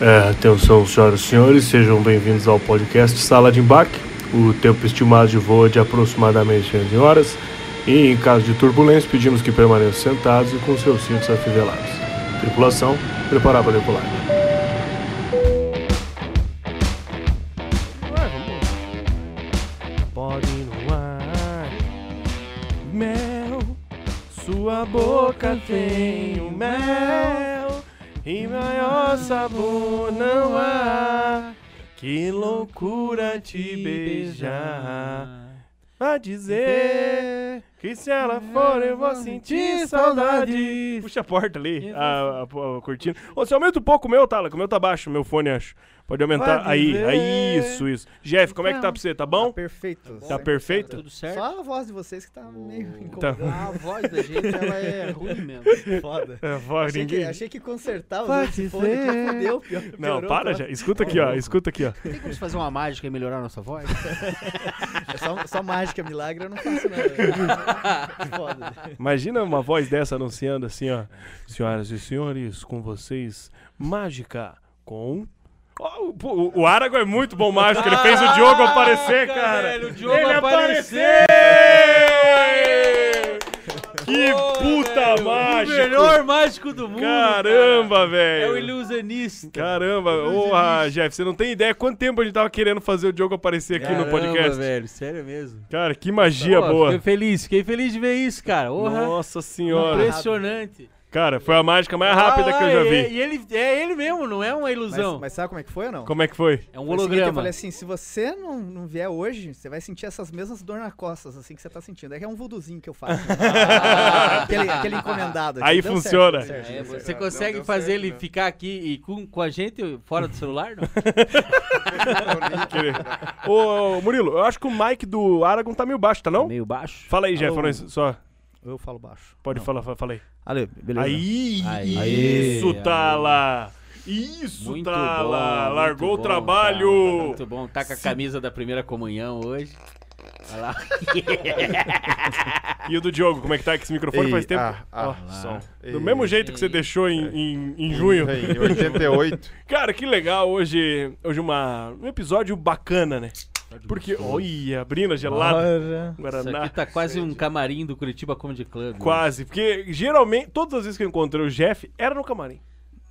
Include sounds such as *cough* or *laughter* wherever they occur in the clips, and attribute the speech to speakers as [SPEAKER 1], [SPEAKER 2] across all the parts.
[SPEAKER 1] É, atenção, senhoras e senhores, sejam bem-vindos ao podcast Sala de Embarque. O tempo estimado de voo é de aproximadamente 11 horas e, em caso de turbulência, pedimos que permaneçam sentados e com seus cintos afivelados. Tripulação, preparar para decolar.
[SPEAKER 2] Pode no ar. Mel, sua boca tem o mel e maior sabor não há. Que loucura
[SPEAKER 3] Hum,
[SPEAKER 2] te beijar. A dizer que se ela for eu vou sentir saudade. Puxa a porta ali, a, a- a cortina. Ô, você aumenta um pouco o meu, Tala, que o meu tá baixo, meu fone acho. Pode aumentar.
[SPEAKER 4] Vai
[SPEAKER 2] Aí,
[SPEAKER 4] dizer.
[SPEAKER 2] aí, isso, isso. Jeff, como é que tá pra você? Tá bom?
[SPEAKER 4] Perfeito.
[SPEAKER 2] Tá perfeito?
[SPEAKER 5] Tudo certo?
[SPEAKER 4] Só a voz de vocês que tá meio
[SPEAKER 2] Tá.
[SPEAKER 4] incomodada.
[SPEAKER 5] A voz da gente, ela é ruim mesmo.
[SPEAKER 4] Foda.
[SPEAKER 2] É, *laughs* vó,
[SPEAKER 4] Achei que,
[SPEAKER 2] ninguém-
[SPEAKER 4] achei que consertar
[SPEAKER 2] Vai
[SPEAKER 4] os fones aqui
[SPEAKER 2] dizer.
[SPEAKER 4] fudeu, pior.
[SPEAKER 2] Não,
[SPEAKER 4] piorou,
[SPEAKER 2] para
[SPEAKER 4] tá?
[SPEAKER 2] já. Escuta aqui, ó. Escuta aqui, ó.
[SPEAKER 5] Tem como fazer uma mágica e melhorar a nossa
[SPEAKER 2] *laughs*
[SPEAKER 5] voz?
[SPEAKER 4] É só, só mágica, milagre, eu não faço
[SPEAKER 2] *laughs*
[SPEAKER 4] nada. Foda.
[SPEAKER 2] Imagina uma voz dessa anunciando assim, ó. Senhoras e senhores, com vocês, Mágica com. Ó, o- pô, o, o Arago é muito bom mágico, ele fez o Diogo aparecer, cara.
[SPEAKER 3] o Diogo
[SPEAKER 2] ele
[SPEAKER 3] apareceu!
[SPEAKER 2] apareceu! Que puta mágica!
[SPEAKER 3] melhor mágico do mundo.
[SPEAKER 2] Caramba,
[SPEAKER 3] cara.
[SPEAKER 2] velho!
[SPEAKER 3] É o ilusionista.
[SPEAKER 2] Caramba, porra, Jeff, você não tem ideia quanto tempo a gente tava querendo fazer o Diogo aparecer aqui no podcast.
[SPEAKER 3] velho, sério mesmo.
[SPEAKER 2] Cara, que magia
[SPEAKER 3] Pô,
[SPEAKER 2] boa!
[SPEAKER 3] Fiquei feliz, fiquei feliz de ver isso, cara. Porra,
[SPEAKER 2] Nossa senhora!
[SPEAKER 3] impressionante.
[SPEAKER 2] Cara, foi a mágica mais rápida
[SPEAKER 3] Ah,
[SPEAKER 2] que eu já
[SPEAKER 3] é-
[SPEAKER 2] vi.
[SPEAKER 3] É, e ele, é ele mesmo, não é uma ilusão.
[SPEAKER 4] Mas, mas sabe como é que foi ou não?
[SPEAKER 2] Como é que foi?
[SPEAKER 3] É um
[SPEAKER 4] Foi o seguinte, Eu
[SPEAKER 3] holograma.
[SPEAKER 4] falei assim, se você não, não vier hoje, você vai sentir essas mesmas dor na costas, assim, que você tá sentindo. É que é um vuduzinho que
[SPEAKER 2] *laughs*
[SPEAKER 4] eu faço. aquele, aquele encomendado.
[SPEAKER 2] Aí
[SPEAKER 4] Deu certo,
[SPEAKER 2] funciona.
[SPEAKER 4] deu certo,
[SPEAKER 3] É,
[SPEAKER 4] deu certo.
[SPEAKER 3] você consegue
[SPEAKER 6] deu
[SPEAKER 3] fazer
[SPEAKER 6] certo,
[SPEAKER 3] ele
[SPEAKER 6] né?
[SPEAKER 3] ficar aqui e com, com a gente fora do celular? Não?
[SPEAKER 2] Querer. Ô, ô, Murilo, eu acho que o mic do Aragon tá meio baixo, tá não?
[SPEAKER 3] Meio baixo.
[SPEAKER 2] Fala aí,
[SPEAKER 4] Alô.
[SPEAKER 2] Jeff, só.
[SPEAKER 4] Eu falo baixo.
[SPEAKER 2] Pode falar, fa- fala aí.
[SPEAKER 4] Ali, beleza.
[SPEAKER 2] Aí,
[SPEAKER 3] Aí.
[SPEAKER 2] isso,
[SPEAKER 3] Aí.
[SPEAKER 2] Tala! Isso,
[SPEAKER 3] Muito
[SPEAKER 2] Tala!
[SPEAKER 3] bom,
[SPEAKER 2] Largou
[SPEAKER 3] muito
[SPEAKER 2] o
[SPEAKER 3] bom,
[SPEAKER 2] trabalho!
[SPEAKER 3] cara, muito bom. Tá com a camisa da primeira comunhão hoje. Olha lá.
[SPEAKER 2] E o do Diogo, como é que tá? Que esse microfone
[SPEAKER 6] Ei,
[SPEAKER 2] faz tempo.
[SPEAKER 6] ah, ah,
[SPEAKER 2] Ó,
[SPEAKER 6] lá.
[SPEAKER 2] som.
[SPEAKER 6] Ei.
[SPEAKER 2] Do mesmo jeito que você
[SPEAKER 3] Ei.
[SPEAKER 2] deixou em, em, em junho.
[SPEAKER 6] Em 88.
[SPEAKER 2] Cara, que legal hoje. Hoje uma, um episódio bacana, né? Porque. Olha, abrindo a gelada.
[SPEAKER 3] Isso
[SPEAKER 2] Guaraná.
[SPEAKER 3] aqui tá quase um camarim do Curitiba Comedy Club. né?
[SPEAKER 2] Quase, porque geralmente, todas as vezes que eu encontrei o Jeff, era no camarim.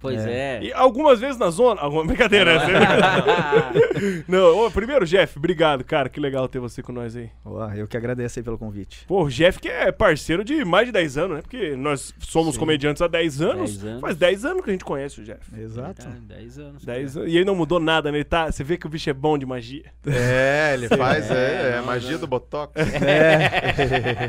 [SPEAKER 3] Pois é.
[SPEAKER 2] E algumas vezes na zona, alguma brincadeira essa. *laughs*
[SPEAKER 3] Ah,
[SPEAKER 2] Não, ô, primeiro, Jeff, obrigado, cara, que legal ter você com nós aí.
[SPEAKER 4] Ó, eu que agradeço aí pelo convite.
[SPEAKER 2] Pô, o Jeff que é parceiro de mais de 10 anos, né? Porque nós somos comediantes há 10 anos.
[SPEAKER 3] 10 anos.
[SPEAKER 2] Faz 10 anos que a gente conhece o Jeff.
[SPEAKER 4] Exato.
[SPEAKER 3] Tá, 10 anos.
[SPEAKER 2] 10 anos. E ele não mudou nada, né? Ele tá, você vê que o bicho é bom de magia.
[SPEAKER 6] *laughs* É, ele faz, é, é a magia do Botox. É. *laughs*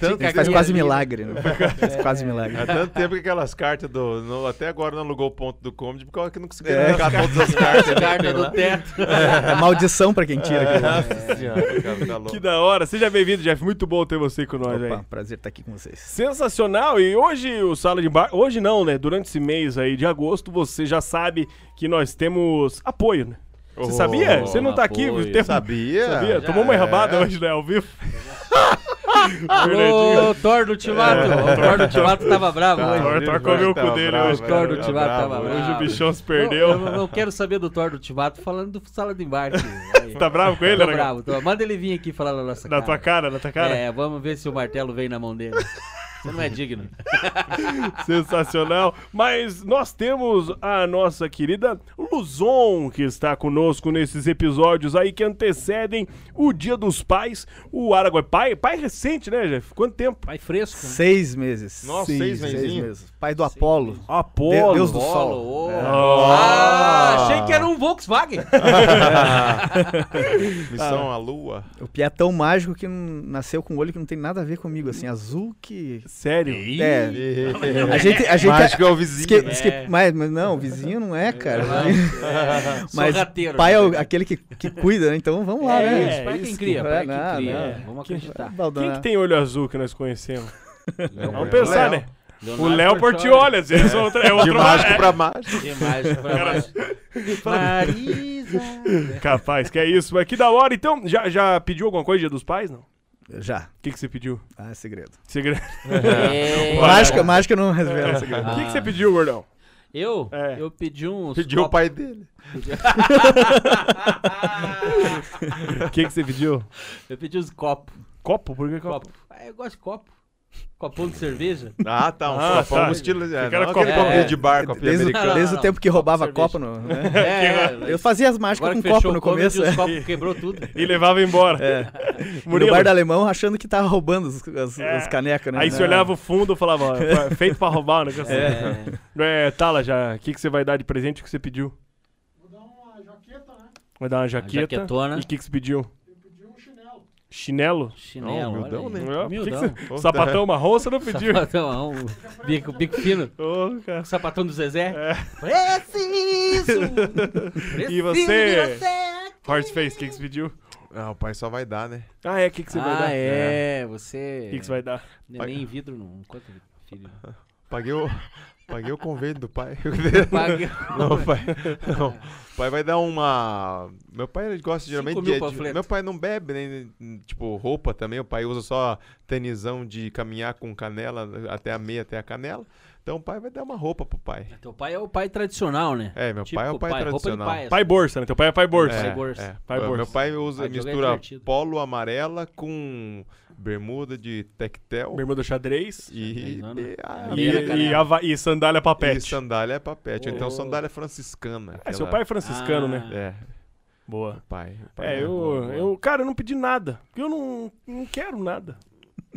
[SPEAKER 6] tanto,
[SPEAKER 4] Ele faz quase milagre, né? Faz quase milagre.
[SPEAKER 6] é tanto tempo que aquelas cartas do. no- até agora não alugou o ponto do comedy, porque eu que não conseguiu
[SPEAKER 2] É.
[SPEAKER 6] arrancar todas as cartas. né?
[SPEAKER 3] Carta do teto.
[SPEAKER 4] É maldição pra quem tira. aquilo.
[SPEAKER 6] Nossa senhora, cara, tá louco.
[SPEAKER 2] Que da hora. Seja bem-vindo, Jeff. Muito bom ter você com nós aí.
[SPEAKER 4] Opa, prazer estar aqui com vocês.
[SPEAKER 2] Sensacional! E hoje o Sala de Bar. Hoje não, né? Durante esse mês aí de agosto, você já sabe que nós temos apoio, né? Você
[SPEAKER 6] Oh,
[SPEAKER 2] sabia? Você não tá aqui.
[SPEAKER 3] apoio.
[SPEAKER 2] Teve...
[SPEAKER 6] Sabia?
[SPEAKER 2] Sabia? Tomou uma
[SPEAKER 6] É.
[SPEAKER 2] enrabada hoje, né? Ao
[SPEAKER 3] *laughs*
[SPEAKER 2] vivo. Fernandinho.
[SPEAKER 3] Alô, Thor do Ultimato. O Thor do Ultimato tava bravo
[SPEAKER 6] Tá,
[SPEAKER 3] hoje.
[SPEAKER 2] É. Thor- Thor comeu o cu
[SPEAKER 6] tá
[SPEAKER 2] dele
[SPEAKER 6] bravo,
[SPEAKER 2] hoje.
[SPEAKER 6] tá
[SPEAKER 3] Thor do
[SPEAKER 6] bravo,
[SPEAKER 3] Tibato
[SPEAKER 6] tá
[SPEAKER 3] tava
[SPEAKER 6] bravo.
[SPEAKER 3] bravo.
[SPEAKER 2] Hoje o bichão se
[SPEAKER 3] Eu,
[SPEAKER 2] perdeu.
[SPEAKER 3] eu não quero saber do Thor do Ultimato falando do sala
[SPEAKER 2] *laughs*
[SPEAKER 3] de embarque. Aí.
[SPEAKER 2] Tá bravo com ele,
[SPEAKER 3] Tô
[SPEAKER 2] né?
[SPEAKER 3] bravo, tô- Manda ele vir aqui falar na nossa
[SPEAKER 2] Na
[SPEAKER 3] cara.
[SPEAKER 2] tua cara, na tua cara?
[SPEAKER 3] É, vamos ver se o martelo vem na mão dele. Você não é digno.
[SPEAKER 2] Sensacional. Mas nós temos a nossa querida Luzon, que está conosco nesses episódios aí que antecedem o Dia dos Pais. O Aragua é pai? Pai recente, né, Jeff? Quanto tempo?
[SPEAKER 3] Pai fresco. né?
[SPEAKER 4] Seis meses.
[SPEAKER 6] Nossa, seis mesinhos.
[SPEAKER 4] meses. Pai do Apolo.
[SPEAKER 2] Apolo.
[SPEAKER 4] Deus do
[SPEAKER 3] Polo,
[SPEAKER 4] Sol.
[SPEAKER 3] ô.
[SPEAKER 2] Ah.
[SPEAKER 3] É. Ah, achei que era um *laughs* Volkswagen.
[SPEAKER 6] Missão à lua.
[SPEAKER 4] O Pi é tão mágico que não- nasceu com um olho que não tem nada a ver comigo, assim, azul que...
[SPEAKER 2] Sério?
[SPEAKER 4] É, a gente... A gente
[SPEAKER 6] Mágico é o
[SPEAKER 4] diz
[SPEAKER 6] vizinho.
[SPEAKER 4] que-
[SPEAKER 6] né?
[SPEAKER 4] diz que- mas, mas não, vizinho não é, cara.
[SPEAKER 3] Sou *laughs*
[SPEAKER 4] Mas
[SPEAKER 3] rateiro.
[SPEAKER 4] pai é o- aquele que, que cuida, né? Então vamos lá,
[SPEAKER 3] né? É,
[SPEAKER 4] né?
[SPEAKER 3] isso, pai quem
[SPEAKER 4] isso
[SPEAKER 3] cria,
[SPEAKER 4] que-
[SPEAKER 3] pai
[SPEAKER 4] não,
[SPEAKER 3] quem cria.
[SPEAKER 4] não.
[SPEAKER 3] é, Vamos acreditar.
[SPEAKER 2] Quem
[SPEAKER 4] Baldona.
[SPEAKER 2] que tem olho azul que nós conhecemos? Vamos
[SPEAKER 6] É.
[SPEAKER 2] pensar, né? O Léo Portiolha, às vezes, é outro, é
[SPEAKER 6] De
[SPEAKER 2] outro
[SPEAKER 6] mágico pra mágico.
[SPEAKER 3] Que *laughs* mais pra mais. Marisa.
[SPEAKER 2] Capaz, que é isso. Mas que da hora. Então, já, já pediu alguma coisa Dia dos Pais, não? O
[SPEAKER 4] Já.
[SPEAKER 2] que, que você pediu?
[SPEAKER 4] Ah, é segredo.
[SPEAKER 2] Segredo.
[SPEAKER 3] É.
[SPEAKER 4] Mágica, mágica não revela
[SPEAKER 2] *laughs*
[SPEAKER 4] segredo.
[SPEAKER 2] Ah. O que, que você pediu, gordão?
[SPEAKER 3] Eu?
[SPEAKER 2] É.
[SPEAKER 3] Eu pedi uns.
[SPEAKER 6] Pediu o
[SPEAKER 3] copos-
[SPEAKER 6] pai dele.
[SPEAKER 2] O que, que você pediu?
[SPEAKER 3] *laughs* Eu pedi uns copos.
[SPEAKER 2] Copo? Por que copo?
[SPEAKER 3] Copo. Ah, eu gosto de copo. Copão de cerveja.
[SPEAKER 6] Ah, tá. Um
[SPEAKER 2] Ah,
[SPEAKER 6] copão
[SPEAKER 2] tá.
[SPEAKER 6] um estilo. É,
[SPEAKER 2] Aquela
[SPEAKER 6] não aquele
[SPEAKER 3] copa-
[SPEAKER 6] copinho
[SPEAKER 3] é.
[SPEAKER 6] de bar, copinho
[SPEAKER 4] Desde, o-
[SPEAKER 6] americano.
[SPEAKER 4] desde
[SPEAKER 3] Não,
[SPEAKER 4] o tempo que roubava
[SPEAKER 3] não,
[SPEAKER 4] copo no.
[SPEAKER 3] *laughs*
[SPEAKER 4] né?
[SPEAKER 3] É, é,
[SPEAKER 4] Eu fazia as mágicas
[SPEAKER 3] Agora
[SPEAKER 4] com
[SPEAKER 3] que
[SPEAKER 4] copo
[SPEAKER 3] fechou
[SPEAKER 4] no
[SPEAKER 3] o Comedy,
[SPEAKER 4] começo. é.
[SPEAKER 3] Os copos quebrou tudo.
[SPEAKER 2] E levava embora.
[SPEAKER 4] E No
[SPEAKER 2] Murilo,
[SPEAKER 4] bar do alemão achando que tava roubando as, as-
[SPEAKER 2] É.
[SPEAKER 4] as canecas, né?
[SPEAKER 2] Aí você olhava o fundo e falava, ó, *laughs* é feito pra roubar, né?
[SPEAKER 3] É.
[SPEAKER 2] Não é, Tala, já, o que, que você vai dar de presente O que você pediu? Vou dar uma jaqueta, né? Vai dar uma jaqueta.
[SPEAKER 3] jaquetona.
[SPEAKER 2] E o que, que você pediu? Eu pedi um chinelo. Chinelo?
[SPEAKER 3] Chinelo.
[SPEAKER 6] Não, humildão,
[SPEAKER 3] olha aí.
[SPEAKER 2] né?
[SPEAKER 3] Humildão.
[SPEAKER 6] Pô,
[SPEAKER 2] Sapatão marrom você não
[SPEAKER 3] *laughs*
[SPEAKER 2] pediu?
[SPEAKER 3] Sapatão, um bico, bico fino.
[SPEAKER 2] Ô, cara.
[SPEAKER 3] O sapatão do Zezé.
[SPEAKER 2] É.
[SPEAKER 3] Preciso!
[SPEAKER 2] E você? Horseface, o que, que você pediu?
[SPEAKER 6] Ah, o pai só vai dar, né?
[SPEAKER 2] Ah, é, o que, que você vai
[SPEAKER 3] Ah,
[SPEAKER 2] dar?
[SPEAKER 3] é,
[SPEAKER 2] O
[SPEAKER 3] você.
[SPEAKER 2] que, que você vai dar?
[SPEAKER 3] Neném em vidro não. Quanto filho? *laughs*
[SPEAKER 6] Paguei o, paguei o convênio do pai. *laughs*
[SPEAKER 3] Paga.
[SPEAKER 6] Não, pai. Não. O pai vai dar uma. Meu pai ele gosta geralmente
[SPEAKER 3] mil
[SPEAKER 6] de- de,
[SPEAKER 3] panfletos.
[SPEAKER 6] Meu pai não bebe, nem tipo roupa também. O pai usa só tenisão de caminhar com canela até a meia, até a canela. Então o pai vai dar uma roupa pro pai.
[SPEAKER 3] *laughs* Teu pai é o pai tradicional, né?
[SPEAKER 6] É, meu
[SPEAKER 3] Típico
[SPEAKER 6] pai é o pai, tradicional.
[SPEAKER 3] Roupa de pai.
[SPEAKER 2] Pai Borsa, né? Teu pai é Pai Borsa.
[SPEAKER 3] Pai Borsa.
[SPEAKER 6] é.
[SPEAKER 2] Pai
[SPEAKER 6] Meu
[SPEAKER 2] Borsa.
[SPEAKER 6] pai usa,
[SPEAKER 3] Pai de jogo é
[SPEAKER 6] mistura
[SPEAKER 3] divertido.
[SPEAKER 6] polo amarela com bermuda de tectel
[SPEAKER 2] Bermuda xadrez e,
[SPEAKER 6] e,
[SPEAKER 3] Tectelzona.
[SPEAKER 6] e- ah,
[SPEAKER 3] E-
[SPEAKER 6] e-
[SPEAKER 3] Canela.
[SPEAKER 2] e ava- e sandália
[SPEAKER 6] e
[SPEAKER 2] papete.
[SPEAKER 6] sandália papete. Então
[SPEAKER 3] Oh.
[SPEAKER 6] sandália franciscana.
[SPEAKER 2] É, seu
[SPEAKER 6] aquela-
[SPEAKER 2] pai é franciscano, né?
[SPEAKER 3] Ah.
[SPEAKER 6] É,
[SPEAKER 2] Boa.
[SPEAKER 6] pai. pai
[SPEAKER 2] É, eu, eu, cara, eu não pedi nada. Porque eu não, não quero nada.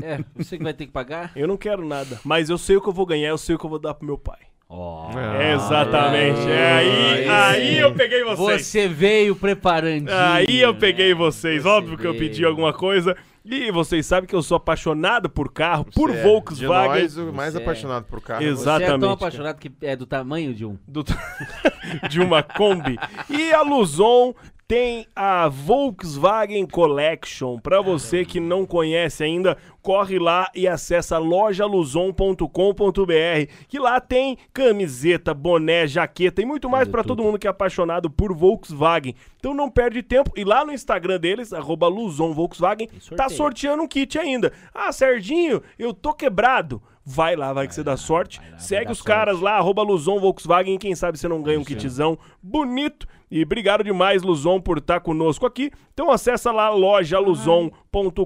[SPEAKER 3] É, você que vai ter que
[SPEAKER 2] *laughs*
[SPEAKER 3] pagar?
[SPEAKER 2] Eu não quero nada. Mas eu sei o que eu vou ganhar, eu sei o que eu vou dar pro meu pai.
[SPEAKER 3] Ó.
[SPEAKER 2] É,
[SPEAKER 6] Ah,
[SPEAKER 2] Exatamente. É aí, aí eu peguei vocês.
[SPEAKER 3] Você veio preparando.
[SPEAKER 2] Aí eu peguei vocês.
[SPEAKER 3] Você
[SPEAKER 2] Óbvio que eu
[SPEAKER 3] veio.
[SPEAKER 2] pedi alguma coisa. E vocês sabem que eu sou apaixonado por carro, por
[SPEAKER 6] Você é
[SPEAKER 2] Volkswagen.
[SPEAKER 6] De nós, o mais
[SPEAKER 3] Você é.
[SPEAKER 6] apaixonado por carro.
[SPEAKER 2] Exato.
[SPEAKER 3] Você é
[SPEAKER 2] Exatamente,
[SPEAKER 3] tão
[SPEAKER 2] cara.
[SPEAKER 3] apaixonado que é do tamanho de um.
[SPEAKER 2] do- *laughs* de uma Kombi. E a Luzon tem a Volkswagen Collection. Para você que não conhece ainda, corre lá e acessa lojaluzon.com.br, que lá tem camiseta, boné, jaqueta e muito mais para todo mundo que é apaixonado por Volkswagen. Então não perde tempo e lá no Instagram deles, arroba Luzon Volkswagen,
[SPEAKER 3] sorteio.
[SPEAKER 2] tá sorteando um kit ainda. Ah, Serginho, eu tô quebrado. Vai lá, vai que você dá sorte.
[SPEAKER 3] vai
[SPEAKER 2] Segue
[SPEAKER 3] dar
[SPEAKER 2] os
[SPEAKER 3] sorte.
[SPEAKER 2] caras lá, arroba Luzon Volkswagen, quem sabe você não ganha um kitzão bonito. E obrigado demais, Luzon, por estar conosco aqui. Então acessa lá lojaluzon.com.br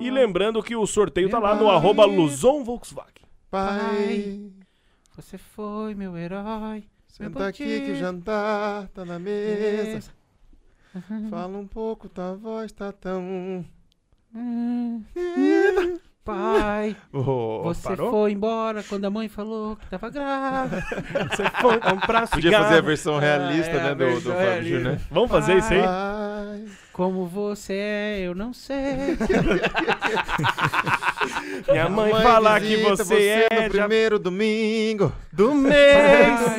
[SPEAKER 2] e lembrando que o sorteio tá lá no arroba Luzon Volkswagen.
[SPEAKER 6] Pai,
[SPEAKER 1] Você foi meu herói.
[SPEAKER 6] senta aqui que o jantar tá na mesa. *laughs* Fala um pouco, tua voz tá tão...
[SPEAKER 1] Pai,
[SPEAKER 6] Oh,
[SPEAKER 1] você
[SPEAKER 2] parou?
[SPEAKER 1] foi embora quando a mãe falou que tava
[SPEAKER 2] *laughs*
[SPEAKER 1] grávida.
[SPEAKER 2] Você foi comprar
[SPEAKER 6] Podia fazer a
[SPEAKER 2] cigarro.
[SPEAKER 6] versão realista,
[SPEAKER 3] é, a
[SPEAKER 6] né, do, do
[SPEAKER 3] versão
[SPEAKER 6] Fábio
[SPEAKER 3] realista.
[SPEAKER 6] Júnior.
[SPEAKER 2] Vamos fazer isso
[SPEAKER 6] Ah,
[SPEAKER 2] aí?
[SPEAKER 6] Pai,
[SPEAKER 1] Como você é, eu não sei.
[SPEAKER 2] Minha mãe
[SPEAKER 6] mãe
[SPEAKER 2] falar que
[SPEAKER 6] visita
[SPEAKER 2] você, é
[SPEAKER 6] no
[SPEAKER 2] já...
[SPEAKER 6] primeiro domingo
[SPEAKER 2] do
[SPEAKER 6] do
[SPEAKER 2] mês.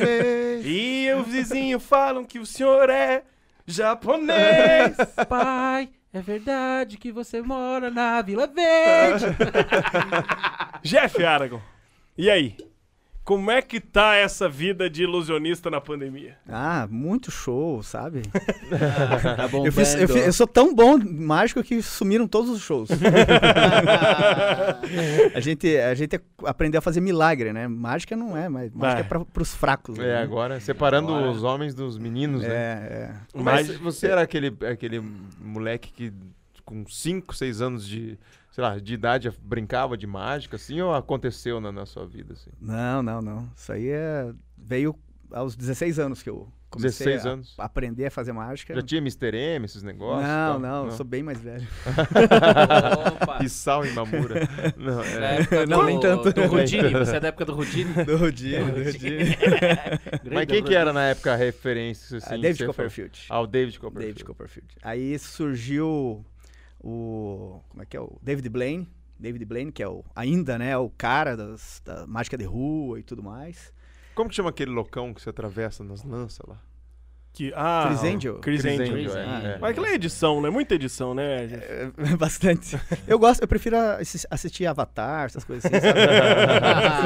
[SPEAKER 2] *laughs*
[SPEAKER 6] mês.
[SPEAKER 2] e o vizinho falam que o senhor é japonês.
[SPEAKER 1] Pai, é verdade que você mora na
[SPEAKER 2] *laughs*
[SPEAKER 1] Vila Verde.
[SPEAKER 2] Jeff Aragon, e aí? Como é que tá essa vida de ilusionista na pandemia?
[SPEAKER 4] Ah, muito show, sabe?
[SPEAKER 3] Tá bom,
[SPEAKER 4] Eu, fiz- eu fi- eu sou tão bom mágico que sumiram todos os shows. a gente, a gente aprendeu a fazer milagre, né? Mágica não é, mas mágica é pra, pros fracos.
[SPEAKER 6] É,
[SPEAKER 4] né?
[SPEAKER 6] agora, separando os homens dos meninos, né?
[SPEAKER 4] É, é.
[SPEAKER 6] Mas
[SPEAKER 2] Mas-
[SPEAKER 6] você era aquele, aquele moleque que com 5, 6 anos de, sei lá, de idade brincava de mágica, assim, ou aconteceu na, na sua vida, assim?
[SPEAKER 4] Não, não, não. Isso aí é... veio aos 16 anos que eu comecei
[SPEAKER 6] 16
[SPEAKER 4] a
[SPEAKER 6] anos.
[SPEAKER 4] aprender a fazer mágica.
[SPEAKER 6] Já tá. tinha Mr. M, esses negócios?
[SPEAKER 4] não,
[SPEAKER 6] e tal?
[SPEAKER 4] não, eu sou bem mais velho.
[SPEAKER 3] Opa.
[SPEAKER 6] Pissau em Mamura.
[SPEAKER 4] *laughs*
[SPEAKER 6] não,
[SPEAKER 3] Da
[SPEAKER 6] é.
[SPEAKER 3] época
[SPEAKER 4] Não,
[SPEAKER 3] do-
[SPEAKER 4] nem tanto.
[SPEAKER 3] Do Rudini, você é da época do Rudini.
[SPEAKER 4] Do Rodinho,
[SPEAKER 3] *laughs*
[SPEAKER 4] do Rodinho.
[SPEAKER 6] Mas quem que era na época a referência, assim?
[SPEAKER 4] Ah,
[SPEAKER 6] que
[SPEAKER 4] David
[SPEAKER 6] você foi-
[SPEAKER 4] Copperfield.
[SPEAKER 6] Ah, o David Copperfield.
[SPEAKER 4] David Copperfield. Aí surgiu o. Como é que é? O David Blaine. David Blaine, que é o, ainda, né? O cara das, da mágica de rua e tudo mais.
[SPEAKER 6] Como que chama aquele loucão que você atravessa nas lanças lá?
[SPEAKER 2] *laughs* Que, ah,
[SPEAKER 4] Chris Angel.
[SPEAKER 2] Chris Angel.
[SPEAKER 3] Chris
[SPEAKER 6] é,
[SPEAKER 3] Angel.
[SPEAKER 6] é.
[SPEAKER 2] Mas
[SPEAKER 6] *laughs*
[SPEAKER 2] aquela é edição, né? Muita edição, né? gente?
[SPEAKER 4] É, *laughs* bastante. Eu gosto, eu prefiro assis- assistir Avatar, essas coisas assim, *laughs* sabe?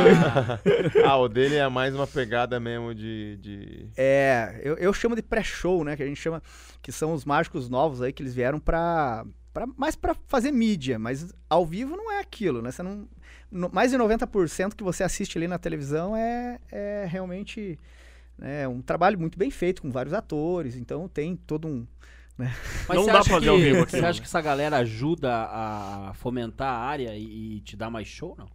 [SPEAKER 6] ah, o dele é mais uma pegada mesmo de... de...
[SPEAKER 4] É, eu, eu chamo de pré-show, né? Que a gente chama. Que são os mágicos novos aí que eles vieram pra. pra mais pra fazer mídia, mas ao vivo não é aquilo, né? Você não. no- mais de 90% que você assiste ali na televisão é, é realmente né, um trabalho muito bem feito, com vários atores. Então tem todo um.
[SPEAKER 3] *laughs* Mas
[SPEAKER 2] Não
[SPEAKER 3] você
[SPEAKER 2] dá
[SPEAKER 3] acha
[SPEAKER 2] pra fazer
[SPEAKER 3] que-
[SPEAKER 2] ao vivo aquilo,
[SPEAKER 3] Você acha
[SPEAKER 2] né?
[SPEAKER 3] que essa galera ajuda a fomentar a área e, e te dar mais show, não?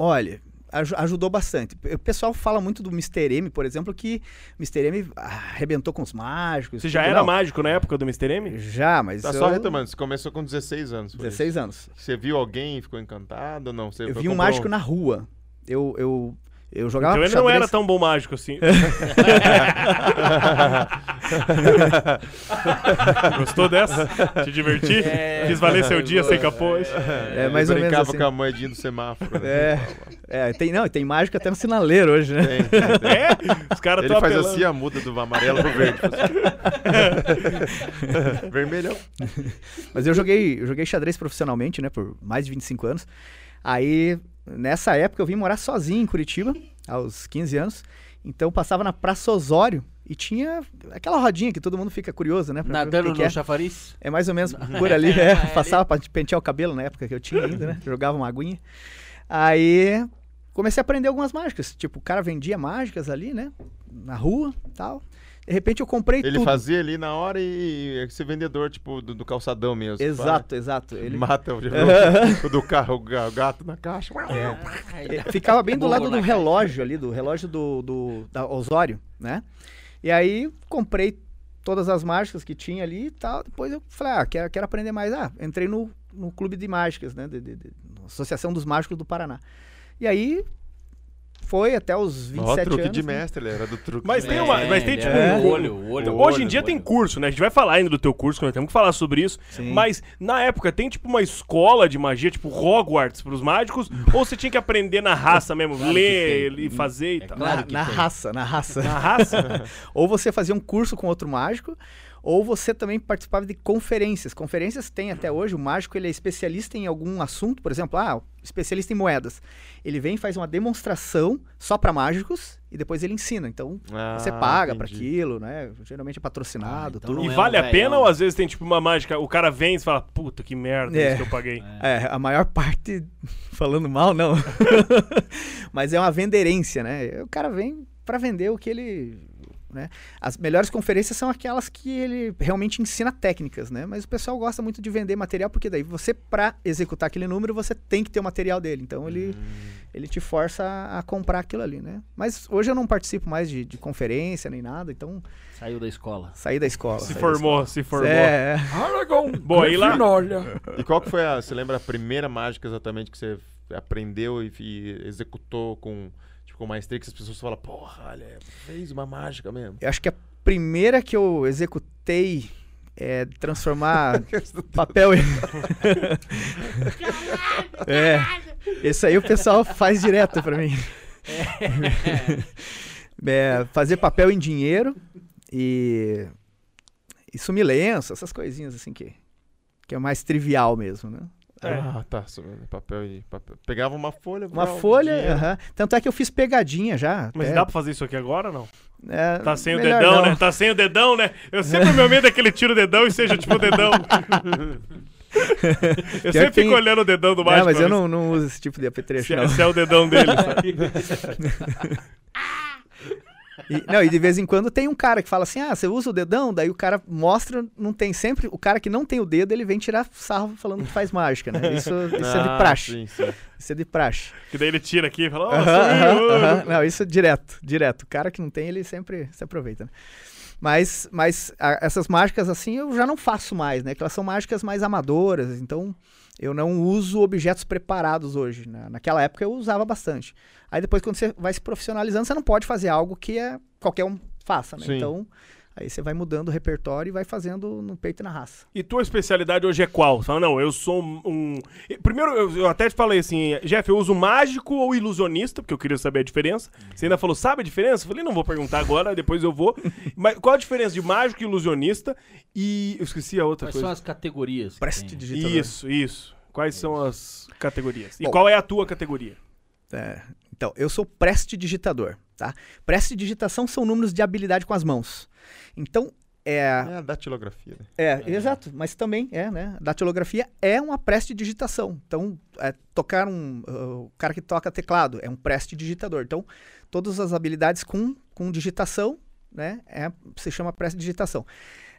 [SPEAKER 4] Olha, aju- ajudou bastante. P- O pessoal fala muito do Mr. M, por exemplo, que Mr. M arrebentou com os mágicos.
[SPEAKER 2] Você já
[SPEAKER 4] tudo.
[SPEAKER 2] era
[SPEAKER 4] é Não,
[SPEAKER 2] mágico na época do Mr. M?
[SPEAKER 4] Já, mas.
[SPEAKER 6] Tá
[SPEAKER 4] eu-
[SPEAKER 6] só retomando, você começou com 16 anos. foi
[SPEAKER 4] 16 anos.
[SPEAKER 6] isso? Você viu alguém e ficou encantado ou não? Você
[SPEAKER 4] Eu
[SPEAKER 6] foi
[SPEAKER 4] vi um
[SPEAKER 6] comprar *laughs*
[SPEAKER 4] mágico na rua. Eu, eu, eu jogava
[SPEAKER 2] Então ele não
[SPEAKER 4] xadrez.
[SPEAKER 2] era tão bom mágico assim.
[SPEAKER 6] É,
[SPEAKER 2] Gostou dessa? Te diverti? Quis valer seu dia sem capôs?
[SPEAKER 4] *laughs* É, mais ou menos
[SPEAKER 6] brincava
[SPEAKER 4] assim.
[SPEAKER 6] com a moedinha do semáforo. né?
[SPEAKER 4] É, é, tem, não, tem mágico até no sinaleiro hoje,
[SPEAKER 6] *laughs*
[SPEAKER 4] né?
[SPEAKER 2] *laughs*
[SPEAKER 6] Tem, tem, tem.
[SPEAKER 2] É? Os caras
[SPEAKER 6] Ele
[SPEAKER 2] estão
[SPEAKER 6] faz
[SPEAKER 2] apelando.
[SPEAKER 6] assim a muda do amarelo
[SPEAKER 4] *laughs*
[SPEAKER 6] pro verde. faz assim. Vermelhão.
[SPEAKER 4] Mas eu joguei, eu joguei xadrez profissionalmente, né, por mais de 25 anos. Aí, nessa época, eu vim morar sozinho em Curitiba, aos 15 anos. Então, passava na Praça Osório e tinha aquela rodinha que todo mundo fica curioso, né? pra ver o
[SPEAKER 3] Nadando
[SPEAKER 4] que que
[SPEAKER 3] no
[SPEAKER 4] é.
[SPEAKER 3] chafariz?
[SPEAKER 4] É mais ou menos
[SPEAKER 6] Uhum.
[SPEAKER 4] por ali, *laughs* é. Passava pra pentear o cabelo na época que eu tinha ainda,
[SPEAKER 6] Uhum.
[SPEAKER 4] né? Jogava uma aguinha. Aí comecei a aprender algumas mágicas. Tipo, o cara vendia mágicas ali, né? Na rua tal. De repente eu comprei
[SPEAKER 6] Ele
[SPEAKER 4] tudo.
[SPEAKER 6] fazia ali na hora e esse vendedor, tipo, do, do calçadão mesmo.
[SPEAKER 4] Exato, exato.
[SPEAKER 6] Ele...
[SPEAKER 4] Ele *laughs*
[SPEAKER 6] Mata o, o do carro, o ga- o gato na caixa.
[SPEAKER 4] ele É, ficava bem do
[SPEAKER 3] Burro
[SPEAKER 4] lado
[SPEAKER 3] na
[SPEAKER 4] do relógio ali, do relógio do, do da Osório, né? E aí comprei todas as mágicas que tinha ali e tal. Depois eu falei, ah, quero, quero aprender mais. Ah, entrei no, no Clube de Mágicas, né? de- de- de- na Associação dos Mágicos do Paraná. E aí foi até os
[SPEAKER 6] Ó,
[SPEAKER 4] 27
[SPEAKER 6] truque
[SPEAKER 4] anos.
[SPEAKER 6] de
[SPEAKER 4] né?
[SPEAKER 6] mestre, ele era do truque
[SPEAKER 2] Mas
[SPEAKER 6] de
[SPEAKER 2] tem
[SPEAKER 6] mestre.
[SPEAKER 2] uma- mas tem,
[SPEAKER 3] ele
[SPEAKER 2] tipo,
[SPEAKER 3] era
[SPEAKER 2] um-
[SPEAKER 3] o É. olho, o olho, o
[SPEAKER 2] Hoje em
[SPEAKER 3] olho,
[SPEAKER 2] dia
[SPEAKER 3] o
[SPEAKER 2] tem
[SPEAKER 3] olho.
[SPEAKER 2] curso, né? A gente vai falar ainda do teu curso, nós temos que falar sobre isso.
[SPEAKER 4] Sim.
[SPEAKER 2] Mas na época tem tipo uma escola de magia, tipo Hogwarts pros
[SPEAKER 3] *laughs*
[SPEAKER 2] mágicos, ou você tinha que aprender na raça mesmo,
[SPEAKER 3] Claro que
[SPEAKER 2] ler
[SPEAKER 3] tem. Hum, é
[SPEAKER 2] e fazer e tal.
[SPEAKER 3] claro
[SPEAKER 4] na,
[SPEAKER 3] que
[SPEAKER 4] na
[SPEAKER 3] tem.
[SPEAKER 4] raça, na *laughs* raça.
[SPEAKER 2] Na
[SPEAKER 3] *laughs*
[SPEAKER 2] raça?
[SPEAKER 4] ou você fazia um curso com outro mágico, ou você também participava de conferências. Conferências tem até hoje, o mágico ele é especialista em algum assunto, por exemplo, ah, especialista em moedas. Ele vem e faz uma demonstração só para mágicos e depois ele ensina. Então,
[SPEAKER 6] Ah,
[SPEAKER 4] você paga para
[SPEAKER 6] entendi.
[SPEAKER 4] aquilo, né? Geralmente é patrocinado,
[SPEAKER 3] Ah, então
[SPEAKER 4] tudo.
[SPEAKER 3] não
[SPEAKER 2] e
[SPEAKER 3] é um
[SPEAKER 2] vale a
[SPEAKER 3] velhão.
[SPEAKER 2] pena ou às vezes tem tipo uma mágica, o cara vem e fala, puta que merda
[SPEAKER 4] É.
[SPEAKER 2] isso que eu paguei.
[SPEAKER 4] É, a maior *laughs* parte falando mal,
[SPEAKER 2] *laughs*
[SPEAKER 4] não. Mas é uma venderência, né? O cara vem pra vender o que ele. Né? As melhores conferências são aquelas que ele realmente ensina técnicas, né? Mas o pessoal gosta muito de vender material, porque daí você, pra executar aquele número, você tem que ter o material dele. Então ele,
[SPEAKER 2] Hum.
[SPEAKER 4] ele te força a, a comprar aquilo ali, né? Mas hoje eu não participo mais de, de conferência nem nada, então
[SPEAKER 3] Saiu da escola.
[SPEAKER 4] saí da escola.
[SPEAKER 2] Se
[SPEAKER 3] é
[SPEAKER 4] saí da
[SPEAKER 2] formou, se
[SPEAKER 4] escola.
[SPEAKER 2] formou.
[SPEAKER 4] É, é.
[SPEAKER 2] Aragão. Bom, aí lá.
[SPEAKER 6] E qual que foi a. Você lembra a primeira mágica exatamente que você aprendeu e, e executou com, tipo, com maestria que as pessoas falam, porra, olha, fez uma mágica mesmo.
[SPEAKER 4] Eu acho que a primeira que eu executei é
[SPEAKER 2] *laughs*
[SPEAKER 4] transformar papel em. é. Isso aí o pessoal faz direto pra mim. *laughs* É, fazer papel em dinheiro e. E sumilença, essas coisinhas assim que. Que é mais trivial mesmo, né?
[SPEAKER 2] É.
[SPEAKER 6] Ah, tá. só- Papel e papel. Pegava uma folha.
[SPEAKER 4] Uma
[SPEAKER 6] brau,
[SPEAKER 4] folha.
[SPEAKER 6] dinheiro.
[SPEAKER 4] aham. Tanto é que eu fiz pegadinha já.
[SPEAKER 2] Mas
[SPEAKER 4] até.
[SPEAKER 2] dá pra fazer isso aqui agora ou não?
[SPEAKER 4] É,
[SPEAKER 2] Tá sem o
[SPEAKER 4] melhor
[SPEAKER 2] dedão,
[SPEAKER 4] não.
[SPEAKER 2] né? Tá sem o dedão, né? Eu sempre meu medo é que ele tira o dedão e seja tipo o
[SPEAKER 4] *laughs*
[SPEAKER 2] dedão. eu
[SPEAKER 4] Pior
[SPEAKER 2] sempre
[SPEAKER 4] que tem-
[SPEAKER 2] fico olhando o dedão do mágico.
[SPEAKER 4] É, mas
[SPEAKER 2] pra
[SPEAKER 4] eu
[SPEAKER 2] ver
[SPEAKER 4] não, não uso esse tipo de apetrecho,
[SPEAKER 2] né? Se é,
[SPEAKER 4] não.
[SPEAKER 2] se é o dedão dele,
[SPEAKER 4] *laughs*
[SPEAKER 2] sabe?
[SPEAKER 4] E, não, e de vez em quando tem um cara que fala assim: ah, você usa o dedão? Daí o cara mostra, não tem sempre. O cara que não tem o dedo, ele vem tirar sarro falando que faz mágica, né? Isso, *laughs* isso é de
[SPEAKER 6] Ah,
[SPEAKER 4] praxe.
[SPEAKER 6] sim, sim.
[SPEAKER 4] Isso é de praxe.
[SPEAKER 2] Que daí ele tira aqui e fala, ó,
[SPEAKER 4] Aham,
[SPEAKER 2] sumiu.
[SPEAKER 4] aham, aham. Não, isso é direto, direto. O cara que não tem, ele sempre se aproveita. né? Mas, mas a- essas mágicas assim eu já não faço mais, né? Que elas são mágicas mais amadoras, então eu não uso objetos preparados hoje. né? Naquela época eu usava bastante. Aí depois, quando você vai se profissionalizando, você não pode fazer algo que é qualquer um faça, né?
[SPEAKER 6] Sim.
[SPEAKER 4] Então, aí você vai mudando o repertório e vai fazendo no peito e na raça.
[SPEAKER 2] E tua especialidade hoje é qual? Você fala, não, eu sou um- um. Primeiro, eu, eu até te falei assim, Jeff, eu uso mágico ou ilusionista, porque eu queria saber a diferença. Você ainda falou, sabe a diferença? Eu falei, não vou perguntar agora, depois eu
[SPEAKER 4] *laughs*
[SPEAKER 2] vou. Mas qual a diferença de mágico e ilusionista? E. Eu esqueci a outra
[SPEAKER 3] Quais são
[SPEAKER 2] coisa.
[SPEAKER 3] as categorias? que
[SPEAKER 4] Preste
[SPEAKER 3] tem?
[SPEAKER 4] digital. né?
[SPEAKER 2] Isso, isso. Quais são as categorias? E
[SPEAKER 4] Bom.
[SPEAKER 2] qual é a tua categoria?
[SPEAKER 4] É, então, eu sou prestidigitador, tá? Prestidigitação são números de habilidade com as mãos. Então, é,
[SPEAKER 6] É a datilografia. né?
[SPEAKER 4] é, exato, mas também é, né? Datilografia é uma preste digitação. Então, é, tocar um. uh, o cara que toca teclado é um preste digitador. Então, todas as habilidades com, com digitação, né? É, se chama preste digitação.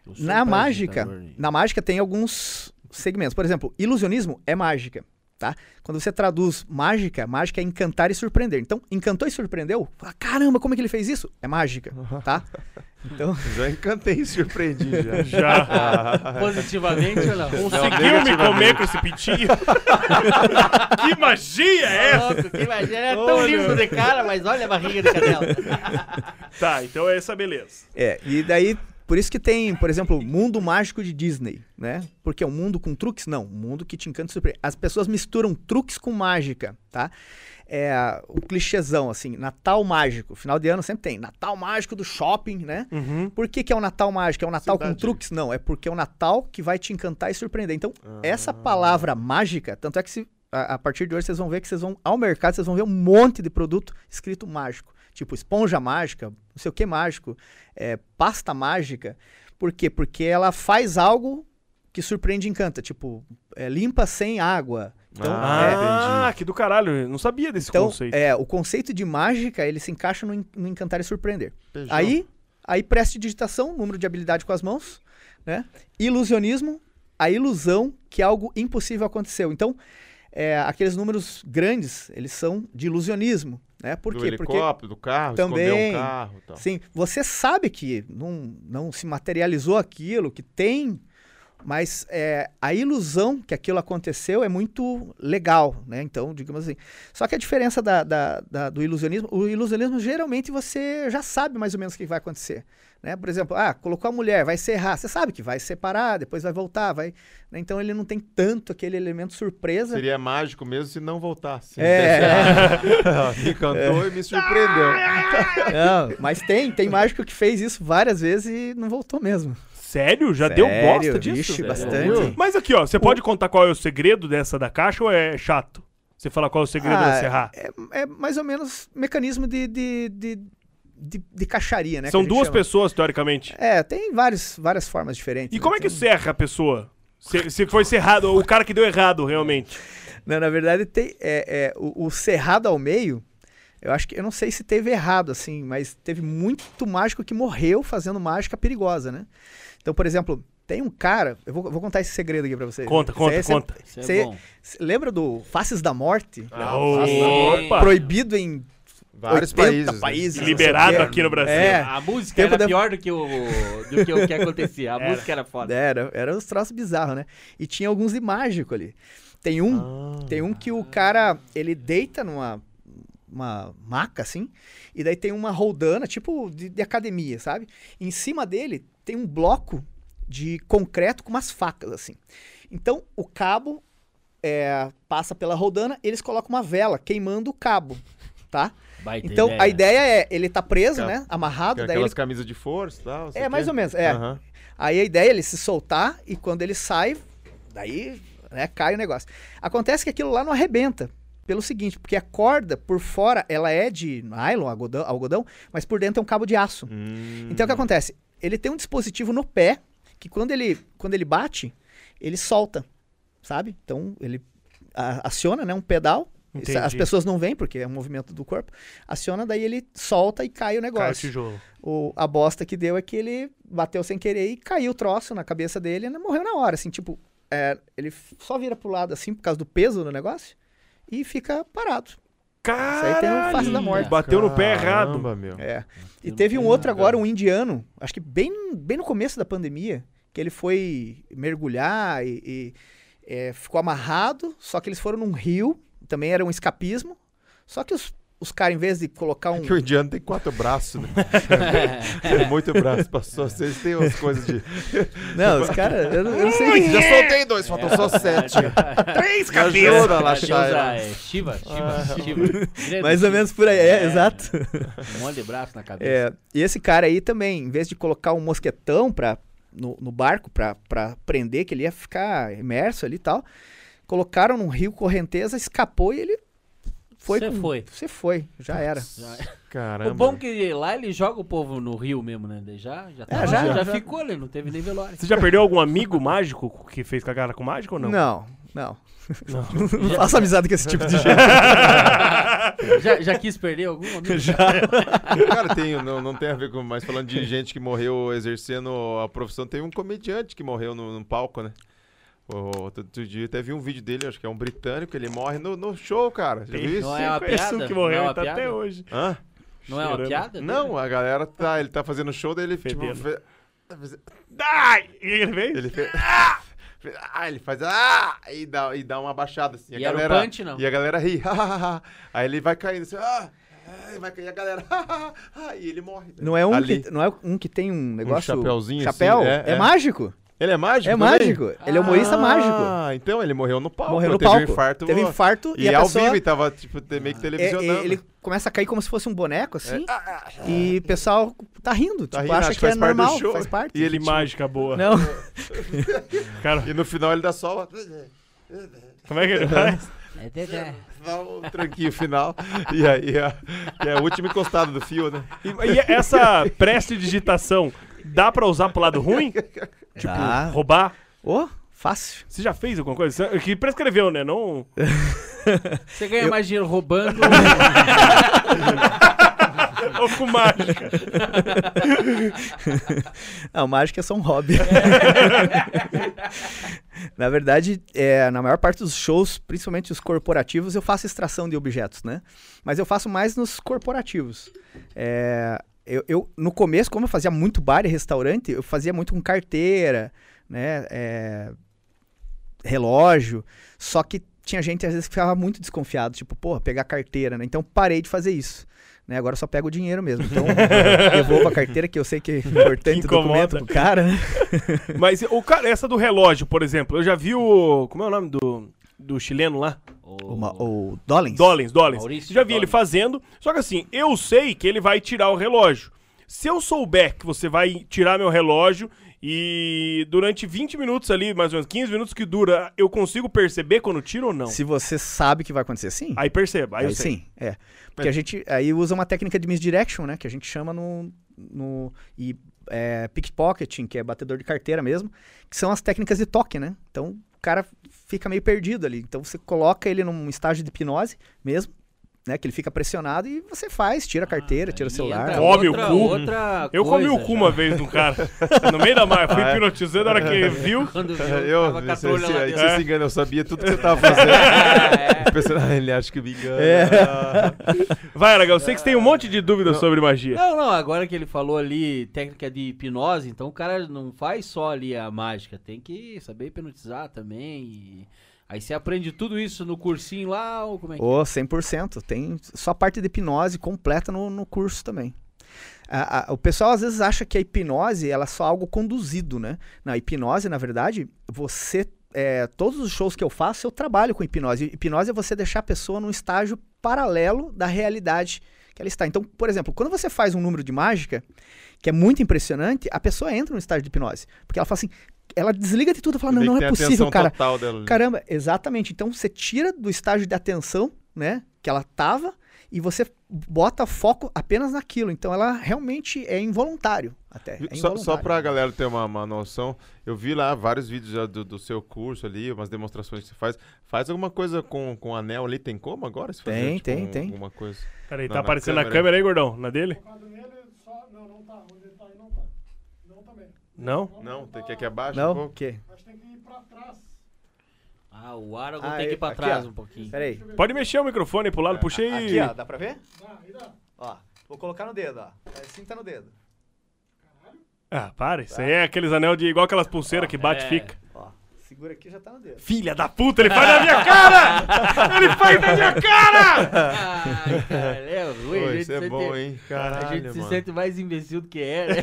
[SPEAKER 3] Eu sou
[SPEAKER 4] Na
[SPEAKER 3] um
[SPEAKER 4] mágica,
[SPEAKER 3] digitador,
[SPEAKER 4] na mágica tem alguns segmentos. Por exemplo, ilusionismo é mágica, tá? Quando você traduz mágica, mágica é encantar e surpreender. Então, encantou e surpreendeu? Fala, Caramba, como é que ele fez isso?
[SPEAKER 3] *laughs*
[SPEAKER 4] É mágica, tá? Então,
[SPEAKER 6] Já encantei e surpreendi
[SPEAKER 4] *laughs*
[SPEAKER 6] já.
[SPEAKER 1] Já
[SPEAKER 3] *laughs* Positivamente ou *laughs* não? Um
[SPEAKER 1] conseguiu me comer com
[SPEAKER 2] *laughs*
[SPEAKER 4] *laughs*
[SPEAKER 1] esse pitinho? que magia é essa?
[SPEAKER 3] Nossa, que imagina, é tão lindo de cara, mas olha a barriga de cadela.
[SPEAKER 1] Tá, então é essa beleza.
[SPEAKER 4] É, e daí, por isso que tem, por exemplo, mundo mágico de Disney, né? Porque é um mundo com truques? Não, um mundo que te encanta e surpreende. As pessoas misturam truques com mágica, tá? É o clichêzão, assim, Natal mágico. Final de ano sempre tem. Natal mágico do shopping, né? Por que, que é o Natal mágico? É o Natal com
[SPEAKER 6] Cidade.
[SPEAKER 4] truques? Não, é porque é o Natal que vai te encantar e surpreender. Então, essa palavra mágica, tanto é que se- a, a partir de hoje vocês vão ver que vocês vão ao mercado, vocês vão ver um monte de produto escrito mágico. Tipo esponja mágica, não sei o que mágico, é, pasta mágica. Por quê? Porque ela faz algo que surpreende e encanta. Tipo, é, limpa sem água. Então, é,
[SPEAKER 1] Ah, que do caralho. eu Não sabia desse
[SPEAKER 4] então,
[SPEAKER 1] conceito.
[SPEAKER 4] é, o conceito de mágica, ele se encaixa no, en- no encantar e surpreender.
[SPEAKER 6] Peugeot.
[SPEAKER 4] Ah, Aí, aí preste digitação, número de habilidade com as mãos, né? Ilusionismo, a ilusão que algo impossível aconteceu. Então, é, aqueles números grandes, eles são de ilusionismo, né? Por
[SPEAKER 6] do
[SPEAKER 4] quê? Porque
[SPEAKER 6] helicóptero, do carro, esconder
[SPEAKER 4] Também.
[SPEAKER 6] um carro e tal.
[SPEAKER 4] Sim, você sabe que não, não se materializou aquilo, que tem, mas é, a ilusão que aquilo aconteceu é muito legal, né? Então, digamos assim. Só que a diferença da, da- da- do ilusionismo, o ilusionismo geralmente você já sabe mais ou menos o que vai acontecer, né? Por exemplo, ah, colocou a mulher, vai se errar, você sabe que vai separar, depois vai voltar, vai... né? Então ele não tem tanto aquele elemento surpresa. *laughs*
[SPEAKER 6] Seria mágico mesmo se não voltasse.
[SPEAKER 4] É, *laughs*
[SPEAKER 6] *laughs* me encantou e me surpreendeu.
[SPEAKER 4] não, mas tem, tem mágico que fez isso várias vezes e não voltou mesmo.
[SPEAKER 1] Sério? Já deu
[SPEAKER 4] Sério?
[SPEAKER 1] bosta disso? É.
[SPEAKER 4] Vixe,
[SPEAKER 6] Sério?
[SPEAKER 4] bastante.
[SPEAKER 1] Mas aqui, ó, você pode contar qual é o segredo dessa da caixa ou é chato? Você falar qual é o segredo
[SPEAKER 4] Ah,
[SPEAKER 1] dessa errar?
[SPEAKER 4] é mais ou menos mecanismo de, de, de, de, de caixaria, né?
[SPEAKER 1] São
[SPEAKER 4] que a gente
[SPEAKER 1] duas
[SPEAKER 4] chama.
[SPEAKER 1] pessoas, teoricamente.
[SPEAKER 4] É, tem vários, várias formas diferentes.
[SPEAKER 1] E
[SPEAKER 4] né?
[SPEAKER 1] como é que
[SPEAKER 4] Então-
[SPEAKER 1] serra a pessoa? Se, se foi serrado, o cara que deu errado, realmente.
[SPEAKER 4] Não, na verdade, tem, é, é, o, o cerrado ao meio, eu acho que. Eu não sei se teve errado, assim, mas teve muito mágico que morreu fazendo mágica perigosa, né? Então, por exemplo, tem um cara. Eu vou, eu vou contar esse segredo aqui pra vocês.
[SPEAKER 1] Conta,
[SPEAKER 4] Isso
[SPEAKER 1] conta,
[SPEAKER 4] aí é-
[SPEAKER 1] conta.
[SPEAKER 3] Isso é
[SPEAKER 4] Cê-
[SPEAKER 3] bom.
[SPEAKER 4] cê Lembra do Faces da Morte?
[SPEAKER 1] Opa!
[SPEAKER 4] Proibido em
[SPEAKER 6] Vários
[SPEAKER 4] 80
[SPEAKER 6] países. né?
[SPEAKER 4] países, não sei o
[SPEAKER 1] Liberado
[SPEAKER 4] quê.
[SPEAKER 1] aqui no Brasil.
[SPEAKER 4] É.
[SPEAKER 3] A música
[SPEAKER 4] Tempo
[SPEAKER 3] era
[SPEAKER 4] da-
[SPEAKER 3] pior do que o, do que, o que acontecia. A música era foda.
[SPEAKER 4] É, Era, era uns troços bizarros, né? E tinha alguns de mágico ali. Tem um, tem um que o cara, ele deita numa uma maca, assim, e daí tem uma roldana, tipo de, de academia, sabe? Em cima dele tem um bloco de concreto com umas facas, assim. Então, o cabo é, passa pela roldana, eles colocam uma vela queimando o cabo, tá?
[SPEAKER 3] Baita
[SPEAKER 4] Então, a ideia é, ele tá preso, né?
[SPEAKER 6] Tem
[SPEAKER 4] Amarrado, daí
[SPEAKER 6] Aquelas
[SPEAKER 4] ele...
[SPEAKER 6] camisas de força e tal. não sei
[SPEAKER 4] É,
[SPEAKER 6] o
[SPEAKER 4] mais
[SPEAKER 6] quê.
[SPEAKER 4] ou menos, é.
[SPEAKER 6] Aham.
[SPEAKER 4] Aí a ideia é ele se soltar e quando ele sai, daí né, cai o negócio. Acontece que aquilo lá não arrebenta. Pelo seguinte, porque a corda por fora ela é de nylon, algodão, algodão, mas por dentro é um cabo de aço.
[SPEAKER 6] Hum.
[SPEAKER 4] Então o que acontece? Ele tem um dispositivo no pé que quando ele, quando ele bate, ele solta, sabe? Então ele a- aciona né, um pedal.
[SPEAKER 1] Entendi.
[SPEAKER 4] As pessoas não veem porque é um movimento do corpo. Aciona, daí ele solta e cai o negócio.
[SPEAKER 1] Cai o tijolo.
[SPEAKER 4] O- a bosta que deu é que ele bateu sem querer e caiu o troço na cabeça dele e morreu na hora, assim, tipo, é, ele f- só vira pro lado, assim, por causa do peso do negócio e fica parado. aí tem um
[SPEAKER 1] Caralho!
[SPEAKER 4] face da morte.
[SPEAKER 1] Bateu no pé errado.
[SPEAKER 6] Caramba, meu.
[SPEAKER 4] É. E
[SPEAKER 3] não
[SPEAKER 4] teve
[SPEAKER 3] tem
[SPEAKER 4] um outro
[SPEAKER 6] nada.
[SPEAKER 4] agora, um indiano, acho que bem, bem no começo da pandemia, que ele foi mergulhar e, e, é, ficou amarrado, só que eles foram num rio, também era um escapismo, só que os, os caras, em vez de colocar um...
[SPEAKER 6] É Que o indiano tem quatro braços, né?
[SPEAKER 4] *laughs*
[SPEAKER 3] *laughs*
[SPEAKER 6] tem muito braço. Passou. Vocês têm umas coisas de.
[SPEAKER 4] Não, os caras, eu, não- eu não sei...
[SPEAKER 6] Já soltei dois, faltam só
[SPEAKER 4] É.
[SPEAKER 6] sete. *laughs*
[SPEAKER 1] Três
[SPEAKER 6] Me
[SPEAKER 1] cabeças!
[SPEAKER 6] ajuda, Lachaira.
[SPEAKER 3] é Shiva, Shiva, Shiva. Grande
[SPEAKER 4] Mais ou
[SPEAKER 3] Shiva.
[SPEAKER 4] menos por aí, é. exato.
[SPEAKER 3] Um monte de braço na cabeça.
[SPEAKER 4] É, e esse cara aí também, em vez de colocar um mosquetão pra, no, no barco pra, pra prender, que ele ia ficar imerso ali e tal, colocaram num rio correnteza, escapou e ele foi.
[SPEAKER 3] Cê
[SPEAKER 4] com-
[SPEAKER 3] foi.
[SPEAKER 4] Você foi, já era.
[SPEAKER 3] Já-
[SPEAKER 6] Caramba.
[SPEAKER 3] O bom é que lá ele joga o povo no rio mesmo, né? Daí Já, já, tá lá,
[SPEAKER 4] É, já-
[SPEAKER 3] já,
[SPEAKER 4] já-
[SPEAKER 3] ficou ali, não teve nem velório.
[SPEAKER 2] Você já perdeu algum amigo mágico que fez cagada com mágico ou não?
[SPEAKER 4] Não, não.
[SPEAKER 2] Não.
[SPEAKER 4] *laughs* Não faça amizade com esse tipo de
[SPEAKER 6] *laughs*
[SPEAKER 4] gente.
[SPEAKER 3] *laughs* já, já quis perder algum amigo?
[SPEAKER 6] Cara, tem, não, não tem a ver com. Mas falando de gente que morreu exercendo a profissão, tem um comediante que morreu no, no palco, né? O- Outro, outro dia até vi um vídeo dele, acho que é um britânico, ele morre no, no show, cara. Já viu isso?
[SPEAKER 3] Não é uma
[SPEAKER 2] Conheço um
[SPEAKER 3] piada?
[SPEAKER 2] que morreu
[SPEAKER 3] Não é
[SPEAKER 2] e
[SPEAKER 3] uma
[SPEAKER 2] tá
[SPEAKER 3] piada?
[SPEAKER 2] até hoje.
[SPEAKER 6] Hã?
[SPEAKER 3] Não é uma
[SPEAKER 2] Cheirando.
[SPEAKER 3] piada?
[SPEAKER 6] Não, a galera tá. Ele tá fazendo show dele, tipo.
[SPEAKER 2] Fedendo.
[SPEAKER 6] fe-
[SPEAKER 2] Ai! O que ele fez?
[SPEAKER 6] Ele fez. Ah! Fe- *laughs* Ah, ele faz. Ah! E dá, e dá uma baixada assim. a
[SPEAKER 3] E era o
[SPEAKER 6] galera,
[SPEAKER 3] punch, não?
[SPEAKER 6] E a galera ri. *laughs* Aí ele vai caindo assim. Ah! ah, e Vai cair a galera. *laughs* ah, E ele morre. velho.
[SPEAKER 4] Não é um,
[SPEAKER 6] Ali.
[SPEAKER 4] que, não é um que tem um negócio.
[SPEAKER 6] chapéuzinho
[SPEAKER 4] Chapéu?
[SPEAKER 6] assim, é,
[SPEAKER 4] é,
[SPEAKER 6] é.
[SPEAKER 4] mágico.
[SPEAKER 6] Ele é mágico?
[SPEAKER 4] É
[SPEAKER 6] também?
[SPEAKER 4] mágico. Ele é humorista mágico.
[SPEAKER 6] Ah, então ele morreu no palco.
[SPEAKER 4] Morreu no
[SPEAKER 6] teve
[SPEAKER 4] palco.
[SPEAKER 6] Um infarto,
[SPEAKER 4] teve infarto
[SPEAKER 6] E,
[SPEAKER 4] e, a
[SPEAKER 6] ao
[SPEAKER 4] pessoa.
[SPEAKER 6] vivo, e tava tipo, te- meio
[SPEAKER 4] é-
[SPEAKER 6] que
[SPEAKER 4] é-
[SPEAKER 6] televisionando. É. Ah,
[SPEAKER 4] ele começa a cair como se fosse um boneco, assim. E o pessoal tá rindo.
[SPEAKER 6] Tá
[SPEAKER 4] tipo,
[SPEAKER 6] rindo,
[SPEAKER 4] acha
[SPEAKER 6] acho
[SPEAKER 4] que,
[SPEAKER 6] que
[SPEAKER 4] é
[SPEAKER 6] faz parte do
[SPEAKER 4] normal,
[SPEAKER 6] show.
[SPEAKER 4] faz parte.
[SPEAKER 2] E ele mágica boa.
[SPEAKER 4] Não,
[SPEAKER 2] Cara,
[SPEAKER 6] E no final ele dá só
[SPEAKER 2] como é *laughs* que ele faz?
[SPEAKER 7] É Dedé.
[SPEAKER 6] *laughs* dá um tranquinho final. E aí é, é a última encostada do fio, né?
[SPEAKER 2] E, e essa prestidigitação dá pra usar pro lado ruim? Tipo,
[SPEAKER 4] Dá.
[SPEAKER 6] Ah.
[SPEAKER 2] roubar?
[SPEAKER 4] Ô, fácil.
[SPEAKER 2] Você já fez alguma coisa? Você- Que prescreveu, né? Não.
[SPEAKER 3] Você ganha mais dinheiro roubando.
[SPEAKER 2] Ou com *laughs* mágica.
[SPEAKER 4] Não, mágica é só um hobby. *laughs* na verdade, é, na maior parte dos shows, principalmente os corporativos, eu faço extração de objetos, né? Mas eu faço mais nos corporativos. É, eu, eu, no começo, como eu fazia muito bar e restaurante, eu fazia muito com carteira, né? É, relógio. Só que tinha gente, às vezes, que ficava muito desconfiado. Tipo, porra, pegar carteira, né? Então, parei de fazer isso. Né? Agora eu só pego o dinheiro mesmo. Então, eu vou com a carteira, que eu sei que é importante o documento
[SPEAKER 2] incomoda.
[SPEAKER 4] pro cara, né?
[SPEAKER 2] Mas o cara, essa do relógio, por exemplo, eu já vi o. Como é o nome do. Do chileno lá?
[SPEAKER 3] Ô,
[SPEAKER 4] *laughs* Uma, o Dollins.
[SPEAKER 2] Dollins, Dollins.
[SPEAKER 3] Maurício
[SPEAKER 2] já vi ele
[SPEAKER 3] Dollins.
[SPEAKER 2] fazendo. Só que assim, eu sei que ele vai tirar o relógio. Se eu souber que você vai tirar meu relógio e durante 20 minutos ali, mais ou menos 15 minutos que dura, eu consigo perceber quando tiro ou não?
[SPEAKER 4] Se você sabe que vai acontecer, sim.
[SPEAKER 2] Aí percebo, aí,
[SPEAKER 4] Aí
[SPEAKER 2] eu sei.
[SPEAKER 4] sim, é. Porque a gente aí usa uma técnica de misdirection, né? Que a gente chama no, no e é, pickpocketing, que é batedor de carteira mesmo, que são as técnicas de toque, né? Então o cara fica meio perdido ali. Então você coloca ele num estágio de hipnose mesmo, né? Que ele fica pressionado e você faz, tira a
[SPEAKER 2] Ah,
[SPEAKER 4] carteira, tira o
[SPEAKER 3] aí
[SPEAKER 4] celular. né?
[SPEAKER 3] entra
[SPEAKER 2] Come o
[SPEAKER 3] outra-
[SPEAKER 2] cu.
[SPEAKER 3] outra
[SPEAKER 2] Eu comi
[SPEAKER 3] coisa
[SPEAKER 2] o cu
[SPEAKER 3] já.
[SPEAKER 2] uma vez de um cara, *laughs* no meio da mar, fui
[SPEAKER 6] Ah, é?
[SPEAKER 2] hipnotizando, na hora que
[SPEAKER 6] *laughs*
[SPEAKER 2] ele viu,
[SPEAKER 3] Quando viu,
[SPEAKER 6] Eu,
[SPEAKER 3] tava com a
[SPEAKER 6] você,
[SPEAKER 3] trolha
[SPEAKER 6] você-
[SPEAKER 3] lá
[SPEAKER 6] aí
[SPEAKER 3] dentro. É.
[SPEAKER 6] você se engana, eu sabia tudo que você
[SPEAKER 3] *laughs*
[SPEAKER 6] tava fazendo. Pensando, ah, ele acha que me engana.
[SPEAKER 2] Vai, Aragão, eu sei que você tem um monte de dúvidas sobre magia.
[SPEAKER 3] Não, não, agora que ele falou ali técnica de hipnose, então o cara não faz só ali a mágica, tem que saber hipnotizar também. e- Aí você aprende tudo isso no cursinho lá, ou como é que
[SPEAKER 4] Ô, 100%. Tem só a parte de hipnose completa no, no curso também. A- a- o pessoal às vezes acha que a hipnose ela é só algo conduzido, né? Na hipnose, na verdade, você. é, todos os shows que eu faço, eu trabalho com hipnose. Hipnose é você deixar a pessoa num estágio paralelo da realidade que ela está. Então, por exemplo, quando você faz um número de mágica, que é muito impressionante, a pessoa entra num estágio de hipnose. Porque ela fala assim, ela desliga de tudo e fala: não,
[SPEAKER 6] Vê
[SPEAKER 4] não
[SPEAKER 6] que tem
[SPEAKER 4] é
[SPEAKER 6] a
[SPEAKER 4] possível,
[SPEAKER 6] atenção
[SPEAKER 4] cara. é
[SPEAKER 6] Total dela ali.
[SPEAKER 4] Caramba, exatamente. Então você tira do estágio de atenção, né, que ela tava, e você bota foco apenas naquilo. Então ela realmente é involuntário, até. É
[SPEAKER 6] Só, só
[SPEAKER 4] involuntário.
[SPEAKER 6] pra galera ter uma, uma noção, eu vi lá vários vídeos já do, do seu curso ali, umas demonstrações que você faz. Faz alguma coisa com, com anel ali? Tem como agora? se fazer,
[SPEAKER 4] Tem,
[SPEAKER 6] tipo,
[SPEAKER 4] tem,
[SPEAKER 6] um-
[SPEAKER 4] tem.
[SPEAKER 6] Alguma coisa.
[SPEAKER 2] Peraí,
[SPEAKER 6] Não,
[SPEAKER 2] tá
[SPEAKER 6] na
[SPEAKER 2] aparecendo na
[SPEAKER 6] câmera.
[SPEAKER 2] câmera aí, gordão? Na dele? Não?
[SPEAKER 6] Não, tem que aqui abaixo?
[SPEAKER 4] Não?
[SPEAKER 6] um
[SPEAKER 4] O
[SPEAKER 6] pouco?
[SPEAKER 4] quê?
[SPEAKER 3] Ah, o Aragon
[SPEAKER 4] Ah,
[SPEAKER 3] tem que ir pra
[SPEAKER 4] aqui,
[SPEAKER 3] trás
[SPEAKER 4] ó.
[SPEAKER 3] um pouquinho. *laughs*
[SPEAKER 4] Peraí.
[SPEAKER 2] Pode mexer o microfone pro lado, puxei.
[SPEAKER 4] Aqui, ó, dá pra ver? Dá, dá. Ó, vou colocar no dedo, ó. Assim tá no dedo.
[SPEAKER 2] Ah, para, isso aí é aqueles anel de igual aquelas pulseiras que bate e
[SPEAKER 3] é.
[SPEAKER 2] fica.
[SPEAKER 4] Ó, segura aqui já tá no dedo.
[SPEAKER 2] Filha da puta, ele faz na minha *laughs* cara! Ele faz na minha cara!
[SPEAKER 3] Ai, cara, é
[SPEAKER 6] Pô,
[SPEAKER 3] ruim. a gente
[SPEAKER 6] isso é
[SPEAKER 3] sente-
[SPEAKER 6] bom, hein? Caralho,
[SPEAKER 3] a gente se
[SPEAKER 6] mano.
[SPEAKER 3] sente mais imbecil do que é, né?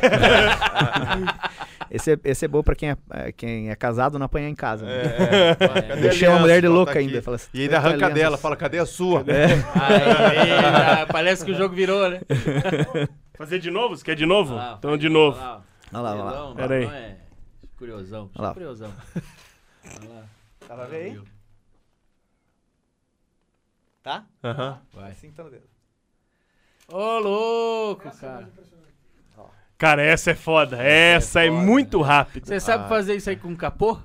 [SPEAKER 4] Esse é, esse é bom pra quem é, é, quem é casado não apanhar em casa.
[SPEAKER 6] É,
[SPEAKER 4] Né?
[SPEAKER 6] é. Cadê
[SPEAKER 4] *laughs* Eu chamo a
[SPEAKER 6] aliança?
[SPEAKER 4] mulher de
[SPEAKER 6] Bota
[SPEAKER 4] louca
[SPEAKER 6] aqui.
[SPEAKER 4] ainda. Fala assim,
[SPEAKER 6] E
[SPEAKER 4] "Cadê
[SPEAKER 6] ainda
[SPEAKER 4] a
[SPEAKER 6] arranca
[SPEAKER 4] aliança?"
[SPEAKER 6] dela, fala, cadê a sua?
[SPEAKER 3] Aí, ah, parece que o jogo virou, né?
[SPEAKER 2] Fazer de novo? Você quer de novo?
[SPEAKER 3] Ah,
[SPEAKER 2] então de novo.
[SPEAKER 3] Olha lá,
[SPEAKER 4] Olha lá, olha lá.
[SPEAKER 3] Não,
[SPEAKER 2] Pera aí.
[SPEAKER 3] não é Curiosão,
[SPEAKER 4] Olha lá.
[SPEAKER 3] curiosão.
[SPEAKER 4] Tá pra ver aí? Tá?
[SPEAKER 6] Aham.
[SPEAKER 3] Vai.
[SPEAKER 4] Assim tá no dedo.
[SPEAKER 3] Ô, louco, cara.
[SPEAKER 2] Cara, essa é foda. Essa é, muito *laughs* rápida.
[SPEAKER 3] Você sabe fazer isso aí com um *laughs* capô?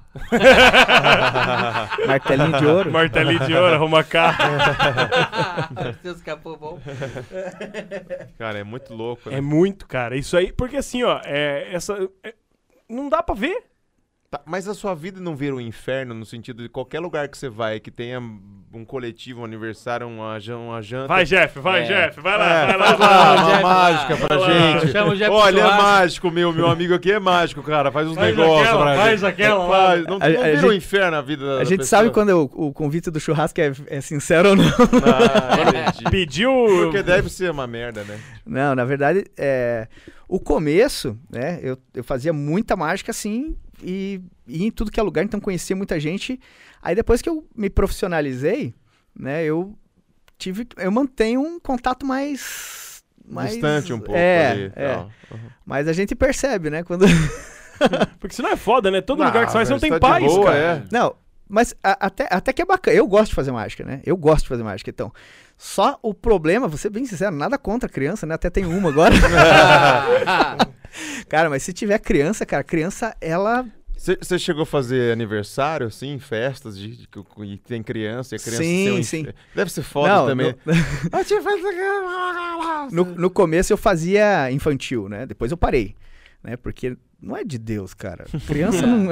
[SPEAKER 4] Martelinho de ouro.
[SPEAKER 2] Martelinho de ouro, arruma carro.
[SPEAKER 3] Seus capô bom.
[SPEAKER 6] Cara, é muito louco, né?
[SPEAKER 2] É muito, cara. Isso aí, porque assim, ó, é, essa. é- não dá pra ver.
[SPEAKER 6] Tá, mas a sua vida não vira um inferno no sentido de qualquer lugar que você vai, que tenha um coletivo, um aniversário, uma, jan- uma janta.
[SPEAKER 2] Vai, Jeff, vai,
[SPEAKER 3] É.
[SPEAKER 2] Jeff, vai lá,
[SPEAKER 6] É,
[SPEAKER 2] vai lá.
[SPEAKER 6] faz lá, uma
[SPEAKER 3] Jeff,
[SPEAKER 6] mágica
[SPEAKER 3] lá.
[SPEAKER 2] Vai
[SPEAKER 6] pra
[SPEAKER 2] lá.
[SPEAKER 6] gente.
[SPEAKER 3] Chama o Jeff
[SPEAKER 6] Olha, é
[SPEAKER 3] Soares.
[SPEAKER 6] mágico, meu. Meu amigo aqui é mágico, cara. Faz uns
[SPEAKER 2] Faz
[SPEAKER 6] negócios
[SPEAKER 2] aquela,
[SPEAKER 6] pra
[SPEAKER 2] faz
[SPEAKER 6] gente. É
[SPEAKER 2] aquela lá.
[SPEAKER 6] Faz. Não,
[SPEAKER 4] A-
[SPEAKER 6] não
[SPEAKER 4] a
[SPEAKER 6] vira um
[SPEAKER 4] gente-
[SPEAKER 6] inferno a vida da
[SPEAKER 4] A gente sabe quando é o, o convite do churrasco é, é sincero ou não.
[SPEAKER 2] *laughs*
[SPEAKER 6] quando...
[SPEAKER 2] Pediu.
[SPEAKER 6] Ah, Porque deve ser uma merda, né?
[SPEAKER 4] Não, na verdade, é, o começo, né? Eu, eu fazia muita mágica assim e, e em tudo que é lugar, então conhecia muita gente. Aí depois que eu me profissionalizei, né? Eu tive, eu mantenho um contato mais, mais
[SPEAKER 6] Distante um pouco
[SPEAKER 4] É,
[SPEAKER 6] ali. e
[SPEAKER 4] é.
[SPEAKER 6] tal.
[SPEAKER 4] Mas a gente percebe, né? Quando *laughs*
[SPEAKER 2] Porque senão é foda, né? Todo lugar que você vai, você não
[SPEAKER 6] mas tá
[SPEAKER 2] tem
[SPEAKER 6] de
[SPEAKER 2] paz,
[SPEAKER 6] boa,
[SPEAKER 2] cara.
[SPEAKER 6] é.
[SPEAKER 4] Não, mas a- até, até que é bacana. Eu gosto de fazer mágica, né? Eu gosto de fazer mágica, então. Só o problema, vou ser bem sincero, nada contra criança, né? Até tem uma agora. *laughs* cara, mas se tiver criança, cara, criança, ela.
[SPEAKER 6] Você chegou a fazer aniversário, assim, festas de, de- que- e tem criança, e a criança
[SPEAKER 4] Sim,
[SPEAKER 6] seu-
[SPEAKER 4] sim.
[SPEAKER 6] Deve ser foda
[SPEAKER 4] Não,
[SPEAKER 6] também. *laughs* Ah,
[SPEAKER 4] No, no começo eu fazia infantil, né? Depois eu parei, né? Porque não é de Deus, cara. Criança não.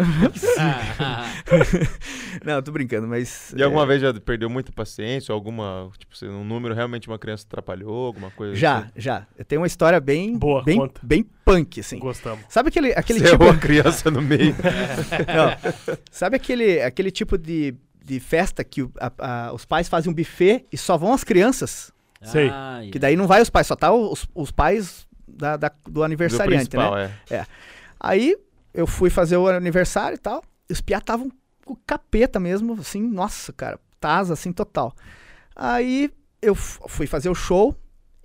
[SPEAKER 4] *laughs*
[SPEAKER 3] *laughs*
[SPEAKER 4] não, tô brincando, mas. é,
[SPEAKER 6] E alguma vez já perdeu muita paciência, alguma, tipo, se um número realmente uma criança atrapalhou, alguma coisa?
[SPEAKER 4] Já,
[SPEAKER 6] assim?
[SPEAKER 4] já. Eu tenho uma história bem.
[SPEAKER 2] Boa,
[SPEAKER 4] bem,
[SPEAKER 2] conta.
[SPEAKER 4] bem punk, assim.
[SPEAKER 6] *laughs*
[SPEAKER 2] Gostamos.
[SPEAKER 4] Sabe aquele, aquele
[SPEAKER 6] Você é
[SPEAKER 4] tipo.
[SPEAKER 6] errou a criança no meio.
[SPEAKER 4] *laughs* Não. Sabe aquele, aquele tipo de, de festa que o- a- a- os pais fazem um buffet e só vão as crianças?
[SPEAKER 2] Sei.
[SPEAKER 3] Ah,
[SPEAKER 4] Que daí não vai os pais, só tá os, os pais da- da- do
[SPEAKER 6] Do
[SPEAKER 4] aniversariante, né?
[SPEAKER 6] principal, é.
[SPEAKER 4] Aí eu fui fazer o aniversário e tal. E os piá estavam com capeta mesmo, assim, nossa, cara, tasa assim total. Aí eu f- fui fazer o show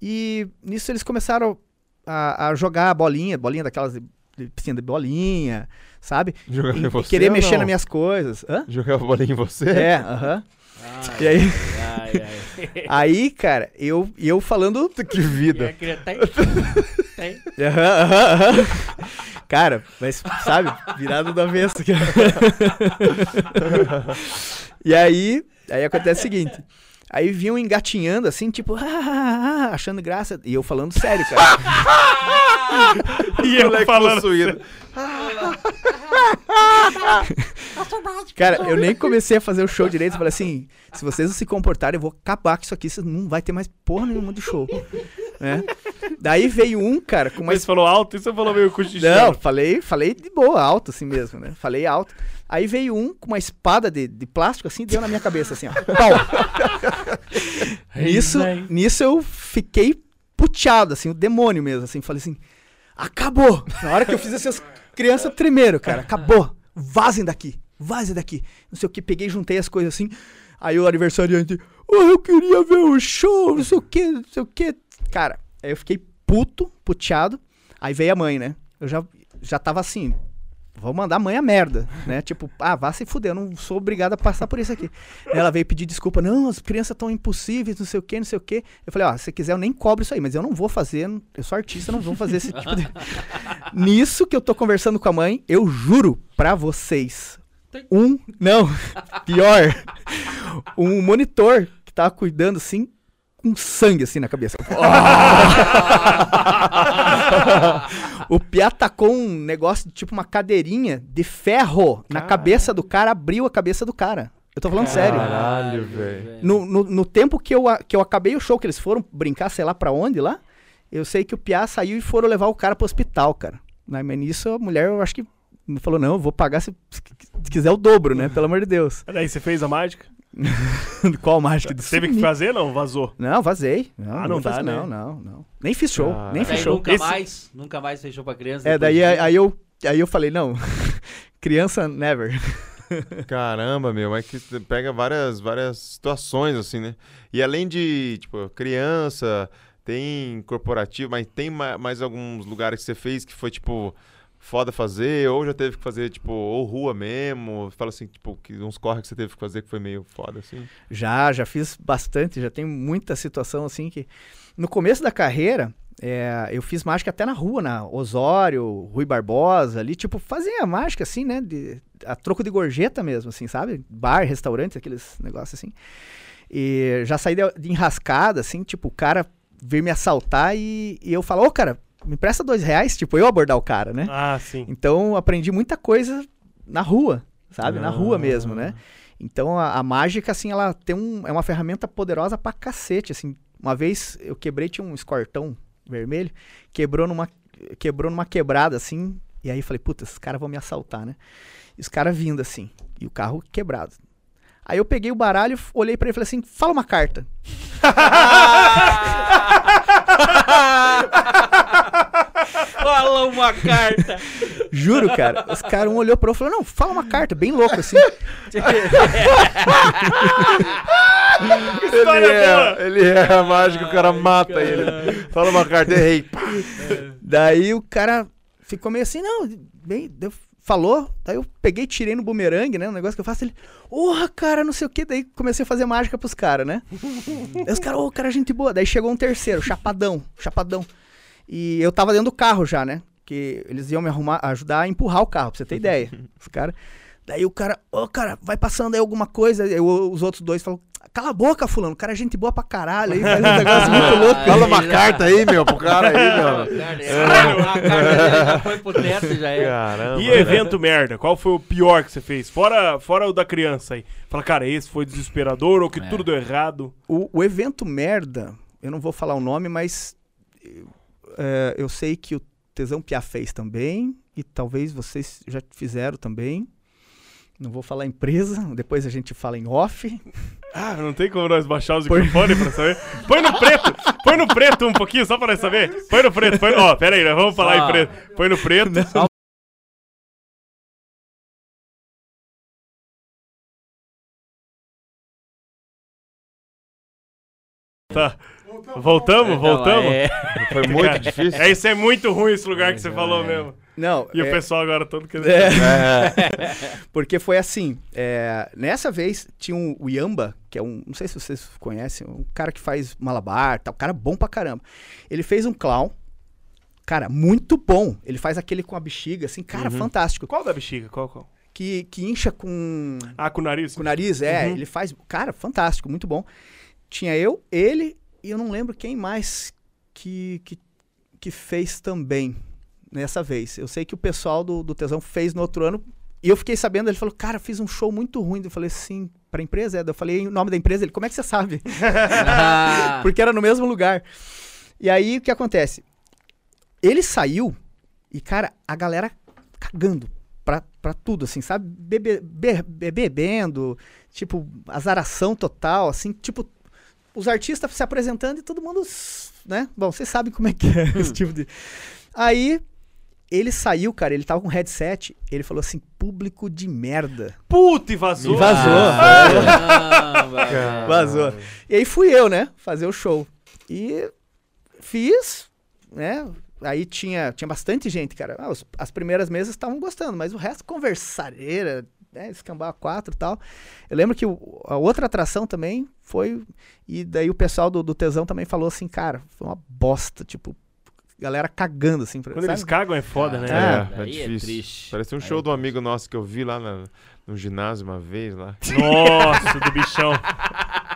[SPEAKER 4] e nisso eles começaram a, a jogar bolinha, bolinha daquelas de, de piscina de bolinha,
[SPEAKER 6] *laughs*
[SPEAKER 4] sabe?
[SPEAKER 6] Jogava
[SPEAKER 4] E,
[SPEAKER 6] em
[SPEAKER 4] e
[SPEAKER 6] você
[SPEAKER 4] querer
[SPEAKER 6] ou
[SPEAKER 4] mexer
[SPEAKER 6] não?
[SPEAKER 4] nas minhas coisas.
[SPEAKER 6] *laughs*
[SPEAKER 4] Hã?
[SPEAKER 6] Jogava bolinha em você?
[SPEAKER 4] É, aham. E
[SPEAKER 3] e aí?
[SPEAKER 4] aí-
[SPEAKER 3] ah, Ai, ai.
[SPEAKER 4] Aí, cara, eu, eu falando.
[SPEAKER 6] Que vida.
[SPEAKER 3] E a criança tá tem. *laughs* Tem.
[SPEAKER 4] Aham, aham, aham. Cara, mas sabe, virado do avesso. cara. e aí, aí acontece o seguinte. Aí vinham engatinhando assim, tipo, ah, ah, ah, achando graça. E eu falando sério, cara.
[SPEAKER 2] E eu
[SPEAKER 6] Moleque
[SPEAKER 2] falando.
[SPEAKER 6] possuído.
[SPEAKER 4] Cara, eu nem comecei a fazer o show direito. Eu falei assim: se vocês não se comportarem, eu vou acabar com isso aqui. Vocês não vai ter mais porra nenhuma de show. Né? Daí veio um, cara, com uma
[SPEAKER 2] Mas você falou alto e você falou meio cochichando.
[SPEAKER 4] Não, falei, falei de boa, alto assim mesmo, né? Falei alto. Aí veio um com uma espada de, de plástico assim, deu na minha cabeça assim, ó. Pau. nisso, nisso eu fiquei puteado, assim, o demônio mesmo, assim. Falei assim, acabou. Na hora que eu fiz assim, as crianças tremeram, cara. Acabou. Vazem daqui, vazem daqui. Não sei o que, peguei, juntei as coisas assim. Aí o aniversariante, oh, eu queria ver o show, não sei o que, não sei o que. Cara, aí eu fiquei puto, puteado. Aí veio a mãe, né? Eu já, já tava assim, vou mandar a mãe a merda, né? *laughs* Tipo, ah, vá se fuder, eu não sou obrigado a passar por isso aqui. Ela veio pedir desculpa, não, as crianças estão impossíveis, não sei o que, não sei o que. Eu falei, ó, se quiser eu nem cobro isso aí, mas eu não vou fazer, eu sou artista, eu não vou fazer esse tipo de... *laughs* Nisso que eu tô conversando com a mãe, eu juro pra vocês, um, não, *laughs* pior, um monitor que tava cuidando assim, com sangue assim na cabeça. O Piá tacou um negócio, tipo uma cadeirinha de ferro na cabeça do cara, abriu a cabeça do cara. Eu tô falando *laughs* sério.
[SPEAKER 6] Caralho, velho.
[SPEAKER 4] No, no, no tempo que eu, a- que eu acabei o show, que eles foram brincar, sei lá pra onde lá, eu sei que o Piá saiu e foram levar o cara pro hospital, cara. Né, Mas nisso a mulher, eu acho que me falou, não, eu vou pagar se, se quiser o dobro, né? Pelo amor de Deus. *laughs*
[SPEAKER 2] Daí você fez a mágica?
[SPEAKER 4] Qual mágica? do
[SPEAKER 2] Teve que
[SPEAKER 4] sumi-
[SPEAKER 2] fazer, não? Vazou.
[SPEAKER 4] Não, vazei. Não,
[SPEAKER 2] Ah,
[SPEAKER 4] não,
[SPEAKER 2] não dá,
[SPEAKER 4] faz-
[SPEAKER 2] né?
[SPEAKER 4] não, não, não. Nem fiz show,
[SPEAKER 6] Ah.
[SPEAKER 4] nem fiz
[SPEAKER 3] Daí
[SPEAKER 2] Fechou.
[SPEAKER 4] show.
[SPEAKER 3] nunca
[SPEAKER 2] Esse-
[SPEAKER 3] mais, nunca mais fechou pra criança.
[SPEAKER 4] É,
[SPEAKER 3] depois
[SPEAKER 4] daí
[SPEAKER 3] disso. *laughs*
[SPEAKER 4] aí aí eu, aí eu falei, não, *laughs* criança never.
[SPEAKER 6] Caramba, meu, mas que você pega várias, várias situações, assim, né? E além de, tipo, criança, tem corporativo, mas tem ma- mais alguns lugares que você fez que foi, tipo, foda fazer, ou já teve que fazer, tipo, ou rua mesmo? Fala assim, tipo, que uns corre que você teve que fazer que foi meio foda, assim.
[SPEAKER 4] Já, já fiz bastante, já tem muita situação assim que. No começo da carreira, é, eu fiz mágica até na rua, na Osório, Rui Barbosa, ali, tipo, fazia mágica assim, né? de- a troco de gorjeta mesmo, assim, sabe? Bar, restaurante, aqueles negócios assim. E já saí de, de enrascada, assim, tipo, o cara vir me assaltar e, e eu falar, ô cara, me empresta dois reais, tipo, eu abordar o cara, né?
[SPEAKER 2] Ah, sim.
[SPEAKER 4] Então aprendi muita coisa na rua, sabe? Na rua mesmo, né? Então a, a mágica, assim, ela tem um. É uma ferramenta poderosa pra cacete. Assim, uma vez eu quebrei, tinha um escortão vermelho, quebrou numa, quebrou numa quebrada, assim, e aí eu falei, puta, esses caras vão me assaltar, né? E os caras vindo assim, e o carro quebrado. Aí eu peguei o baralho, olhei pra ele e falei assim, fala uma carta.
[SPEAKER 3] Fala uma carta.
[SPEAKER 4] Juro, cara. Os caras um olhou pro outro e falou, não, fala uma carta, bem louco, assim.
[SPEAKER 6] Ele é, ele é mágico, o cara mata ele. Fala uma carta, *laughs* errei. Pá.
[SPEAKER 4] Daí o cara ficou meio assim, não, bem, deu- falou, daí eu peguei, tirei no bumerangue, né, um negócio que eu faço, ele, porra, cara, não sei o que, daí comecei a fazer mágica pros caras, né? daí os caras, ô, cara, gente boa. Daí chegou um terceiro, chapadão, chapadão. E eu tava dentro do carro já, né? Que eles iam me arrumar, ajudar a empurrar o carro, pra você ter ideia. Os caras. Daí o cara, ô cara, vai passando aí alguma coisa. Aí o- os outros dois falam, cala a boca, fulano, o cara é gente boa pra caralho. Aí faz um negócio
[SPEAKER 6] *laughs*
[SPEAKER 4] muito louco.
[SPEAKER 6] Fala uma carta aí, meu, pro cara aí,
[SPEAKER 2] *laughs*
[SPEAKER 6] meu.
[SPEAKER 3] A é carta dele já foi pro teto, já é.
[SPEAKER 6] Caramba.
[SPEAKER 2] E
[SPEAKER 6] né?
[SPEAKER 2] evento merda, qual foi o pior que você fez? Fora, fora o da criança aí. Fala, cara, esse foi desesperador ou que
[SPEAKER 3] É.
[SPEAKER 2] tudo deu errado.
[SPEAKER 4] O, o evento merda, eu não vou falar o nome, mas eh, eh, eu sei que o Tesão Piá fez também, e talvez vocês já fizeram também. Não vou falar a empresa, *laughs* depois a gente fala em off.
[SPEAKER 2] Ah, não tem como nós baixar os
[SPEAKER 4] Põe-
[SPEAKER 2] microfones pra saber? Põe no preto, põe no preto um pouquinho só pra nós saber. Põe no preto, põe... Ó, pera aí, nós vamos falar em
[SPEAKER 3] Só-
[SPEAKER 2] preto. Põe no
[SPEAKER 4] *laughs*
[SPEAKER 2] preto. Tá. Voltamos, voltamos.
[SPEAKER 3] É.
[SPEAKER 2] *laughs*
[SPEAKER 6] Foi muito difícil.
[SPEAKER 2] É, isso é muito ruim esse lugar que você falou mesmo.
[SPEAKER 4] Não,
[SPEAKER 2] E o
[SPEAKER 4] é-
[SPEAKER 2] pessoal agora todo querendo.
[SPEAKER 4] é, *laughs*
[SPEAKER 6] É.
[SPEAKER 4] Porque foi assim, é, nessa vez tinha um, o Yamba, que é um, não sei se vocês conhecem, um cara que faz malabar, tal, um cara bom pra caramba. Ele fez um clown, cara, muito bom. Ele faz aquele com a bexiga, assim, cara, fantástico.
[SPEAKER 2] Qual da bexiga? Qual, qual?
[SPEAKER 4] Que, que incha com,
[SPEAKER 2] Ah, com o nariz?
[SPEAKER 4] com o nariz, é,
[SPEAKER 2] Uhum.
[SPEAKER 4] ele faz, cara, fantástico, muito bom. Tinha eu, ele e eu não lembro quem mais que, que, que fez também nessa vez. Eu sei que o pessoal do, do Tesão fez no outro ano e eu fiquei sabendo, ele falou, cara, fiz um show muito ruim. Eu falei, sim, pra empresa? é?" Daí Eu falei o nome da empresa, ele, como é que você sabe?
[SPEAKER 3] Ah,
[SPEAKER 4] Porque era no mesmo lugar. E aí, o que acontece? Ele saiu e, cara, a galera cagando pra, pra tudo, assim, sabe? Bebe, be- be- bebendo, tipo, azaração total, assim, tipo, os artistas se apresentando e todo mundo, s- né? Bom, vocês sabem como é que é esse tipo de... Aí, ele saiu, cara, ele tava com headset, ele falou assim, público de merda.
[SPEAKER 2] Puta, e vazou.
[SPEAKER 4] E vazou.
[SPEAKER 3] caramba, velho.
[SPEAKER 4] Vazou. E aí fui eu, né? Fazer o show. E fiz, né? Aí tinha, tinha bastante gente, cara. Ah, os- as primeiras mesas estavam gostando, mas o resto, conversareira, né? Escambar 4 e tal. Eu lembro que o- a outra atração também foi. E daí o pessoal do, do Tesão também falou assim, cara, foi uma bosta. Tipo, galera cagando assim. Pra,
[SPEAKER 2] Quando eles
[SPEAKER 4] sabe?
[SPEAKER 2] cagam é foda, né?
[SPEAKER 4] Ah,
[SPEAKER 6] É, é
[SPEAKER 3] Aí é
[SPEAKER 6] difícil.
[SPEAKER 3] triste.
[SPEAKER 6] Parece um
[SPEAKER 3] Aí
[SPEAKER 6] show
[SPEAKER 3] é
[SPEAKER 6] do amigo nosso que eu vi lá na- no ginásio uma vez lá.
[SPEAKER 2] *laughs* Nossa, do bichão.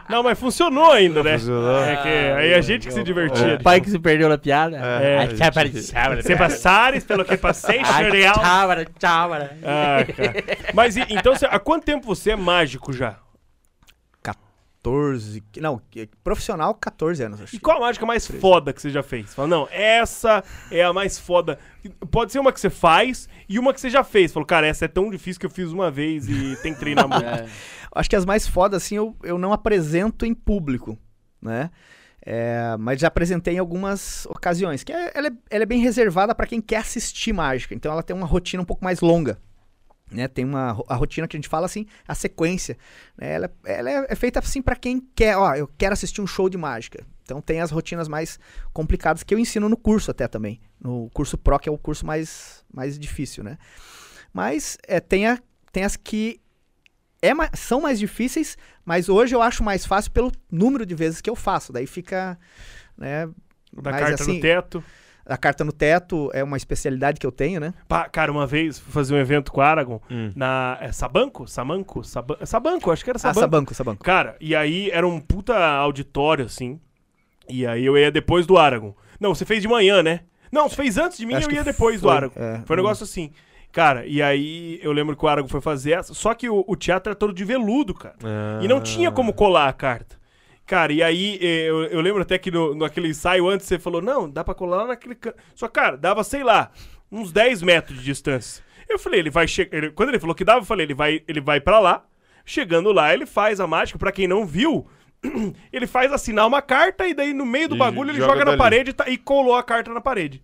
[SPEAKER 2] Não, mas funcionou ainda, né?
[SPEAKER 6] Funcionou.
[SPEAKER 2] É que aí a gente que se divertia.
[SPEAKER 3] O pai que se perdeu na piada.
[SPEAKER 6] É,
[SPEAKER 3] A
[SPEAKER 6] a gente-
[SPEAKER 3] chácara de chácara.
[SPEAKER 2] Você passares pelo que passei,
[SPEAKER 3] A
[SPEAKER 2] choreal.
[SPEAKER 3] chácara, chácara.
[SPEAKER 2] Ah, cara. Mas e- então, você- há quanto tempo você é mágico já?
[SPEAKER 4] 14. que- Não, que- profissional, 14 anos. Acho.
[SPEAKER 2] E qual a mágica mais foda que você já fez? Fala, não, essa é a mais foda. Pode ser uma que você faz e uma que você já fez. Falou, cara, essa é tão difícil que eu fiz uma vez e tem que treinar
[SPEAKER 3] *laughs*
[SPEAKER 2] muito.
[SPEAKER 3] É.
[SPEAKER 4] Acho que as mais fodas, assim, eu, eu não apresento em público, né? É, mas já apresentei em algumas ocasiões. Que é- ela, é, ela é bem reservada para quem quer assistir mágica. Então ela tem uma rotina um pouco mais longa. né? Tem uma ro- a rotina que a gente fala assim, a sequência, né? Ela, ela é- é feita assim para quem quer, ó, eu quero assistir um show de mágica. Então tem as rotinas mais complicadas que eu ensino no curso até também, no curso pro que é o curso mais mais difícil, né? Mas é, tem, a- tem as que é ma- são mais difíceis, mas hoje eu acho mais fácil pelo número de vezes que eu faço. Daí fica, né?
[SPEAKER 2] Da
[SPEAKER 4] mais
[SPEAKER 2] carta
[SPEAKER 4] assim,
[SPEAKER 2] no teto.
[SPEAKER 4] a carta no teto é uma especialidade que eu tenho, né?
[SPEAKER 2] Pá, cara, uma vez fui fazer um evento com o Aragon
[SPEAKER 6] Hum.
[SPEAKER 2] na. É Sabanco? Sabanco? Sabanco? Sabanco, acho que era
[SPEAKER 4] Ah,
[SPEAKER 2] Sabanco.
[SPEAKER 4] Sabanco, Sabanco.
[SPEAKER 2] Cara, e aí era um puta auditório, assim. E aí eu ia depois do Aragon. Não, você fez de manhã, né? Não, você fez antes de mim
[SPEAKER 4] Acho
[SPEAKER 2] eu
[SPEAKER 4] que
[SPEAKER 2] ia depois do
[SPEAKER 4] foi,
[SPEAKER 2] Aragon.
[SPEAKER 4] é.
[SPEAKER 2] foi um negócio assim. Cara, e aí eu lembro que o Aragon foi fazer essa. Só que o, o teatro era todo de veludo, cara. E
[SPEAKER 6] Ah.
[SPEAKER 2] não tinha como colar a carta. Cara, e aí eh, eu, eu lembro até que no, naquele ensaio antes você falou, não, dá pra colar lá naquele canto. Só, cara, dava, sei lá, uns 10 metros de distância. Eu falei, ele vai chegar. Quando ele falou que dava, eu falei, ele vai, ele vai para lá. Chegando lá, ele faz a mágica, pra quem não viu. *clears throat* Ele faz assinar uma carta e daí no meio do
[SPEAKER 6] E
[SPEAKER 2] bagulho ele
[SPEAKER 6] joga
[SPEAKER 2] joga, na
[SPEAKER 6] dali.
[SPEAKER 2] parede e tá- e colou a carta na parede.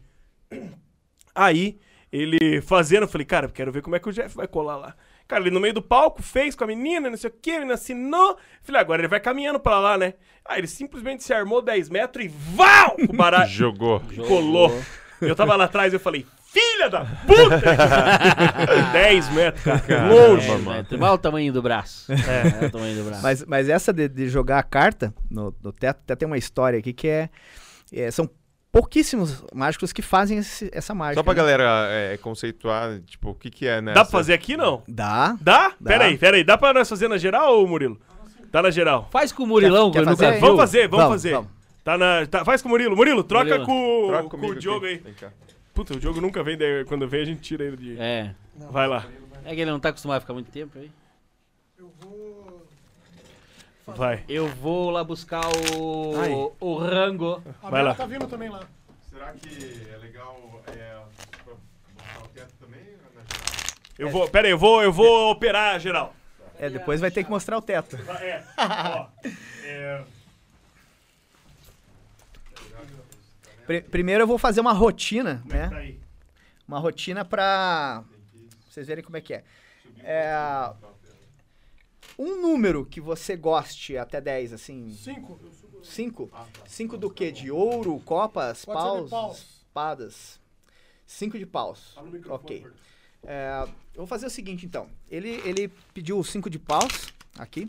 [SPEAKER 2] Aí, ele fazendo, eu falei, cara, eu quero ver como é que o Jeff vai colar lá. Cara, ele no meio do palco fez com a menina, não sei o que, a menina assinou. Falei, agora ele vai caminhando pra lá, né? Aí ele simplesmente se armou 10 metros e VAU! O baralho
[SPEAKER 6] *laughs* Jogou.
[SPEAKER 2] colou. Eu tava lá atrás eu falei, filha da puta! 10 metros, cara. Longe.
[SPEAKER 3] É,
[SPEAKER 6] mano.
[SPEAKER 3] mas- mas olha o tamanho do braço. É. o tamanho do braço.
[SPEAKER 4] Mas, mas essa de, de jogar a carta no, no teto, até tem uma história aqui que é. é, são pouquíssimos mágicos que fazem esse- essa mágica.
[SPEAKER 6] Só pra
[SPEAKER 4] né?
[SPEAKER 6] galera é, conceituar, tipo, o que que é, né?
[SPEAKER 2] Dá pra fazer aqui, não?
[SPEAKER 4] Dá.
[SPEAKER 2] Dá?
[SPEAKER 4] Dá.
[SPEAKER 2] Pera aí, pera aí. Dá pra nós fazer na geral, ô Murilo? Tá na geral.
[SPEAKER 3] Faz com o Murilão,
[SPEAKER 4] Quer-
[SPEAKER 3] que eu nunca
[SPEAKER 4] quer fazer?
[SPEAKER 3] vi.
[SPEAKER 2] Vamos fazer, vamos,
[SPEAKER 4] Vamos,
[SPEAKER 2] fazer.
[SPEAKER 4] vamos.
[SPEAKER 2] Tá na, tá- faz com o Murilo. Murilo, troca
[SPEAKER 3] Murilo,
[SPEAKER 2] com,
[SPEAKER 6] Troca
[SPEAKER 2] com
[SPEAKER 6] comigo
[SPEAKER 2] o Diogo
[SPEAKER 6] aqui.
[SPEAKER 2] aí.
[SPEAKER 6] Vem cá.
[SPEAKER 2] Puta, o Diogo nunca vem, daí quando vem a gente tira ele de...
[SPEAKER 3] É.
[SPEAKER 2] Vai lá,
[SPEAKER 3] É que ele não tá acostumado a ficar muito tempo aí.
[SPEAKER 2] vai.
[SPEAKER 3] Eu vou lá buscar o.
[SPEAKER 2] Aí.
[SPEAKER 3] o rango.
[SPEAKER 2] Vai Bela lá. tá
[SPEAKER 1] vindo também lá.
[SPEAKER 6] Será que é legal é, botar o teto também?
[SPEAKER 2] Eu vou, pera aí, eu vou, eu vou operar geral.
[SPEAKER 4] É, depois vai ter que mostrar o teto.
[SPEAKER 2] Tá, É, ó. É,
[SPEAKER 4] Pri- primeiro eu vou fazer uma rotina, né?
[SPEAKER 2] tá aí.
[SPEAKER 4] Uma rotina pra vocês verem como é que é. É, um número que você goste até 10, assim. 5. 5?
[SPEAKER 2] Ah, tá.
[SPEAKER 4] 5
[SPEAKER 2] Então
[SPEAKER 4] do quê? De ouro, copas, paus, espadas. 5 de
[SPEAKER 2] Tá
[SPEAKER 4] paus. Ok. É, eu vou fazer o seguinte, então. Ele, ele pediu 5 de paus aqui.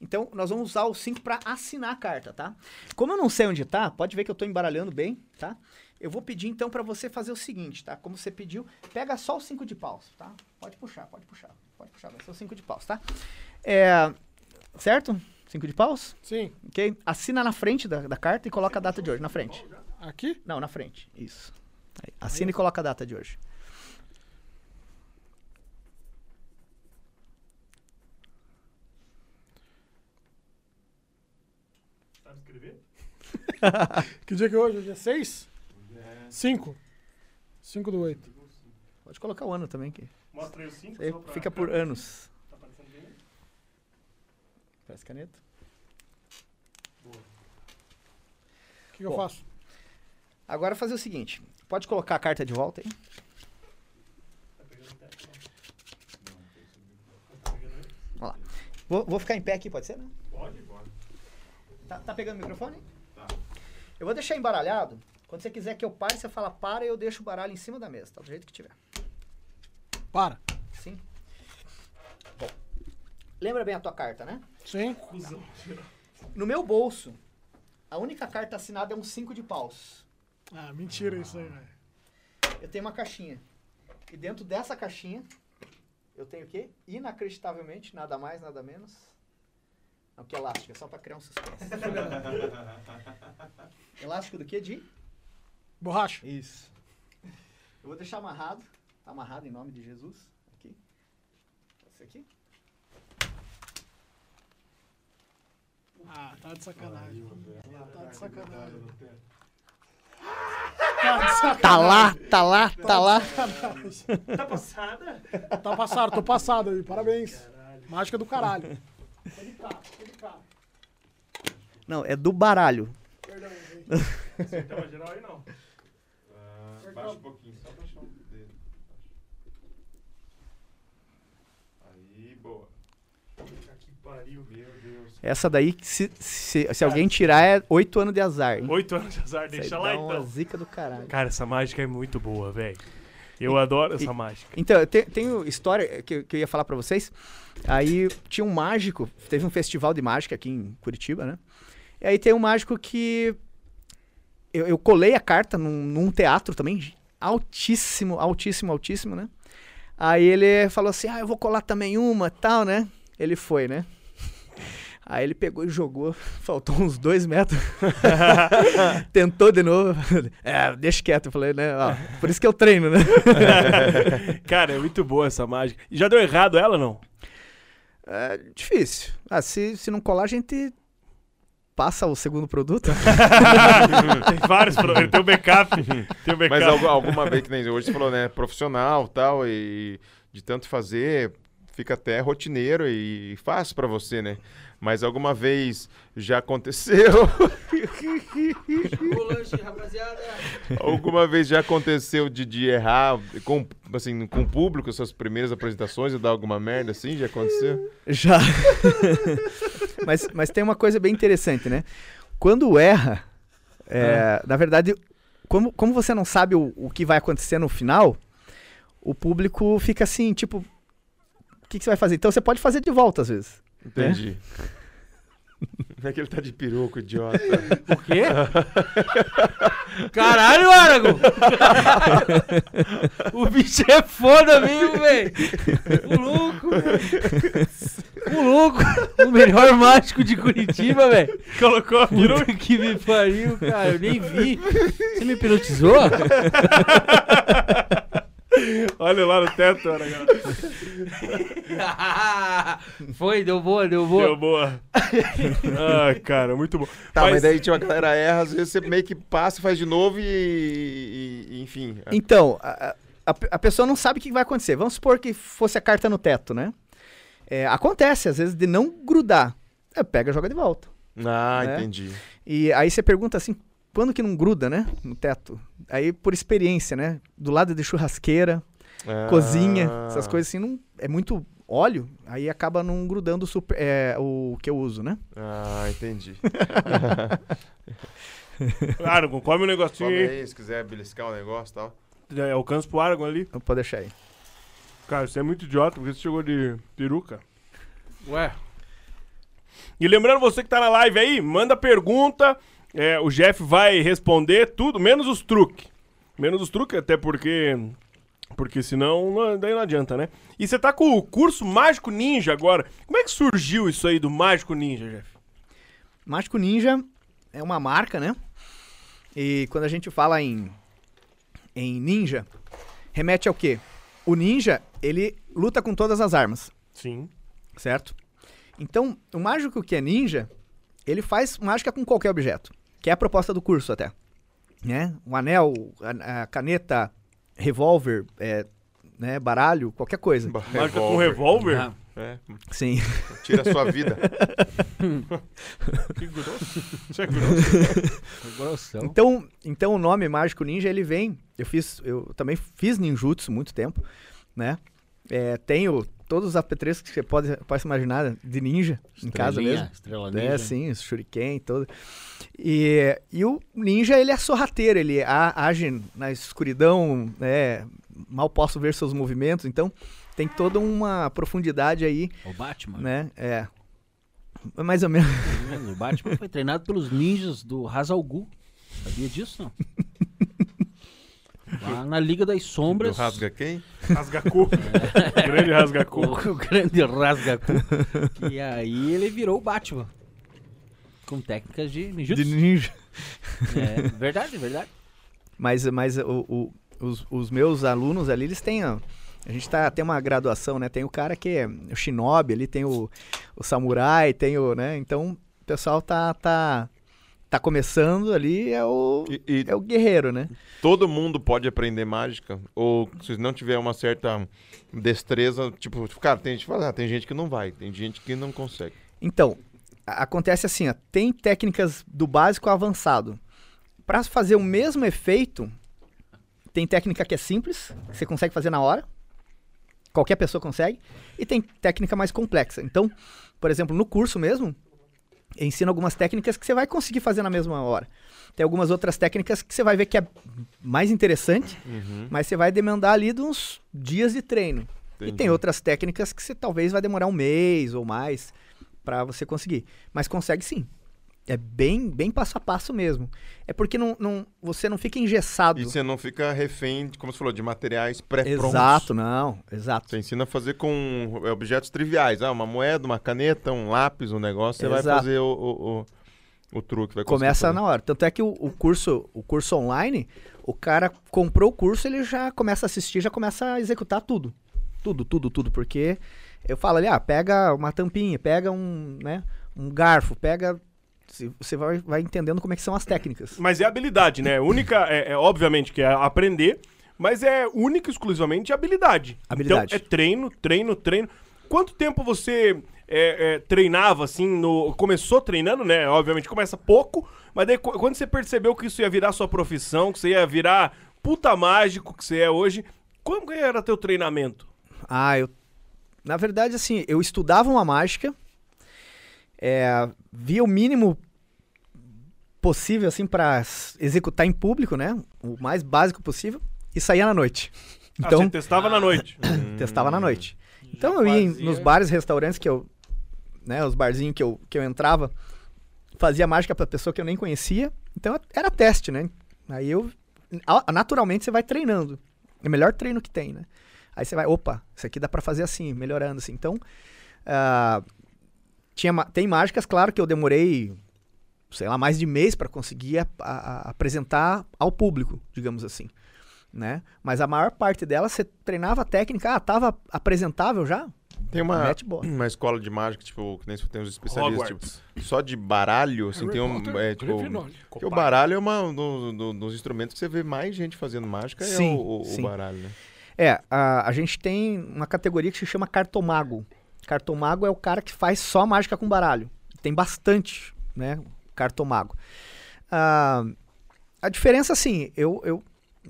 [SPEAKER 4] Então, nós vamos usar o 5 para assinar a carta, tá? Como eu não sei onde tá, pode ver que eu tô embaralhando bem, tá? Eu vou pedir então pra você fazer o seguinte, tá? Como você pediu, pega só o 5 de paus, tá? Pode puxar, pode puxar. Pode puxar, vai ser o 5 de paus, tá? É, certo? 5 de paus?
[SPEAKER 1] Sim.
[SPEAKER 4] Ok? Assina na frente da, da carta e coloca a data de hoje, na frente.
[SPEAKER 1] Aqui?
[SPEAKER 4] Não, na frente. Isso. Aí, Assina e coloca a data de hoje.
[SPEAKER 2] Sabe escrever?
[SPEAKER 1] Que dia que é hoje? Hoje é 6? 5. 5 do 8.
[SPEAKER 4] Pode colocar o ano também, que
[SPEAKER 2] Mostra aí os cinco.
[SPEAKER 4] aí
[SPEAKER 2] só pra-
[SPEAKER 4] fica por anos.
[SPEAKER 2] Tá aparecendo bem?
[SPEAKER 4] Parece caneta.
[SPEAKER 1] O que, que eu
[SPEAKER 4] Bom.
[SPEAKER 1] faço?
[SPEAKER 4] Agora fazer o seguinte. Pode colocar a carta de volta aí? Vamos lá. Vou, vou ficar em pé aqui, pode ser, né?
[SPEAKER 6] Pode, pode.
[SPEAKER 4] Tá, tá pegando o microfone? Tá. Eu vou deixar embaralhado. Quando você quiser que eu pare, você fala para e eu deixo o baralho em cima da mesa, tá? Do jeito que tiver.
[SPEAKER 1] Para.
[SPEAKER 4] Sim? Bom. Lembra bem a tua carta, né?
[SPEAKER 1] Sim.
[SPEAKER 4] No meu bolso, a única carta assinada é um 5 de paus.
[SPEAKER 1] Ah, mentira isso aí, velho.
[SPEAKER 4] Eu tenho uma caixinha. E dentro dessa caixinha, eu tenho o quê? Inacreditavelmente, nada mais, nada menos. Não, que elástico, é só pra criar um *laughs* suspense. elástico do quê? De?
[SPEAKER 1] Borracha.
[SPEAKER 4] Isso. Eu vou deixar amarrado. Tá amarrado em nome de Jesus. Aqui. Esse aqui.
[SPEAKER 1] Ah, tá de sacanagem. Tá de sacanagem. Tá de sacanagem.
[SPEAKER 4] Tá lá, tá lá, tá lá.
[SPEAKER 2] Tá passada?
[SPEAKER 1] Tá passado, tô passado aí. Parabéns. Mágica do caralho. Tô de carro, tô de carro.
[SPEAKER 4] Não, é do baralho.
[SPEAKER 1] Perdão, gente.
[SPEAKER 2] Tava geral aí não.
[SPEAKER 6] Ah, baixa um pouquinho, só baixar um dedo. Aí, boa. Puta que pariu, meu Deus.
[SPEAKER 4] Essa daí, que se, se, se alguém tirar, é oito anos de azar. Hein?
[SPEAKER 2] Oito anos de azar,
[SPEAKER 4] Isso aí
[SPEAKER 2] deixa
[SPEAKER 4] dá um
[SPEAKER 2] lá
[SPEAKER 4] uma
[SPEAKER 2] então.
[SPEAKER 4] zica do caralho.
[SPEAKER 2] Cara, essa mágica é muito boa, velho. Eu adoro essa mágica. *laughs*
[SPEAKER 4] Então, eu te- tenho história que, eu- que eu ia falar pra vocês. Aí tinha um mágico, teve um festival de mágica aqui em Curitiba, né? E aí tem um mágico que. Eu, eu colei a carta num, num teatro também, gi- altíssimo, altíssimo, altíssimo, né? Aí ele falou assim: ah, eu vou colar também uma tal, né? Ele foi, né? *laughs* Aí ele pegou e jogou, *laughs* faltou uns dois metros. *laughs* Tentou de novo. *laughs* É, deixa quieto, eu falei, né? ó, por isso que eu treino, né?
[SPEAKER 2] Cara, é muito boa essa mágica. E já deu errado ela, não?
[SPEAKER 4] É difícil. Ah, se, se não colar, a gente passa o segundo produto.
[SPEAKER 2] tem vários problemas. Tem o backup. Tem o backup.
[SPEAKER 6] Mas algu- alguma vez que nem hoje você falou, né? Profissional tal, e de tanto fazer, fica até rotineiro e fácil pra você, né? Mas alguma vez já aconteceu. *laughs*
[SPEAKER 3] O lanche, rapaziada.
[SPEAKER 6] alguma vez já aconteceu de, de errar com, assim, com o público, suas primeiras apresentações e dar alguma merda assim? Já aconteceu?
[SPEAKER 4] Já. *laughs* mas, mas tem uma coisa bem interessante, né? Quando erra, é, na verdade, como, como você não sabe o, o que vai acontecer no final, o público fica assim, tipo. O que, que você vai fazer? Então você pode fazer de volta às vezes.
[SPEAKER 6] Entendi. É que ele tá de peruca, idiota.
[SPEAKER 3] O quê? Caralho, Arago! o bicho é foda mesmo, velho! O louco! O louco! O melhor mágico de Curitiba, velho!
[SPEAKER 2] Colocou a peruca.
[SPEAKER 3] Puta que me pariu, cara! Eu nem vi! Você me hipnotizou?
[SPEAKER 2] Olha lá no teto, olha, cara.
[SPEAKER 3] *laughs* Foi, deu boa, deu boa!
[SPEAKER 2] Deu
[SPEAKER 3] *laughs*
[SPEAKER 2] boa. ah, cara, muito bom.
[SPEAKER 6] Tá, mas,
[SPEAKER 2] Mas-
[SPEAKER 6] daí tipo, a galera erra, às vezes você meio que passa, faz de novo e, e- e- enfim.
[SPEAKER 4] Então, a, a, a pessoa não sabe o que vai acontecer. Vamos supor que fosse a carta no teto, né? É, acontece, às vezes, de não grudar. É, pega e joga de volta.
[SPEAKER 6] Ah,
[SPEAKER 4] Né?
[SPEAKER 6] entendi.
[SPEAKER 4] E aí você pergunta assim, quando que não gruda, né? No teto. Aí por experiência, né? Do lado de churrasqueira, cozinha,
[SPEAKER 6] Ah.
[SPEAKER 4] essas coisas assim, não, é muito óleo, aí acaba não grudando o super- é, o que eu uso, né?
[SPEAKER 6] Ah,
[SPEAKER 2] *laughs*
[SPEAKER 6] entendi.
[SPEAKER 2] Aragon, come um negocinho
[SPEAKER 6] Come
[SPEAKER 2] aí.
[SPEAKER 6] aí, se quiser beliscar o negócio e tal.
[SPEAKER 2] É, alcança pro Aragon ali.
[SPEAKER 4] Então pode deixar aí.
[SPEAKER 2] Cara, você é muito idiota porque você chegou de peruca.
[SPEAKER 3] Ué,
[SPEAKER 2] E lembrando você que tá na live aí, manda pergunta. é, o Jeff vai responder tudo, menos os truques. Menos os truques, até porque. Porque senão não- daí não adianta, né? E você tá com o curso Mágico Ninja agora. Como é que surgiu isso aí do Mágico Ninja, Jeff?
[SPEAKER 4] Mágico Ninja é uma marca, né? E quando a gente fala em, em ninja, remete ao quê? O ninja, ele luta com todas as armas.
[SPEAKER 2] Sim.
[SPEAKER 4] certo? Então, o mágico que é ninja, ele faz mágica com qualquer objeto, que é a proposta do curso até, né? Um anel, a, a caneta, revólver, é, né, baralho, qualquer coisa.
[SPEAKER 2] Mágica com revólver?
[SPEAKER 3] Ah.
[SPEAKER 6] É,
[SPEAKER 4] Sim.
[SPEAKER 6] tira a sua
[SPEAKER 2] *laughs*
[SPEAKER 6] vida.
[SPEAKER 2] Que grosso. Isso é grosso.
[SPEAKER 3] foi grossão.
[SPEAKER 4] *laughs* Então, então o nome Mágico Ninja, ele vem. Eu fiz, eu também fiz ninjutsu muito tempo, né? É, tenho todos os apetrechos que você pode, pode imaginar de ninja em casa
[SPEAKER 3] Estrelinha,
[SPEAKER 4] mesmo.
[SPEAKER 3] Estrela
[SPEAKER 4] É,
[SPEAKER 3] ninja.
[SPEAKER 4] sim, os shuriken todo. E, e o ninja, ele é sorrateiro, ele a- age na escuridão, né? Mal posso ver seus movimentos, então tem toda uma profundidade aí,
[SPEAKER 3] O Batman. né?
[SPEAKER 4] né? É. Mais ou menos.
[SPEAKER 3] O Batman foi treinado pelos ninjas do Hazalgu. Sabia disso, não? Lá na Liga das
[SPEAKER 6] Do
[SPEAKER 2] Um
[SPEAKER 3] Sombras.
[SPEAKER 6] rasga quem?
[SPEAKER 3] *laughs*
[SPEAKER 2] Rasgacu. Grande rasgacu.
[SPEAKER 3] O, o grande Rasgaku. e aí ele virou o Batman. Com técnicas de ninjutsu.
[SPEAKER 4] ninja.
[SPEAKER 3] É, verdade,
[SPEAKER 4] *laughs*
[SPEAKER 3] verdade.
[SPEAKER 4] Mas, mas o- o- os, os meus alunos ali, eles têm. ó, A gente tá, tem uma graduação, né? Tem o cara que é o shinobi ali, tem o, o samurai, tem o. né? Então, o pessoal tá, tá, tá começando ali, é o.
[SPEAKER 6] E, e
[SPEAKER 4] É o guerreiro, né?
[SPEAKER 6] todo mundo pode aprender mágica? Ou se não tiver uma certa destreza, tipo, cara, tem gente que fala, ah, tem gente que não vai, tem gente que não consegue.
[SPEAKER 4] Então, a- acontece assim, ó, tem técnicas do básico ao avançado. Para fazer o mesmo efeito, tem técnica que é simples, que você consegue fazer na hora, Qualquer pessoa consegue. E tem técnica mais complexa. Então, por exemplo, no curso mesmo, eu ensino algumas técnicas que você vai conseguir fazer na mesma hora. Tem algumas outras técnicas que você vai ver que é mais interessante, mas você vai demandar ali de uns dias de treino. E tem outras técnicas que você talvez vai demorar um mês ou mais para você conseguir. Mas consegue sim. É bem, bem passo a passo mesmo. É porque não, não, você não fica engessado.
[SPEAKER 6] E você não fica refém, como você falou, de materiais pré-prontos.
[SPEAKER 4] Exato, não. Exato.
[SPEAKER 6] Você ensina a fazer com é, objetos triviais. Ah, uma moeda, uma caneta, um lápis, um negócio. Você vai
[SPEAKER 4] Exato.
[SPEAKER 6] fazer o, o, o, o truque. Vai conseguir
[SPEAKER 4] Começa
[SPEAKER 6] fazer.
[SPEAKER 4] na hora. Tanto é que o, o curso, o curso online, o cara comprou o curso, ele já começa a assistir, já começa a executar tudo. Tudo, tudo, tudo. Porque eu falo ali, ah, pega uma tampinha, pega um, né, um garfo, pega. se- Você vai, vai entendendo como é que são as técnicas.
[SPEAKER 2] Mas é habilidade, né? Única, é, é obviamente que é aprender, mas é única e exclusivamente habilidade.
[SPEAKER 4] Habilidade.
[SPEAKER 2] Então é treino, treino, treino. Quanto tempo você é, é, treinava assim? No, começou treinando, né? Obviamente começa pouco, mas daí qu- quando você percebeu que isso ia virar sua profissão, que você ia virar puta mágico que você é hoje, como que era teu treinamento?
[SPEAKER 4] Ah, eu. Na verdade, assim, eu estudava uma mágica, é, via o mínimo possível, assim, para executar em público, né? O mais básico possível, e saía na noite.
[SPEAKER 2] Ah,
[SPEAKER 4] Então,
[SPEAKER 2] você testava na noite.
[SPEAKER 4] testava na noite. Então eu ia em-
[SPEAKER 3] fazia.
[SPEAKER 4] nos bares, restaurantes que eu, né, os barzinhos que eu, que eu entrava, fazia mágica pra pessoa que eu nem conhecia. Então era teste, né? Aí eu a- naturalmente você vai treinando. É o melhor treino que tem, né? Aí você vai, opa, isso aqui dá pra fazer assim, melhorando assim. Então, ah, tinha ma- tem mágicas, claro que eu demorei, sei lá, mais de mês pra conseguir a- a- a- apresentar ao público, digamos assim né? Mas a maior parte dela você treinava a técnica, ah, tava apresentável já?
[SPEAKER 6] Tem uma,
[SPEAKER 4] Mete bola.
[SPEAKER 6] uma escola de mágica, tipo, que nem se tem uns especialistas, tipo,
[SPEAKER 2] Hogwarts.
[SPEAKER 6] só de baralho, assim, tem um. É, tipo, porque o baralho é uma, um do- do- dos instrumentos que você vê mais gente fazendo mágica, é
[SPEAKER 4] Sim,
[SPEAKER 6] o- o, o
[SPEAKER 4] sim.
[SPEAKER 6] baralho, né?
[SPEAKER 4] É, a, a gente tem uma categoria que se chama cartomago. Cartomago é o cara que faz só mágica com baralho. Tem bastante, né? Cartomago. Ah, a diferença, assim, eu, eu,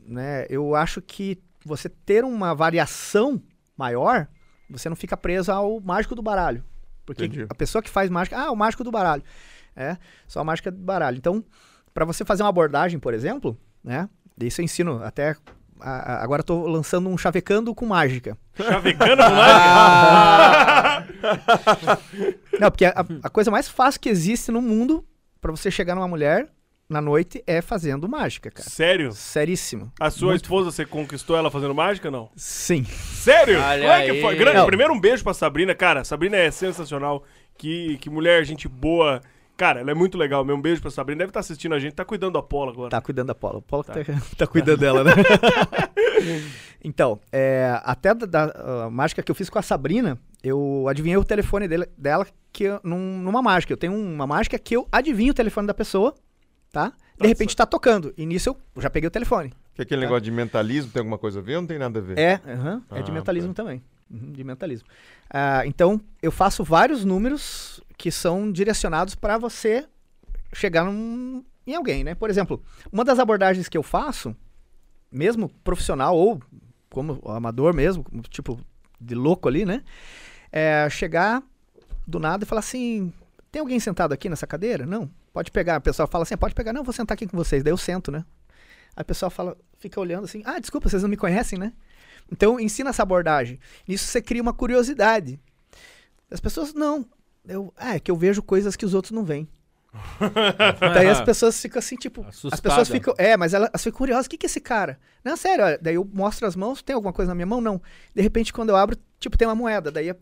[SPEAKER 4] né, eu acho que você ter uma variação maior, você não fica preso ao mágico do baralho. Porque
[SPEAKER 6] Entendi.
[SPEAKER 4] a pessoa que faz mágica, ah, o mágico do baralho. É, só a mágica do baralho. Então, para você fazer uma abordagem, por exemplo, né? Isso eu ensino até. a- a- agora eu tô lançando um chavecando com mágica.
[SPEAKER 2] Chavecando com
[SPEAKER 4] *laughs*
[SPEAKER 2] mágica?
[SPEAKER 4] Não, porque a, a coisa mais fácil que existe no mundo para você chegar numa mulher na noite é fazendo mágica, cara.
[SPEAKER 2] Sério?
[SPEAKER 4] Seríssimo.
[SPEAKER 2] A sua esposa, você conquistou ela fazendo mágica, não?
[SPEAKER 4] Sim.
[SPEAKER 2] Sério?
[SPEAKER 3] Olha
[SPEAKER 2] Como é que foi?
[SPEAKER 3] aí.
[SPEAKER 2] Grande.
[SPEAKER 4] Não.
[SPEAKER 2] Primeiro um beijo pra Sabrina, cara. Sabrina é sensacional. Que, que mulher, gente boa. Cara, ela é muito legal mesmo. Um beijo pra Sabrina. Deve estar assistindo a gente, tá cuidando da Paula agora.
[SPEAKER 4] Tá cuidando da Paula. A Paula que tá, *laughs* tá cuidando dela, né? *laughs* então, é, até da, da, ah, mágica que eu fiz com a Sabrina, eu adivinhei o telefone dele- dela que eu- num- numa mágica. Eu tenho uma mágica que eu adivinho o telefone da pessoa, tá? De repente tá tocando. E nisso eu já peguei o telefone.
[SPEAKER 6] Que é aquele negócio de mentalismo tem alguma coisa a ver ou não tem nada a ver?
[SPEAKER 4] É, aham, é de
[SPEAKER 6] Ah,
[SPEAKER 4] mentalismo também. Uhum, de mentalismo. Ah, então, eu faço vários números que são direcionados para você chegar num- em alguém, né? Por exemplo, uma das abordagens que eu faço, mesmo profissional ou como amador mesmo, como tipo de louco ali, né? É chegar do nada e falar assim: tem alguém sentado aqui nessa cadeira? Não. Pode pegar. A pessoa fala assim: pode pegar. Não, vou sentar aqui com vocês. Daí eu sento, né? Aí o pessoal fala, fica olhando assim: ah, desculpa, vocês não me conhecem, né? Então ensina essa abordagem. Nisso você cria uma curiosidade. As pessoas não. Eu, ah, é que eu vejo coisas que os outros não veem. Daí Tá
[SPEAKER 3] *laughs*
[SPEAKER 4] as pessoas ficam assim, tipo. As
[SPEAKER 3] Assustada.
[SPEAKER 4] pessoas ficam. É, mas elas ficam curiosas. O que, que é esse cara? Não, sério, olha, daí eu mostro as mãos, tem alguma coisa na minha mão? Não. De repente, quando eu abro, tipo, tem uma moeda. Daí, eu,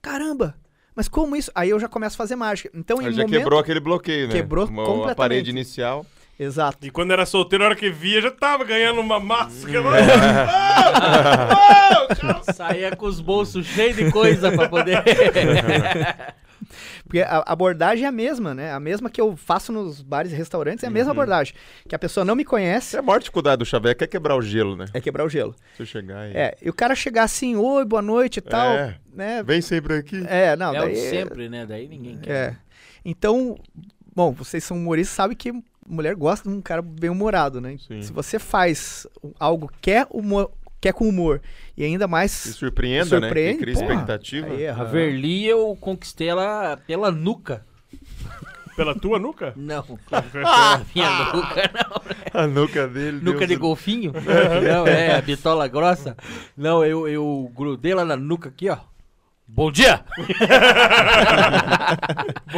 [SPEAKER 4] caramba! Mas como isso? Aí eu já começo a fazer mágica. Então, em
[SPEAKER 6] Aí já
[SPEAKER 4] momento-
[SPEAKER 6] quebrou aquele bloqueio, né?
[SPEAKER 4] Quebrou
[SPEAKER 6] Uma- A
[SPEAKER 4] completamente.
[SPEAKER 6] parede inicial.
[SPEAKER 4] Exato.
[SPEAKER 2] E quando era solteiro, na hora que via, já tava ganhando uma máscara. Ah, ah, cara.
[SPEAKER 3] Saía com os bolsos cheios de coisa pra poder.
[SPEAKER 4] Porque a a abordagem é a mesma, né? A mesma que eu faço nos bares e restaurantes é a
[SPEAKER 6] Uhum.
[SPEAKER 4] mesma abordagem. Que a pessoa não me
[SPEAKER 6] Essa
[SPEAKER 4] conhece,
[SPEAKER 6] é a maior dificuldade do chaveco, é quebrar o gelo, né?
[SPEAKER 4] é quebrar o gelo.
[SPEAKER 6] Se eu chegar e...
[SPEAKER 4] É, e o cara chegar assim, oi, boa noite e tal,
[SPEAKER 6] É.
[SPEAKER 4] né?
[SPEAKER 6] Vem sempre aqui.
[SPEAKER 4] É, *laughs* não,
[SPEAKER 3] É o
[SPEAKER 4] daí...
[SPEAKER 3] de sempre, né? Daí ninguém quer.
[SPEAKER 4] É. Então, bom, vocês são humoristas, sabem que mulher gosta de um cara bem humorado, né?
[SPEAKER 6] Sim.
[SPEAKER 4] Se você faz algo que é humo- que é com humor. E ainda mais.
[SPEAKER 6] Que surpreenda, né?
[SPEAKER 4] Surpreende,
[SPEAKER 6] Que cria
[SPEAKER 4] porra.
[SPEAKER 6] expectativa.
[SPEAKER 4] Aí é
[SPEAKER 3] A
[SPEAKER 4] ra-
[SPEAKER 3] Verli eu conquistei ela pela nuca.
[SPEAKER 2] Pela tua *laughs* nuca?
[SPEAKER 3] *laughs* Não. ah, *laughs* minha nuca, não.
[SPEAKER 6] A nuca dele.
[SPEAKER 3] Nuca de
[SPEAKER 6] Deus,
[SPEAKER 3] golfinho? Não, *laughs* é, a bitola grossa. Não, eu, eu grudei lá na nuca aqui, ó. Bom dia!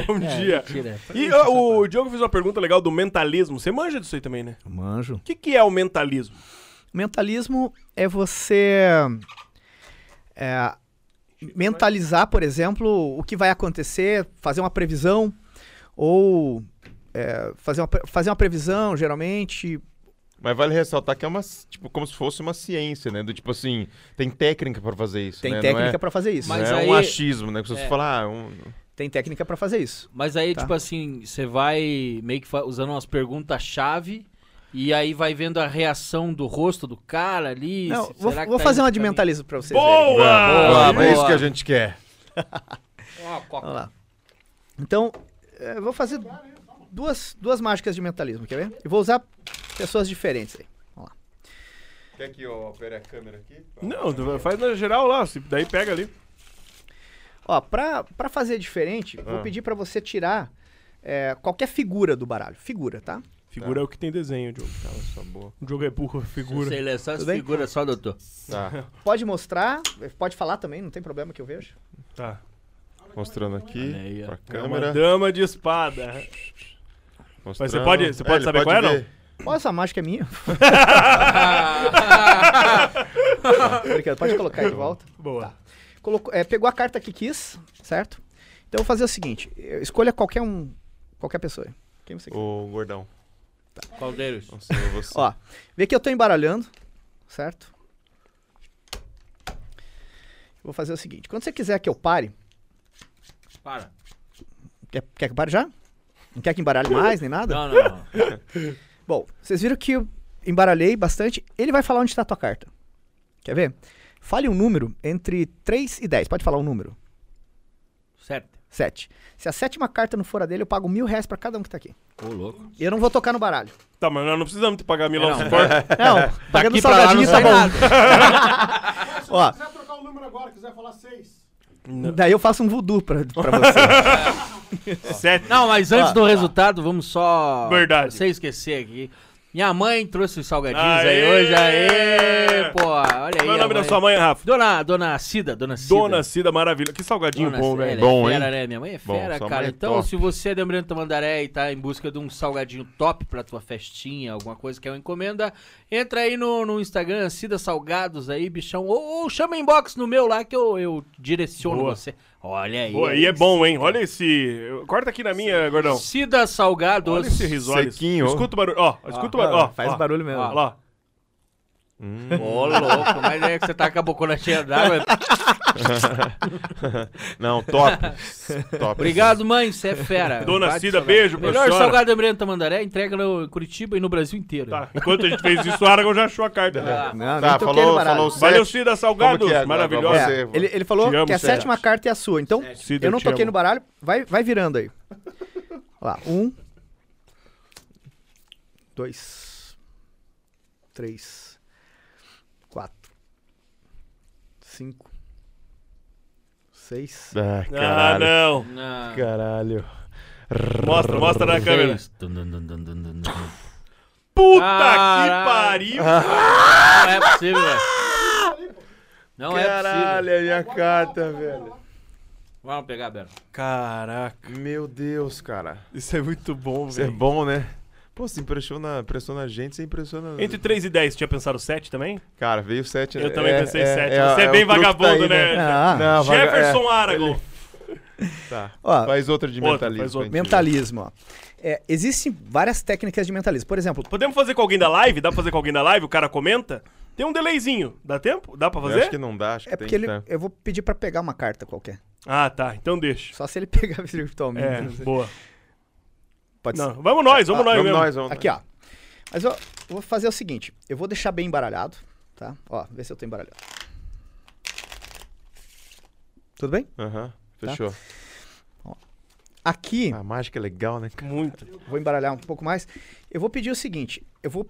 [SPEAKER 2] Bom dia.
[SPEAKER 3] Mentira.
[SPEAKER 2] E ó, o Diogo fez uma pergunta legal do mentalismo. Você manja disso aí também, né?
[SPEAKER 4] Manjo.
[SPEAKER 2] O que, que é o mentalismo?
[SPEAKER 4] Mentalismo é você é, mentalizar, por exemplo, o que vai acontecer, fazer uma previsão, ou é, fazer, uma, pre- fazer uma previsão, geralmente.
[SPEAKER 6] Mas vale ressaltar que é uma, tipo, como se fosse uma ciência, né? Do tipo assim, tem técnica pra fazer isso,
[SPEAKER 4] Tem
[SPEAKER 6] né?
[SPEAKER 4] técnica
[SPEAKER 6] não é,
[SPEAKER 4] pra fazer isso.
[SPEAKER 6] não
[SPEAKER 3] Mas
[SPEAKER 6] é
[SPEAKER 3] aí-
[SPEAKER 6] um achismo, né? Que você
[SPEAKER 3] É.
[SPEAKER 6] fala, ah, um-
[SPEAKER 4] Tem técnica pra fazer isso.
[SPEAKER 3] Mas aí,
[SPEAKER 4] Tá.
[SPEAKER 3] tipo assim, você vai meio que fa- usando umas perguntas-chave e aí vai vendo a reação do rosto do cara ali.
[SPEAKER 4] Não,
[SPEAKER 3] se-
[SPEAKER 4] vou
[SPEAKER 3] será que
[SPEAKER 4] vou
[SPEAKER 3] tá
[SPEAKER 4] fazer
[SPEAKER 3] indo
[SPEAKER 4] uma
[SPEAKER 3] pro
[SPEAKER 4] de
[SPEAKER 3] caminho?
[SPEAKER 4] mentalismo pra vocês. verem.
[SPEAKER 2] Boa!
[SPEAKER 6] ah, mas é isso
[SPEAKER 3] boa.
[SPEAKER 6] que a gente quer.
[SPEAKER 3] Ó, coca.
[SPEAKER 4] Vamos lá. Então, eh, eu vou fazer duas, duas mágicas de mentalismo, quer ver? Eu vou usar pessoas diferentes aí.
[SPEAKER 6] Quer que eu opere a câmera aqui?
[SPEAKER 2] Não, tu faz na geral lá, se- daí pega ali.
[SPEAKER 4] Ó, pra, pra fazer diferente, vou
[SPEAKER 6] Ah.
[SPEAKER 4] pedir pra você tirar eh, qualquer figura do baralho. Figura, tá?
[SPEAKER 2] Figura é o que tem desenho, Diogo.
[SPEAKER 6] Cala sua boca.
[SPEAKER 2] O Diogo é burro,
[SPEAKER 3] Eu
[SPEAKER 2] figura.
[SPEAKER 3] sei, ele é só as
[SPEAKER 4] Tudo bem?
[SPEAKER 3] figuras só, doutor.
[SPEAKER 6] Tá,
[SPEAKER 4] Pode mostrar, eh, pode falar também, não tem problema que eu vejo.
[SPEAKER 2] Tá.
[SPEAKER 6] mostrando aqui
[SPEAKER 3] Olha aí, ó.
[SPEAKER 6] pra
[SPEAKER 2] É uma
[SPEAKER 6] câmera.
[SPEAKER 2] dama de espada.
[SPEAKER 6] Mostrando.
[SPEAKER 2] você pode- você pode
[SPEAKER 6] ele
[SPEAKER 2] saber qual é, não?
[SPEAKER 6] ver.
[SPEAKER 4] Ó, essa mágica é minha. *laughs* Obrigado, pode colocar aí de volta.
[SPEAKER 2] Boa.
[SPEAKER 4] Colocou, eh, pegou a carta que quis, certo? Então eu vou fazer o seguinte, eh, escolha qualquer um, qualquer pessoa. aí. Quem você quiser.
[SPEAKER 6] O gordão.
[SPEAKER 3] Qual deles?
[SPEAKER 6] Não sei, eu vou ser.
[SPEAKER 4] Ó, vê que eu tô embaralhando, certo? Vou fazer o seguinte, quando você quiser que eu pare,
[SPEAKER 3] Para.
[SPEAKER 4] quer, quer que eu pare já? Não quer que embaralhe mais, nem nada?
[SPEAKER 3] Não, não, não.
[SPEAKER 4] Bom, vocês viram que eu embaralhei bastante. Ele vai falar onde está a tua carta. Quer ver? Fale um número entre 3 e 10. Pode falar um número.
[SPEAKER 3] Certo.
[SPEAKER 4] 7. Se a sétima carta não for a dele, eu pago mil reais pra cada um que tá aqui.
[SPEAKER 3] Ô, louco.
[SPEAKER 4] E eu não vou tocar no baralho.
[SPEAKER 2] Tá, mas nós não precisamos te pagar milão
[SPEAKER 3] Não.
[SPEAKER 2] se for.
[SPEAKER 4] Não, pagando
[SPEAKER 3] Daqui pra lá não
[SPEAKER 4] salgadinho tá
[SPEAKER 3] sai
[SPEAKER 4] bom.
[SPEAKER 3] nada.
[SPEAKER 4] Ó,
[SPEAKER 1] quiser trocar o número agora, quiser falar seis.
[SPEAKER 4] daí eu faço um voodoo pra, pra você.
[SPEAKER 2] Sete.
[SPEAKER 3] Não, mas
[SPEAKER 2] Ah,
[SPEAKER 3] antes
[SPEAKER 2] tá.
[SPEAKER 3] do resultado, vamos só...
[SPEAKER 2] Verdade.
[SPEAKER 3] Sem esquecer aqui. Minha mãe trouxe os salgadinhos
[SPEAKER 2] Aê!
[SPEAKER 3] aí hoje. Aê, pô. Olha
[SPEAKER 2] Qual
[SPEAKER 3] aí.
[SPEAKER 2] é o
[SPEAKER 3] a
[SPEAKER 2] nome da sua mãe, Rafa?
[SPEAKER 3] Dona, dona Cida, dona Cida.
[SPEAKER 2] Dona Cida Maravilha. Que salgadinho
[SPEAKER 3] Dona
[SPEAKER 2] bom,
[SPEAKER 3] Cida,
[SPEAKER 2] velho.
[SPEAKER 3] ela
[SPEAKER 6] Bom,
[SPEAKER 3] é
[SPEAKER 6] hein?
[SPEAKER 3] fera, né? Minha mãe é
[SPEAKER 6] Bom,
[SPEAKER 3] fera,
[SPEAKER 6] sua
[SPEAKER 3] cara.
[SPEAKER 6] mãe é
[SPEAKER 3] então,
[SPEAKER 6] top.
[SPEAKER 3] se você é de Almirante Tamandaré e tá em busca de um salgadinho top pra tua festinha, alguma coisa que é uma encomenda, entra aí no, no Instagram, Cida Salgados aí, bichão. Ou, ou chama inbox no meu lá que eu, eu direciono
[SPEAKER 2] Boa.
[SPEAKER 3] você. Olha aí.
[SPEAKER 2] Pô, aí é bom, então. hein? Olha esse. Corta aqui na minha, gordão.
[SPEAKER 3] Cida Salgados.
[SPEAKER 2] Olha esse risolho.
[SPEAKER 6] Sequinho.
[SPEAKER 2] Escuta o barulho. Ó, escuta o barulho. Ó,
[SPEAKER 4] Faz
[SPEAKER 2] ó.
[SPEAKER 4] barulho mesmo.
[SPEAKER 2] Ó lá.
[SPEAKER 6] um
[SPEAKER 3] Ô, louco, mas é que você tá com a bocona cheia d'água.
[SPEAKER 6] Não, top. top.
[SPEAKER 3] Obrigado, mãe, você é fera.
[SPEAKER 2] Dona
[SPEAKER 3] Bate
[SPEAKER 2] Cida,
[SPEAKER 3] salgado.
[SPEAKER 2] beijo pra
[SPEAKER 3] Melhor
[SPEAKER 2] senhora.
[SPEAKER 3] salgado de Almirante Tamandaré, entrega no em Curitiba e no Brasil inteiro.
[SPEAKER 2] Tá. Enquanto a gente fez isso, o Aragão já achou a carta.
[SPEAKER 3] Ah,
[SPEAKER 4] Não, nem
[SPEAKER 6] Tá,
[SPEAKER 4] toquei
[SPEAKER 6] falou,
[SPEAKER 4] no baralho.
[SPEAKER 6] falou
[SPEAKER 2] Valeu,
[SPEAKER 6] sete.
[SPEAKER 2] Cida Salgados.
[SPEAKER 6] Como que é?
[SPEAKER 2] Maravilhosa.
[SPEAKER 6] Agora
[SPEAKER 4] É,
[SPEAKER 6] você-
[SPEAKER 4] ele, ele falou
[SPEAKER 2] Te amo,
[SPEAKER 4] que a
[SPEAKER 2] Sérgio.
[SPEAKER 4] sétima carta é a sua. Então,
[SPEAKER 2] Cida,
[SPEAKER 4] eu não
[SPEAKER 2] te
[SPEAKER 4] toquei
[SPEAKER 2] amo.
[SPEAKER 4] no baralho. Vai, vai virando aí. Olha lá. Um. Dois. Três. Quatro. Cinco. Seis.
[SPEAKER 6] Ah,
[SPEAKER 2] Ah,
[SPEAKER 6] caralho.
[SPEAKER 2] não.
[SPEAKER 3] não.
[SPEAKER 6] Caralho.
[SPEAKER 2] Mostra, mostra na câmera.
[SPEAKER 3] Seis. Dun, dun, dun, dun, dun, dun, dun.
[SPEAKER 2] Puta
[SPEAKER 3] Caralho.
[SPEAKER 2] que pariu.
[SPEAKER 3] Não é possível, velho. Não é possível.
[SPEAKER 6] Caralho, a minha carta, velho.
[SPEAKER 3] Vamos pegar, Bero.
[SPEAKER 2] Caraca.
[SPEAKER 6] Meu Deus, cara.
[SPEAKER 2] Isso é muito bom,
[SPEAKER 6] Isso é
[SPEAKER 2] velho.
[SPEAKER 6] bom, né? Pô, você impressiona, impressiona a gente, você impressiona.
[SPEAKER 2] Entre 3 e 10, tinha pensado 7 também?
[SPEAKER 6] Cara, veio né? 7.
[SPEAKER 2] Eu também pensei 7. Você é, bem vagabundo, né?
[SPEAKER 4] Ah,
[SPEAKER 6] tá Não, vaga-
[SPEAKER 2] Jefferson Aragon.
[SPEAKER 6] é, tá.
[SPEAKER 4] ó,
[SPEAKER 6] Faz outra de
[SPEAKER 2] Outra,
[SPEAKER 6] mentalismo.
[SPEAKER 2] faz outra.
[SPEAKER 6] gente.
[SPEAKER 4] mentalismo. Ó. É, existem várias técnicas de mentalismo. Por exemplo,
[SPEAKER 2] Podemos fazer com alguém da live? Dá pra fazer com alguém da live? O cara comenta? Tem um delayzinho. Dá tempo? Dá pra
[SPEAKER 6] Eu
[SPEAKER 2] fazer?
[SPEAKER 6] Acho que não dá, acho que
[SPEAKER 4] é
[SPEAKER 6] tem
[SPEAKER 4] porque ele,
[SPEAKER 6] que tá.
[SPEAKER 4] eu vou pedir pra pegar uma carta qualquer.
[SPEAKER 2] Ah, tá. Então deixa.
[SPEAKER 4] Só se ele *laughs* pegar
[SPEAKER 6] Hum,
[SPEAKER 4] virtualmente.
[SPEAKER 2] É,
[SPEAKER 4] né?
[SPEAKER 2] boa.
[SPEAKER 4] Pode ser.
[SPEAKER 2] Não, vamos nós, vamos
[SPEAKER 4] Ah,
[SPEAKER 2] nós
[SPEAKER 6] Vamos
[SPEAKER 2] mesmo.
[SPEAKER 6] nós, vamos
[SPEAKER 4] Aqui, ó. Mas eu vou fazer o seguinte: eu vou deixar bem embaralhado, tá? Ó, vê se eu tô embaralhado. Tudo bem?
[SPEAKER 6] Aham,
[SPEAKER 4] Tá?
[SPEAKER 6] fechou.
[SPEAKER 4] Aqui,
[SPEAKER 6] A mágica é legal, né? cara?
[SPEAKER 2] Muito.
[SPEAKER 4] vou embaralhar um pouco mais. Eu vou pedir o seguinte: eu vou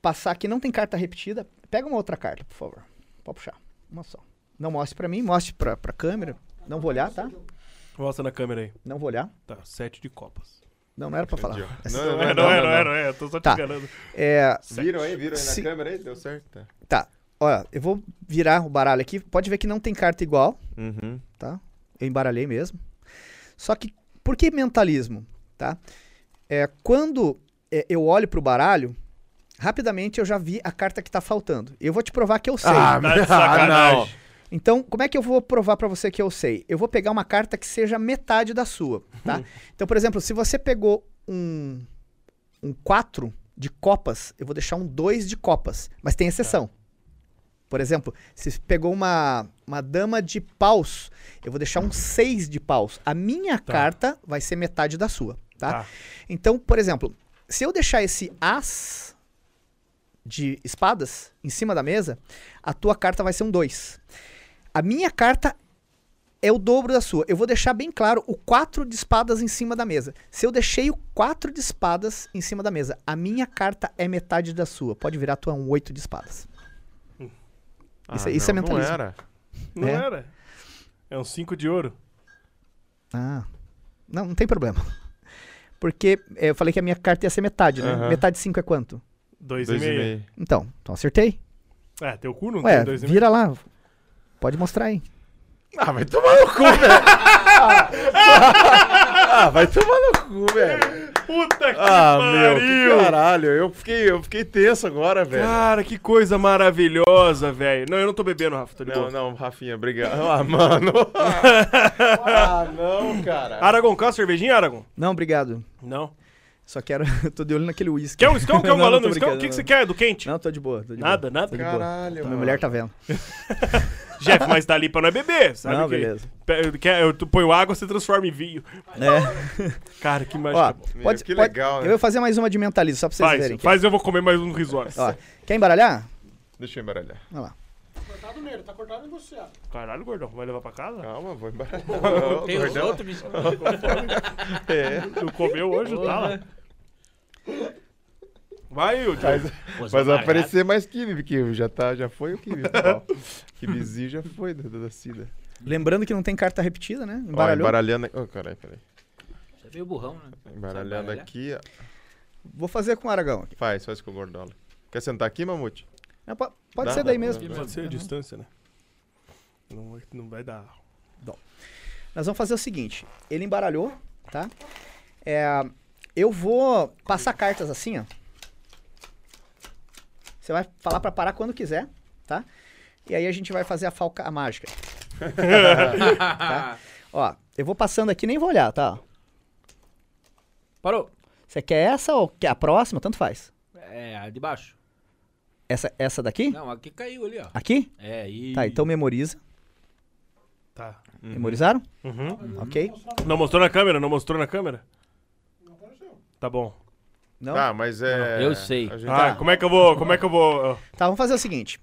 [SPEAKER 4] passar aqui, não tem carta repetida, Pega uma outra carta, por favor. Pode puxar. Uma só. Não mostre pra mim, mostre pra, pra câmera. Não vou olhar, tá?
[SPEAKER 2] Mostra na câmera aí.
[SPEAKER 4] Não vou olhar.
[SPEAKER 2] Tá, sete de copas.
[SPEAKER 4] Não, não era pra falar.
[SPEAKER 6] Entendi, ó.
[SPEAKER 4] Essa-
[SPEAKER 6] Não, não,
[SPEAKER 2] É,
[SPEAKER 6] não,
[SPEAKER 2] não, é,
[SPEAKER 6] não,
[SPEAKER 2] não, é,
[SPEAKER 6] não.
[SPEAKER 2] não é. Eu tô só te
[SPEAKER 4] Tá.
[SPEAKER 2] enganando.
[SPEAKER 4] É,
[SPEAKER 6] Viram aí, viram aí na
[SPEAKER 4] Se-
[SPEAKER 6] câmera aí? Deu certo? Tá.
[SPEAKER 4] tá. Olha, eu vou virar o baralho aqui. Pode ver que não tem carta igual. tá?
[SPEAKER 6] Uhum.
[SPEAKER 4] Eu embaralhei mesmo. Só que, por que mentalismo? Tá? É, quando é, eu olho pro baralho, rapidamente eu já vi a carta que tá faltando. Eu vou te provar que eu sei.
[SPEAKER 6] Ah,
[SPEAKER 2] Tá
[SPEAKER 4] *laughs*
[SPEAKER 2] de sacanagem.
[SPEAKER 4] Então, como é que eu vou provar pra você que eu sei? Eu vou pegar uma carta que seja metade da sua, tá? então, por exemplo, se você pegou um um 4 de copas, eu vou deixar um 2 de copas, mas tem exceção. Por exemplo, se você pegou uma uma dama de paus, eu vou deixar um 6 de paus. A minha carta vai ser metade da sua, tá?
[SPEAKER 2] Tá.
[SPEAKER 4] Então, por exemplo, se eu deixar esse as de espadas em cima da mesa, a tua carta vai ser um 2. A minha carta é o dobro da sua. Eu vou deixar bem claro o 4 de espadas em cima da mesa. Se eu deixei o 4 de espadas em cima da mesa, a minha carta é metade da sua. Pode virar a tua um 8 de espadas. Isso é- isso é mentalismo.
[SPEAKER 6] Não era.
[SPEAKER 2] Não
[SPEAKER 4] É.
[SPEAKER 2] era. É um cinco de ouro.
[SPEAKER 4] Ah. Não, não tem problema. *laughs* Porque é, eu falei que a minha carta ia ser metade, né?
[SPEAKER 6] Aham.
[SPEAKER 4] Metade de 5 é quanto?
[SPEAKER 2] Dois,
[SPEAKER 6] Dois
[SPEAKER 2] e meio.
[SPEAKER 4] Então, então acertei.
[SPEAKER 2] É, teu cu não
[SPEAKER 4] Ué,
[SPEAKER 2] tem dois e meio.
[SPEAKER 4] vira lá. Pode mostrar aí.
[SPEAKER 6] Ah, vai tomar no cu, velho. ah, vai tomar no cu, velho.
[SPEAKER 2] Puta que
[SPEAKER 6] Ah, meu, que
[SPEAKER 2] pariu!
[SPEAKER 6] caralho. Eu fiquei, eu fiquei tenso agora, velho.
[SPEAKER 2] Cara, que coisa maravilhosa, velho. Não, eu não tô bebendo, Rafa, tô de
[SPEAKER 6] Não,
[SPEAKER 2] boa.
[SPEAKER 6] não, Rafinha, obrigado. Ah, mano. ah, não, cara.
[SPEAKER 2] Aragon, quer uma cervejinha, Aragon?
[SPEAKER 4] Não, obrigado.
[SPEAKER 2] Não.
[SPEAKER 4] Só quero. *laughs* eu tô de olho naquele uísque.
[SPEAKER 2] Quer um escão? Quer um
[SPEAKER 4] *laughs* Não,
[SPEAKER 2] galão
[SPEAKER 4] tô
[SPEAKER 2] do escão? O que,
[SPEAKER 4] brincando,
[SPEAKER 2] que
[SPEAKER 4] não.
[SPEAKER 2] você quer? Do quente?
[SPEAKER 4] Não, tô de boa. Tô de
[SPEAKER 2] Nada, né?
[SPEAKER 4] boa.
[SPEAKER 2] nada?
[SPEAKER 4] Tô de boa.
[SPEAKER 6] Caralho,
[SPEAKER 4] Minha mulher tá vendo.
[SPEAKER 2] Jeff, mas tá ali pra nós beber, sabe?
[SPEAKER 4] Não,
[SPEAKER 2] que-
[SPEAKER 4] beleza.
[SPEAKER 2] Pe- Quer, eu tu ponho água, você transforma em vinho.
[SPEAKER 4] É.
[SPEAKER 2] Cara, que
[SPEAKER 4] Ó,
[SPEAKER 2] mágica. boa.
[SPEAKER 6] Meu,
[SPEAKER 4] pode,
[SPEAKER 6] que
[SPEAKER 4] pode-
[SPEAKER 6] legal, né?
[SPEAKER 4] Eu vou fazer mais uma de mentalismo, só pra vocês
[SPEAKER 2] faz,
[SPEAKER 4] verem. aqui.
[SPEAKER 2] faz eu vou comer mais um risório.
[SPEAKER 4] Ó, quer embaralhar?
[SPEAKER 6] Deixa eu embaralhar.
[SPEAKER 4] Olha lá.
[SPEAKER 8] Cortado nele, tá cortado em você.
[SPEAKER 2] Caralho, gordão, vai levar pra casa?
[SPEAKER 6] Calma, vou embaralhar. Ô,
[SPEAKER 3] Tem os
[SPEAKER 6] gordão.
[SPEAKER 3] outros bichos.
[SPEAKER 6] É.
[SPEAKER 2] Tu comeu hoje, tá lá. Vai, o
[SPEAKER 3] Os
[SPEAKER 6] Mas, mas vai
[SPEAKER 3] amargados.
[SPEAKER 6] aparecer mais kibe, porque já, tá, já foi o kibe. do *laughs* pau. Kibizinho já foi da, da Cida.
[SPEAKER 4] Lembrando que não tem carta repetida, né?
[SPEAKER 6] Ó,
[SPEAKER 4] Embaralhou.
[SPEAKER 6] embaralhando. Ô, carai, peraí.
[SPEAKER 3] Já veio burrão, né?
[SPEAKER 6] Embaralhando
[SPEAKER 3] embaralhar?
[SPEAKER 6] aqui, ó.
[SPEAKER 4] Vou fazer com o Aragão aqui.
[SPEAKER 6] Faz, faz com o gordola. Quer sentar aqui, mamute?
[SPEAKER 4] Não, po- pode
[SPEAKER 6] Dá,
[SPEAKER 4] ser
[SPEAKER 6] dá,
[SPEAKER 4] daí
[SPEAKER 6] dá,
[SPEAKER 4] mesmo.
[SPEAKER 6] dá.
[SPEAKER 2] Pode ser a distância, né? Não, vai- não vai dar.
[SPEAKER 4] Nós vamos fazer o seguinte: ele embaralhou, tá? É, eu vou passar cartas assim, ó. Você vai falar pra parar quando quiser, tá? E aí a gente vai fazer a falca a *laughs* mágica. Tá? Ó, eu vou passando aqui, nem vou olhar, tá?
[SPEAKER 3] Parou.
[SPEAKER 4] Você quer essa ou quer a próxima? Tanto faz.
[SPEAKER 3] É, a de baixo.
[SPEAKER 4] Essa, essa daqui?
[SPEAKER 3] Não, aqui caiu ali, ó.
[SPEAKER 4] Aqui?
[SPEAKER 3] É, e...
[SPEAKER 4] Tá, então memoriza.
[SPEAKER 2] Tá.
[SPEAKER 4] Memorizaram?
[SPEAKER 2] Uhum.
[SPEAKER 4] Ok.
[SPEAKER 2] Não mostrou na câmera? Não mostrou na câmera? Tá bom.
[SPEAKER 4] Não?
[SPEAKER 6] Tá, mas é.
[SPEAKER 3] Eu sei.
[SPEAKER 6] a gente-
[SPEAKER 2] Ah, como é que eu vou. Como é que eu vou.
[SPEAKER 4] Tá, vamos fazer o seguinte.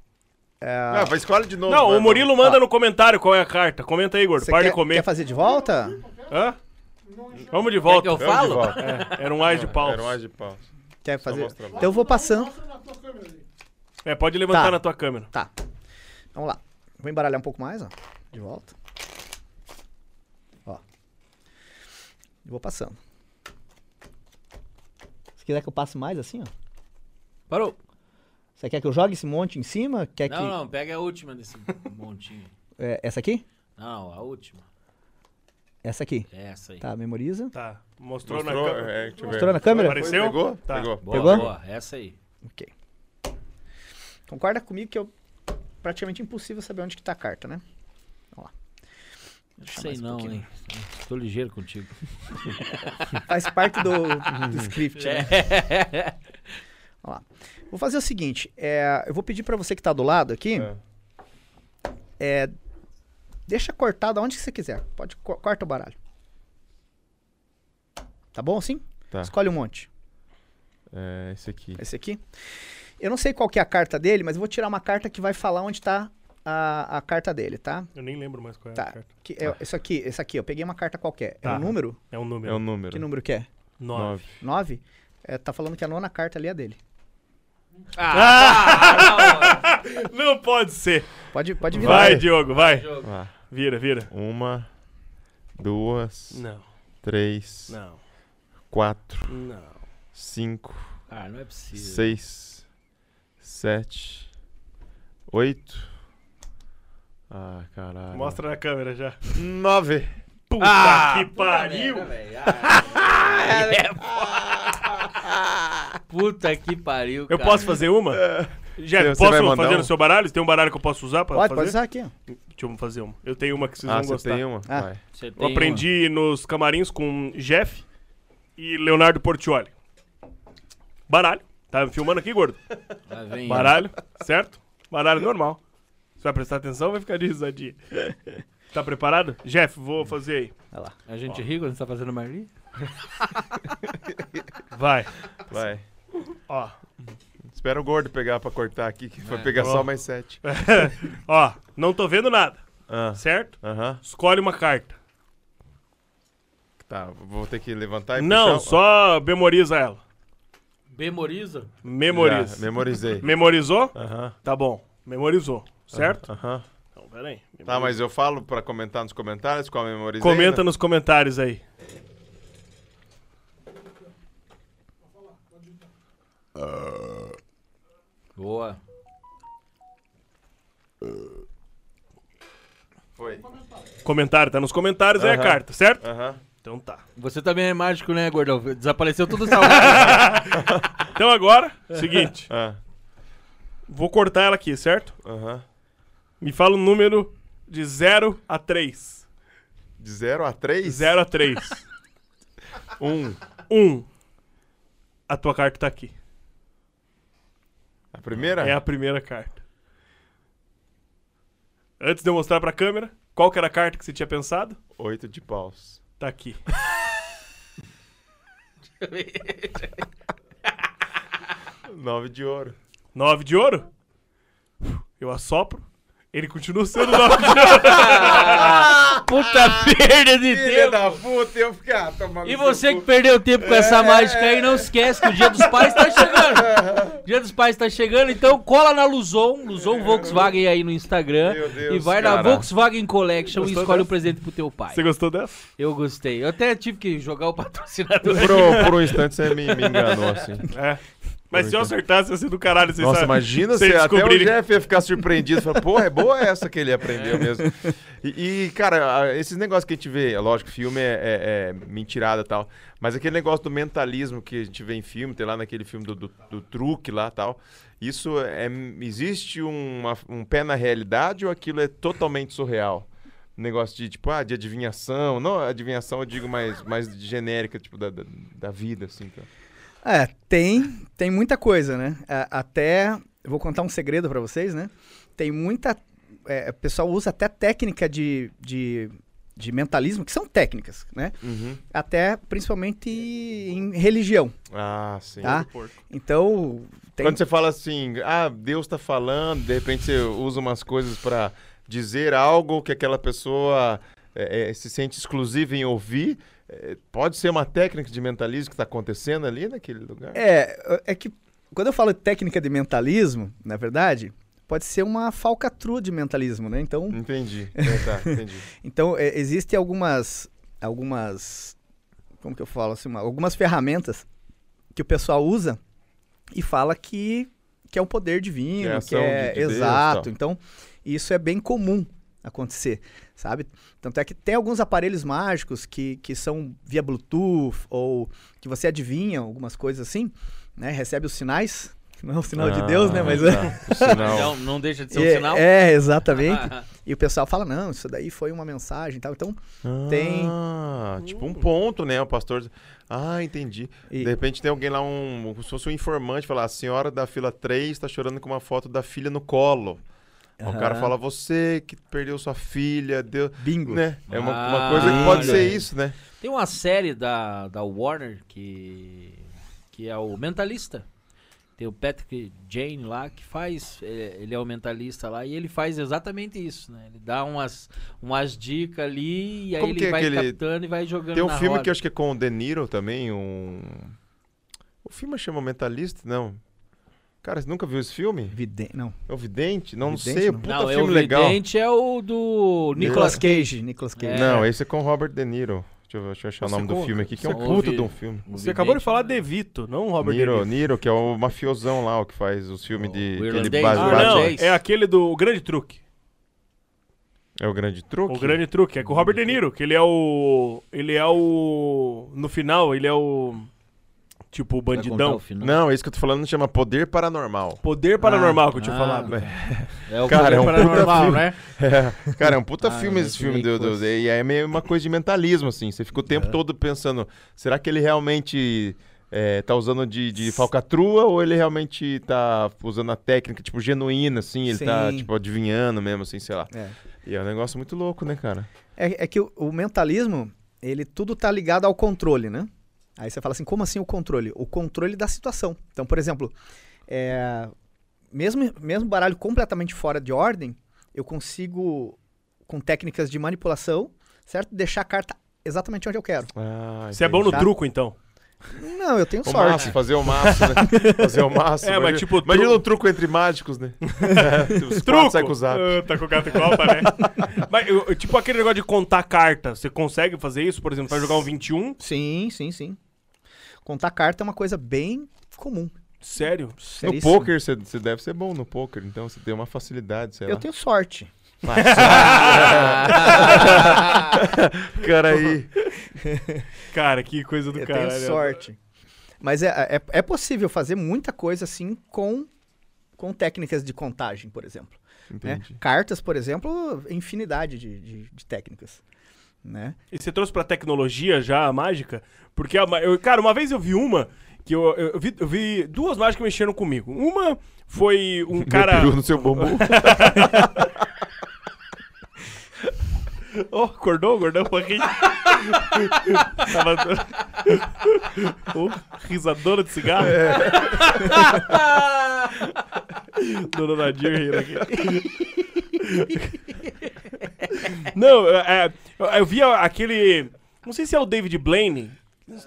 [SPEAKER 4] É,
[SPEAKER 6] Ah, vai, escolhe de novo.
[SPEAKER 2] Não,
[SPEAKER 6] vai,
[SPEAKER 2] o Murilo manda no comentário qual é a carta. Comenta aí, gordo.
[SPEAKER 4] Você
[SPEAKER 2] Para
[SPEAKER 4] quer,
[SPEAKER 2] de comer.
[SPEAKER 4] quer fazer de volta?
[SPEAKER 2] Hã? Vamos de
[SPEAKER 3] Quer que
[SPEAKER 2] volta.
[SPEAKER 3] eu
[SPEAKER 6] vamos. Vamos de
[SPEAKER 3] falo?
[SPEAKER 6] volta.
[SPEAKER 2] Era um as de pau.
[SPEAKER 6] Era um as de pau.
[SPEAKER 4] Quer fazer?
[SPEAKER 6] mostra lá.
[SPEAKER 4] Então eu vou passando.
[SPEAKER 2] É, pode levantar
[SPEAKER 4] Tá.
[SPEAKER 2] na tua câmera.
[SPEAKER 4] Tá. Vamos lá. Vou embaralhar um pouco mais, ó. De volta. Ó. E vou passando. Se quiser que eu passe mais assim, ó.
[SPEAKER 3] Parou.
[SPEAKER 4] Você quer que eu jogue esse monte em cima? Quer É que.
[SPEAKER 3] Não, não, pega a última desse montinho.
[SPEAKER 4] É, essa aqui?
[SPEAKER 3] Não, a última.
[SPEAKER 4] Essa aqui.
[SPEAKER 3] É essa aí.
[SPEAKER 4] Tá, memoriza.
[SPEAKER 2] Tá. Mostrou, na
[SPEAKER 6] Mostrou,
[SPEAKER 2] câmera.
[SPEAKER 6] é, deixa eu ver.
[SPEAKER 4] Mostrou na câmera?
[SPEAKER 2] Apareceu?
[SPEAKER 6] Pegou?
[SPEAKER 2] Tá.
[SPEAKER 6] Pegou.
[SPEAKER 3] Boa,
[SPEAKER 4] Pegou?
[SPEAKER 3] boa. Essa aí.
[SPEAKER 4] Ok. Concorda comigo que é praticamente impossível saber onde que tá a carta, né?
[SPEAKER 3] Não
[SPEAKER 4] Deixa
[SPEAKER 3] sei
[SPEAKER 4] mais um
[SPEAKER 3] não,
[SPEAKER 4] pouquinho.
[SPEAKER 3] hein. Tô ligeiro contigo.
[SPEAKER 4] Faz parte do, do script, né?
[SPEAKER 3] É.
[SPEAKER 4] Vamos lá. Vou fazer o seguinte. é, eu vou pedir pra você que tá do lado aqui.
[SPEAKER 6] É.
[SPEAKER 4] É, deixa cortar da onde que você quiser. Pode co- corta o baralho. Tá bom assim?
[SPEAKER 6] Tá.
[SPEAKER 4] Escolhe um monte.
[SPEAKER 6] É, esse aqui.
[SPEAKER 4] Esse aqui. Eu não sei qual que é a carta dele, mas eu vou tirar uma carta que vai falar onde tá a, a carta dele, tá?
[SPEAKER 2] Eu nem lembro mais qual é a
[SPEAKER 4] Tá.
[SPEAKER 2] carta.
[SPEAKER 4] Que é, Isso aqui, esse aqui, eu peguei uma carta qualquer. É
[SPEAKER 2] Tá.
[SPEAKER 4] um número?
[SPEAKER 2] É um
[SPEAKER 6] É
[SPEAKER 2] número.
[SPEAKER 6] o número.
[SPEAKER 4] Que número que é?
[SPEAKER 2] Nove.
[SPEAKER 4] Nove? É, tá falando que a nona carta ali é dele.
[SPEAKER 3] Ah,
[SPEAKER 2] *laughs* Não pode ser.
[SPEAKER 4] Pode, pode virar.
[SPEAKER 2] Vai, Diogo, vai.
[SPEAKER 6] Vai.
[SPEAKER 2] Vira, vira.
[SPEAKER 6] Uma, duas,
[SPEAKER 2] Não,
[SPEAKER 6] três,
[SPEAKER 2] não,
[SPEAKER 6] quatro,
[SPEAKER 2] não.
[SPEAKER 6] cinco,
[SPEAKER 3] *laughs* Ah, não é possível.
[SPEAKER 6] seis, sete, oito. Ah, caralho.
[SPEAKER 2] Mostra na câmera já.
[SPEAKER 6] Ah! Nove.
[SPEAKER 2] Puta que pariu!
[SPEAKER 3] Puta merda, velho. Ah, é foda. Puta que pariu,
[SPEAKER 2] eu
[SPEAKER 3] cara.
[SPEAKER 2] posso fazer uma?
[SPEAKER 6] Você-
[SPEAKER 2] Já,
[SPEAKER 6] É. você vai
[SPEAKER 2] posso
[SPEAKER 6] mandar
[SPEAKER 2] fazer
[SPEAKER 6] um?
[SPEAKER 2] no seu baralho? Tem um baralho que eu posso usar pra
[SPEAKER 4] Pode,
[SPEAKER 2] fazer?
[SPEAKER 4] pode usar aqui. ó.
[SPEAKER 2] Deixa eu fazer uma. Eu tenho uma que vocês
[SPEAKER 6] Ah,
[SPEAKER 2] vão
[SPEAKER 6] você
[SPEAKER 2] gostar.
[SPEAKER 6] tem uma?
[SPEAKER 4] Ah.
[SPEAKER 6] Vai.
[SPEAKER 3] Você tem
[SPEAKER 2] Eu aprendi nos camarins com Jeff e Leonardo Portioli. Baralho. Tá me filmando aqui, gordo?
[SPEAKER 3] uma. um- Lá vem.
[SPEAKER 2] Baralho, certo? Baralho normal. Você vai prestar atenção ou vai ficar de risadinha? Tá preparado? Jeff, vou fazer
[SPEAKER 3] A gente ri quando tá fazendo Maria?
[SPEAKER 2] aí. Vai.
[SPEAKER 6] Vai.
[SPEAKER 2] Ó.
[SPEAKER 6] Espera o gordo pegar pra cortar aqui, que
[SPEAKER 2] É.
[SPEAKER 6] vai pegar só mais sete.
[SPEAKER 2] Ó, não tô vendo nada,
[SPEAKER 6] Ah,
[SPEAKER 2] certo?
[SPEAKER 6] Aham.
[SPEAKER 2] Escolhe uma carta.
[SPEAKER 6] Tá, vou ter que levantar e
[SPEAKER 2] Não,
[SPEAKER 6] puxar.
[SPEAKER 2] só memoriza ela.
[SPEAKER 3] Memoriza?
[SPEAKER 2] Memoriza.
[SPEAKER 6] Já, memorizei.
[SPEAKER 2] Memorizou?
[SPEAKER 6] Ah, Aham.
[SPEAKER 2] Tá bom. Memorizou, certo?
[SPEAKER 6] Aham.
[SPEAKER 2] Então, peraí.
[SPEAKER 6] Tá, mas eu falo pra comentar nos comentários qual eu memorizei?
[SPEAKER 2] Comenta
[SPEAKER 6] né?
[SPEAKER 2] nos comentários aí.
[SPEAKER 3] Boa.
[SPEAKER 6] Foi.
[SPEAKER 2] Comentário, tá nos comentários aí a
[SPEAKER 6] Aham.
[SPEAKER 2] carta, certo?
[SPEAKER 6] Aham.
[SPEAKER 2] Então tá.
[SPEAKER 3] Você também é mágico, né, gordão? Desapareceu tudo salgado.
[SPEAKER 2] Então
[SPEAKER 6] *laughs*
[SPEAKER 2] agora, seguinte.
[SPEAKER 6] Ah,
[SPEAKER 2] Vou cortar ela aqui, certo?
[SPEAKER 6] Aham.
[SPEAKER 2] Me fala um número de 0 a 3.
[SPEAKER 6] De 0 a 3?
[SPEAKER 2] 0 a
[SPEAKER 6] *laughs*
[SPEAKER 2] 3.
[SPEAKER 6] 1.
[SPEAKER 2] 1. A tua carta tá aqui.
[SPEAKER 6] A primeira?
[SPEAKER 2] É a primeira carta. Antes de eu mostrar pra câmera, qual que era a carta que você tinha pensado?
[SPEAKER 6] 8 de paus.
[SPEAKER 2] Tá aqui.
[SPEAKER 6] nove de ouro.
[SPEAKER 2] 9 de ouro? Eu assopro. Ele continua sendo 9 de
[SPEAKER 6] *laughs*
[SPEAKER 2] ouro.
[SPEAKER 3] Puta perda de
[SPEAKER 6] Filha
[SPEAKER 3] tempo.
[SPEAKER 6] da puta, eu fiquei. Ah, toma
[SPEAKER 3] E
[SPEAKER 6] no
[SPEAKER 3] você
[SPEAKER 6] seu
[SPEAKER 3] que
[SPEAKER 6] cu.
[SPEAKER 3] perdeu tempo com essa mágica aí, não esquece que o Dia dos Pais tá chegando. Dia dos Pais tá chegando, então cola na Luzon, Luzon Volkswagen aí no Instagram.
[SPEAKER 6] Meu Deus,
[SPEAKER 3] e vai na
[SPEAKER 6] cara.
[SPEAKER 3] Volkswagen Collection
[SPEAKER 2] Gostou
[SPEAKER 3] e escolhe o
[SPEAKER 2] dessa?
[SPEAKER 3] presente pro teu pai.
[SPEAKER 2] Você gostou dessa?
[SPEAKER 3] Eu gostei. Eu até tive que jogar o *laughs*
[SPEAKER 2] *laughs*
[SPEAKER 3] patrocinador.
[SPEAKER 6] Por, por um instante você me, me enganou assim.
[SPEAKER 2] É. Mas se eu acertasse, ia ser do caralho. Vocês
[SPEAKER 6] Nossa,
[SPEAKER 2] sabem.
[SPEAKER 6] imagina
[SPEAKER 2] Vocês
[SPEAKER 6] se até é o
[SPEAKER 2] descobrirem.
[SPEAKER 6] Jeff ia ficar surpreendido. Falar, porra, é boa essa que ele aprendeu mesmo.
[SPEAKER 2] *laughs*
[SPEAKER 6] E, e, cara, a- esses negócios que a gente vê, é lógico, filme é, é- é mentirada e tal. Mas aquele negócio do mentalismo que a gente vê em filme, tem lá naquele filme do, do- do truque lá e tal. Isso é. Existe uma- um pé na realidade ou aquilo é totalmente surreal? Um negócio de, tipo, ah, de adivinhação. Não, adivinhação eu digo mais, mais genérica, tipo, da, da, da vida, assim. Tá?
[SPEAKER 4] É, tem, tem muita coisa, né? A- Até, eu vou contar um segredo pra vocês, né? Tem muita, é, o pessoal usa até técnica de, de, de mentalismo, que são técnicas, né?
[SPEAKER 6] Uhum.
[SPEAKER 4] Até, principalmente, em religião,
[SPEAKER 6] Ah, sim.
[SPEAKER 4] tá? Então, tem...
[SPEAKER 6] Quando você fala assim, ah, Deus tá falando, de repente você usa umas coisas pra dizer algo que aquela pessoa é, é, se sente exclusiva em ouvir, é, pode ser uma técnica de mentalismo que tá acontecendo ali naquele lugar?
[SPEAKER 4] É, é que quando eu falo técnica de mentalismo, na verdade, pode ser uma falcatrua de mentalismo, né? Então, *laughs*
[SPEAKER 6] Entendi. É, tá, entendi.
[SPEAKER 4] Então, é, existem algumas. algumas. Como que eu falo assim? uma- algumas ferramentas que o pessoal usa e fala que, que é um poder divino,
[SPEAKER 6] Que é
[SPEAKER 4] que é,
[SPEAKER 6] ação de- de Deus,
[SPEAKER 4] exato.
[SPEAKER 6] tal.
[SPEAKER 4] então, isso é bem comum acontecer, sabe? Tanto é que tem alguns aparelhos mágicos que, que são via Bluetooth ou que você adivinha algumas coisas assim, né? Recebe os sinais, que não é o sinal de Deus, né?
[SPEAKER 6] Ah,
[SPEAKER 4] Mas *laughs*
[SPEAKER 6] tá. O sinal.
[SPEAKER 3] Não, não deixa de ser um
[SPEAKER 4] é,
[SPEAKER 3] sinal.
[SPEAKER 4] *laughs* é,
[SPEAKER 6] *laughs*
[SPEAKER 4] exatamente. E o pessoal fala, não, isso daí foi uma mensagem e tal. Então, Tem. Uh.
[SPEAKER 6] Ah, tipo um ponto, né? O pastor. Ah, entendi.
[SPEAKER 4] E-
[SPEAKER 6] De repente tem alguém lá, um, como se fosse um informante, falar: a senhora da fila 3 tá chorando com uma foto da filha no colo. Aí O cara
[SPEAKER 4] Aham.
[SPEAKER 6] fala: você que perdeu sua filha, deu.
[SPEAKER 4] ah, bingo.
[SPEAKER 6] Né? É uma,
[SPEAKER 3] Ah,
[SPEAKER 6] uma coisa que pode
[SPEAKER 3] olha
[SPEAKER 6] ser
[SPEAKER 3] aí.
[SPEAKER 6] isso, né?
[SPEAKER 3] Tem uma série da, da Warner que, que é o Mentalista. Tem o Patrick Jane lá que faz, é, ele é o mentalista lá e ele faz exatamente isso, né? Ele dá umas, umas dicas ali e aí
[SPEAKER 6] Como que
[SPEAKER 3] ele
[SPEAKER 6] é
[SPEAKER 3] vai
[SPEAKER 6] aquele-
[SPEAKER 3] captando e vai jogando
[SPEAKER 6] Tem um
[SPEAKER 3] na
[SPEAKER 6] filme
[SPEAKER 3] roda.
[SPEAKER 6] que eu acho que é com o De Niro também, um. O filme chama Mentalista? Não. Cara, você nunca viu esse filme?
[SPEAKER 4] Viden... Não.
[SPEAKER 6] É o Vidente? Não, não
[SPEAKER 4] Vidente,
[SPEAKER 6] sei, um
[SPEAKER 4] não.
[SPEAKER 6] puta
[SPEAKER 3] Não, é o
[SPEAKER 6] filme legal. É.
[SPEAKER 3] Vidente é o do Nicolas
[SPEAKER 4] Nicolas Cage. Nicolas Cage.
[SPEAKER 3] É.
[SPEAKER 6] Não, esse é com Robert De Niro. Deixa eu, ver- deixa eu achar
[SPEAKER 2] Você
[SPEAKER 6] o nome
[SPEAKER 2] com-
[SPEAKER 6] do filme aqui, que é um
[SPEAKER 3] você
[SPEAKER 6] puta
[SPEAKER 3] ouve-
[SPEAKER 6] de um filme.
[SPEAKER 3] O
[SPEAKER 2] Você acabou de
[SPEAKER 3] Vidente,
[SPEAKER 2] falar
[SPEAKER 3] né?
[SPEAKER 2] De Vito, não Robert De
[SPEAKER 6] Niro,
[SPEAKER 2] Niro.
[SPEAKER 6] Niro, que é o mafiosão lá, o que faz os filmes de.
[SPEAKER 3] O
[SPEAKER 6] que ele
[SPEAKER 3] irlandês,
[SPEAKER 6] bate-
[SPEAKER 2] Ah,
[SPEAKER 3] Brad
[SPEAKER 2] não,
[SPEAKER 3] Chase.
[SPEAKER 2] é aquele do O Grande Truque.
[SPEAKER 6] É o grande truque?
[SPEAKER 2] O Grande Truque, é com o Robert De Niro, que ele é o... Ele é o... No final, ele é o... Tipo, o
[SPEAKER 3] Vai contar
[SPEAKER 2] bandidão.
[SPEAKER 3] o né? final.
[SPEAKER 6] Não, isso que eu tô falando chama Poder Paranormal.
[SPEAKER 2] Poder Paranormal que eu tinha
[SPEAKER 3] Ah,
[SPEAKER 2] falado. né?
[SPEAKER 3] É o
[SPEAKER 6] Cara,
[SPEAKER 3] cara
[SPEAKER 6] é um puta
[SPEAKER 3] paranormal,
[SPEAKER 6] filme.
[SPEAKER 3] né?
[SPEAKER 6] É,
[SPEAKER 2] *laughs*
[SPEAKER 6] cara, é um puta
[SPEAKER 3] Ah,
[SPEAKER 6] filme
[SPEAKER 3] mas
[SPEAKER 6] esse filme.
[SPEAKER 3] nem
[SPEAKER 6] Do, do-
[SPEAKER 3] fosse.
[SPEAKER 6] e é meio uma coisa de mentalismo, assim. Você fica o tempo todo pensando, será que ele realmente é, tá usando de, de falcatrua ou ele realmente tá usando a técnica, tipo, genuína, assim? Ele tá,
[SPEAKER 4] Sim.
[SPEAKER 6] tipo, adivinhando mesmo, assim, sei lá.
[SPEAKER 4] É.
[SPEAKER 6] E é um negócio muito louco, né, cara?
[SPEAKER 4] É, é que o, o mentalismo, ele tudo tá ligado ao controle, né? Aí você fala assim, como assim o controle? O controle da situação. Então, por exemplo, é, mesmo, mesmo baralho completamente fora de ordem, eu consigo, com técnicas de manipulação, certo? Deixar a carta exatamente onde eu quero.
[SPEAKER 6] Ah,
[SPEAKER 2] Você é bom no
[SPEAKER 4] Tá.
[SPEAKER 2] truco, então.
[SPEAKER 4] Não, eu tenho
[SPEAKER 6] O
[SPEAKER 4] sorte.
[SPEAKER 6] maço, fazer o
[SPEAKER 2] *laughs*
[SPEAKER 6] maço, né? Fazer o maço.
[SPEAKER 2] É, mas
[SPEAKER 6] imagina-
[SPEAKER 2] tipo,
[SPEAKER 6] Imagina
[SPEAKER 2] tru-
[SPEAKER 6] um truco entre
[SPEAKER 2] *laughs*
[SPEAKER 6] mágicos, né? *laughs* Os
[SPEAKER 2] Truco!
[SPEAKER 6] truco! Sai com o zap.
[SPEAKER 2] Ah, tá com o gato e copa,
[SPEAKER 6] *laughs*
[SPEAKER 2] né? Mas, eu- eu- tipo aquele negócio de contar carta, você consegue fazer isso? Por exemplo, vai jogar um 21?
[SPEAKER 4] Sim, sim, sim. Contar carta é uma coisa bem comum.
[SPEAKER 2] Sério?
[SPEAKER 6] No
[SPEAKER 4] seríssima.
[SPEAKER 6] poker, você- você deve ser bom no poker, então você tem uma facilidade, sei lá.
[SPEAKER 4] Eu tenho sorte.
[SPEAKER 6] Cara aí.
[SPEAKER 2] Cara, que coisa do
[SPEAKER 4] Eu
[SPEAKER 2] caralho.
[SPEAKER 4] tenho sorte. Mas é, é, é possível fazer muita coisa assim com, com técnicas de contagem, por exemplo. né?
[SPEAKER 6] Entendi.
[SPEAKER 4] Cartas, por exemplo, infinidade de, de- de técnicas. Né?
[SPEAKER 2] E você trouxe pra tecnologia já a mágica? Porque, a ma- eu, cara, uma vez eu vi uma que eu, eu- eu vi, eu vi duas mágicas que mexeram comigo. Uma foi um *laughs* cara.
[SPEAKER 6] *laughs* Meu peru no seu bumbum.
[SPEAKER 2] Oh, acordou, gordão, pra
[SPEAKER 4] *laughs*
[SPEAKER 2] rir. Tava... Oh, risadora de cigarro.
[SPEAKER 4] É.
[SPEAKER 2] *laughs* Dona Nadir rindo aqui. Não, é, é, eu vi aquele... Não sei se é o David Blaine.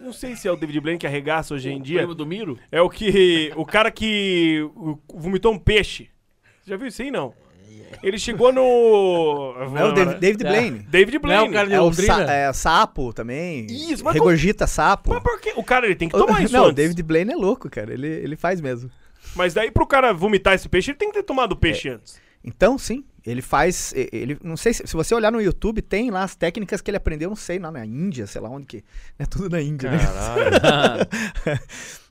[SPEAKER 2] Não sei se é o David Blaine que arregaça hoje em dia.
[SPEAKER 3] Primo do *laughs* Miro?
[SPEAKER 2] É o que... O cara que vomitou um peixe. Já viu isso aí, não?
[SPEAKER 3] É,
[SPEAKER 2] Ele chegou no...
[SPEAKER 4] Não, É o David, David Blaine.
[SPEAKER 2] David
[SPEAKER 3] Não é
[SPEAKER 2] Blaine. né?
[SPEAKER 3] o cara de
[SPEAKER 4] É o
[SPEAKER 3] Londrina?
[SPEAKER 4] sa- é, sapo também.
[SPEAKER 2] Isso, mas
[SPEAKER 4] Regurgita sapo.
[SPEAKER 2] Mas por quê? O cara ele tem que tomar isso
[SPEAKER 4] *laughs* Não, o
[SPEAKER 2] antes.
[SPEAKER 4] David Blaine é louco, cara. Ele, ele faz mesmo.
[SPEAKER 2] Mas daí pro cara vomitar esse peixe, ele tem que ter tomado o peixe antes.
[SPEAKER 4] Então, sim, ele faz. e- Ele, não sei se, se você olhar no YouTube, tem lá as técnicas que ele aprendeu, não sei, lá na Índia, sei lá onde que. É tudo na Índia, né?
[SPEAKER 6] Caralho.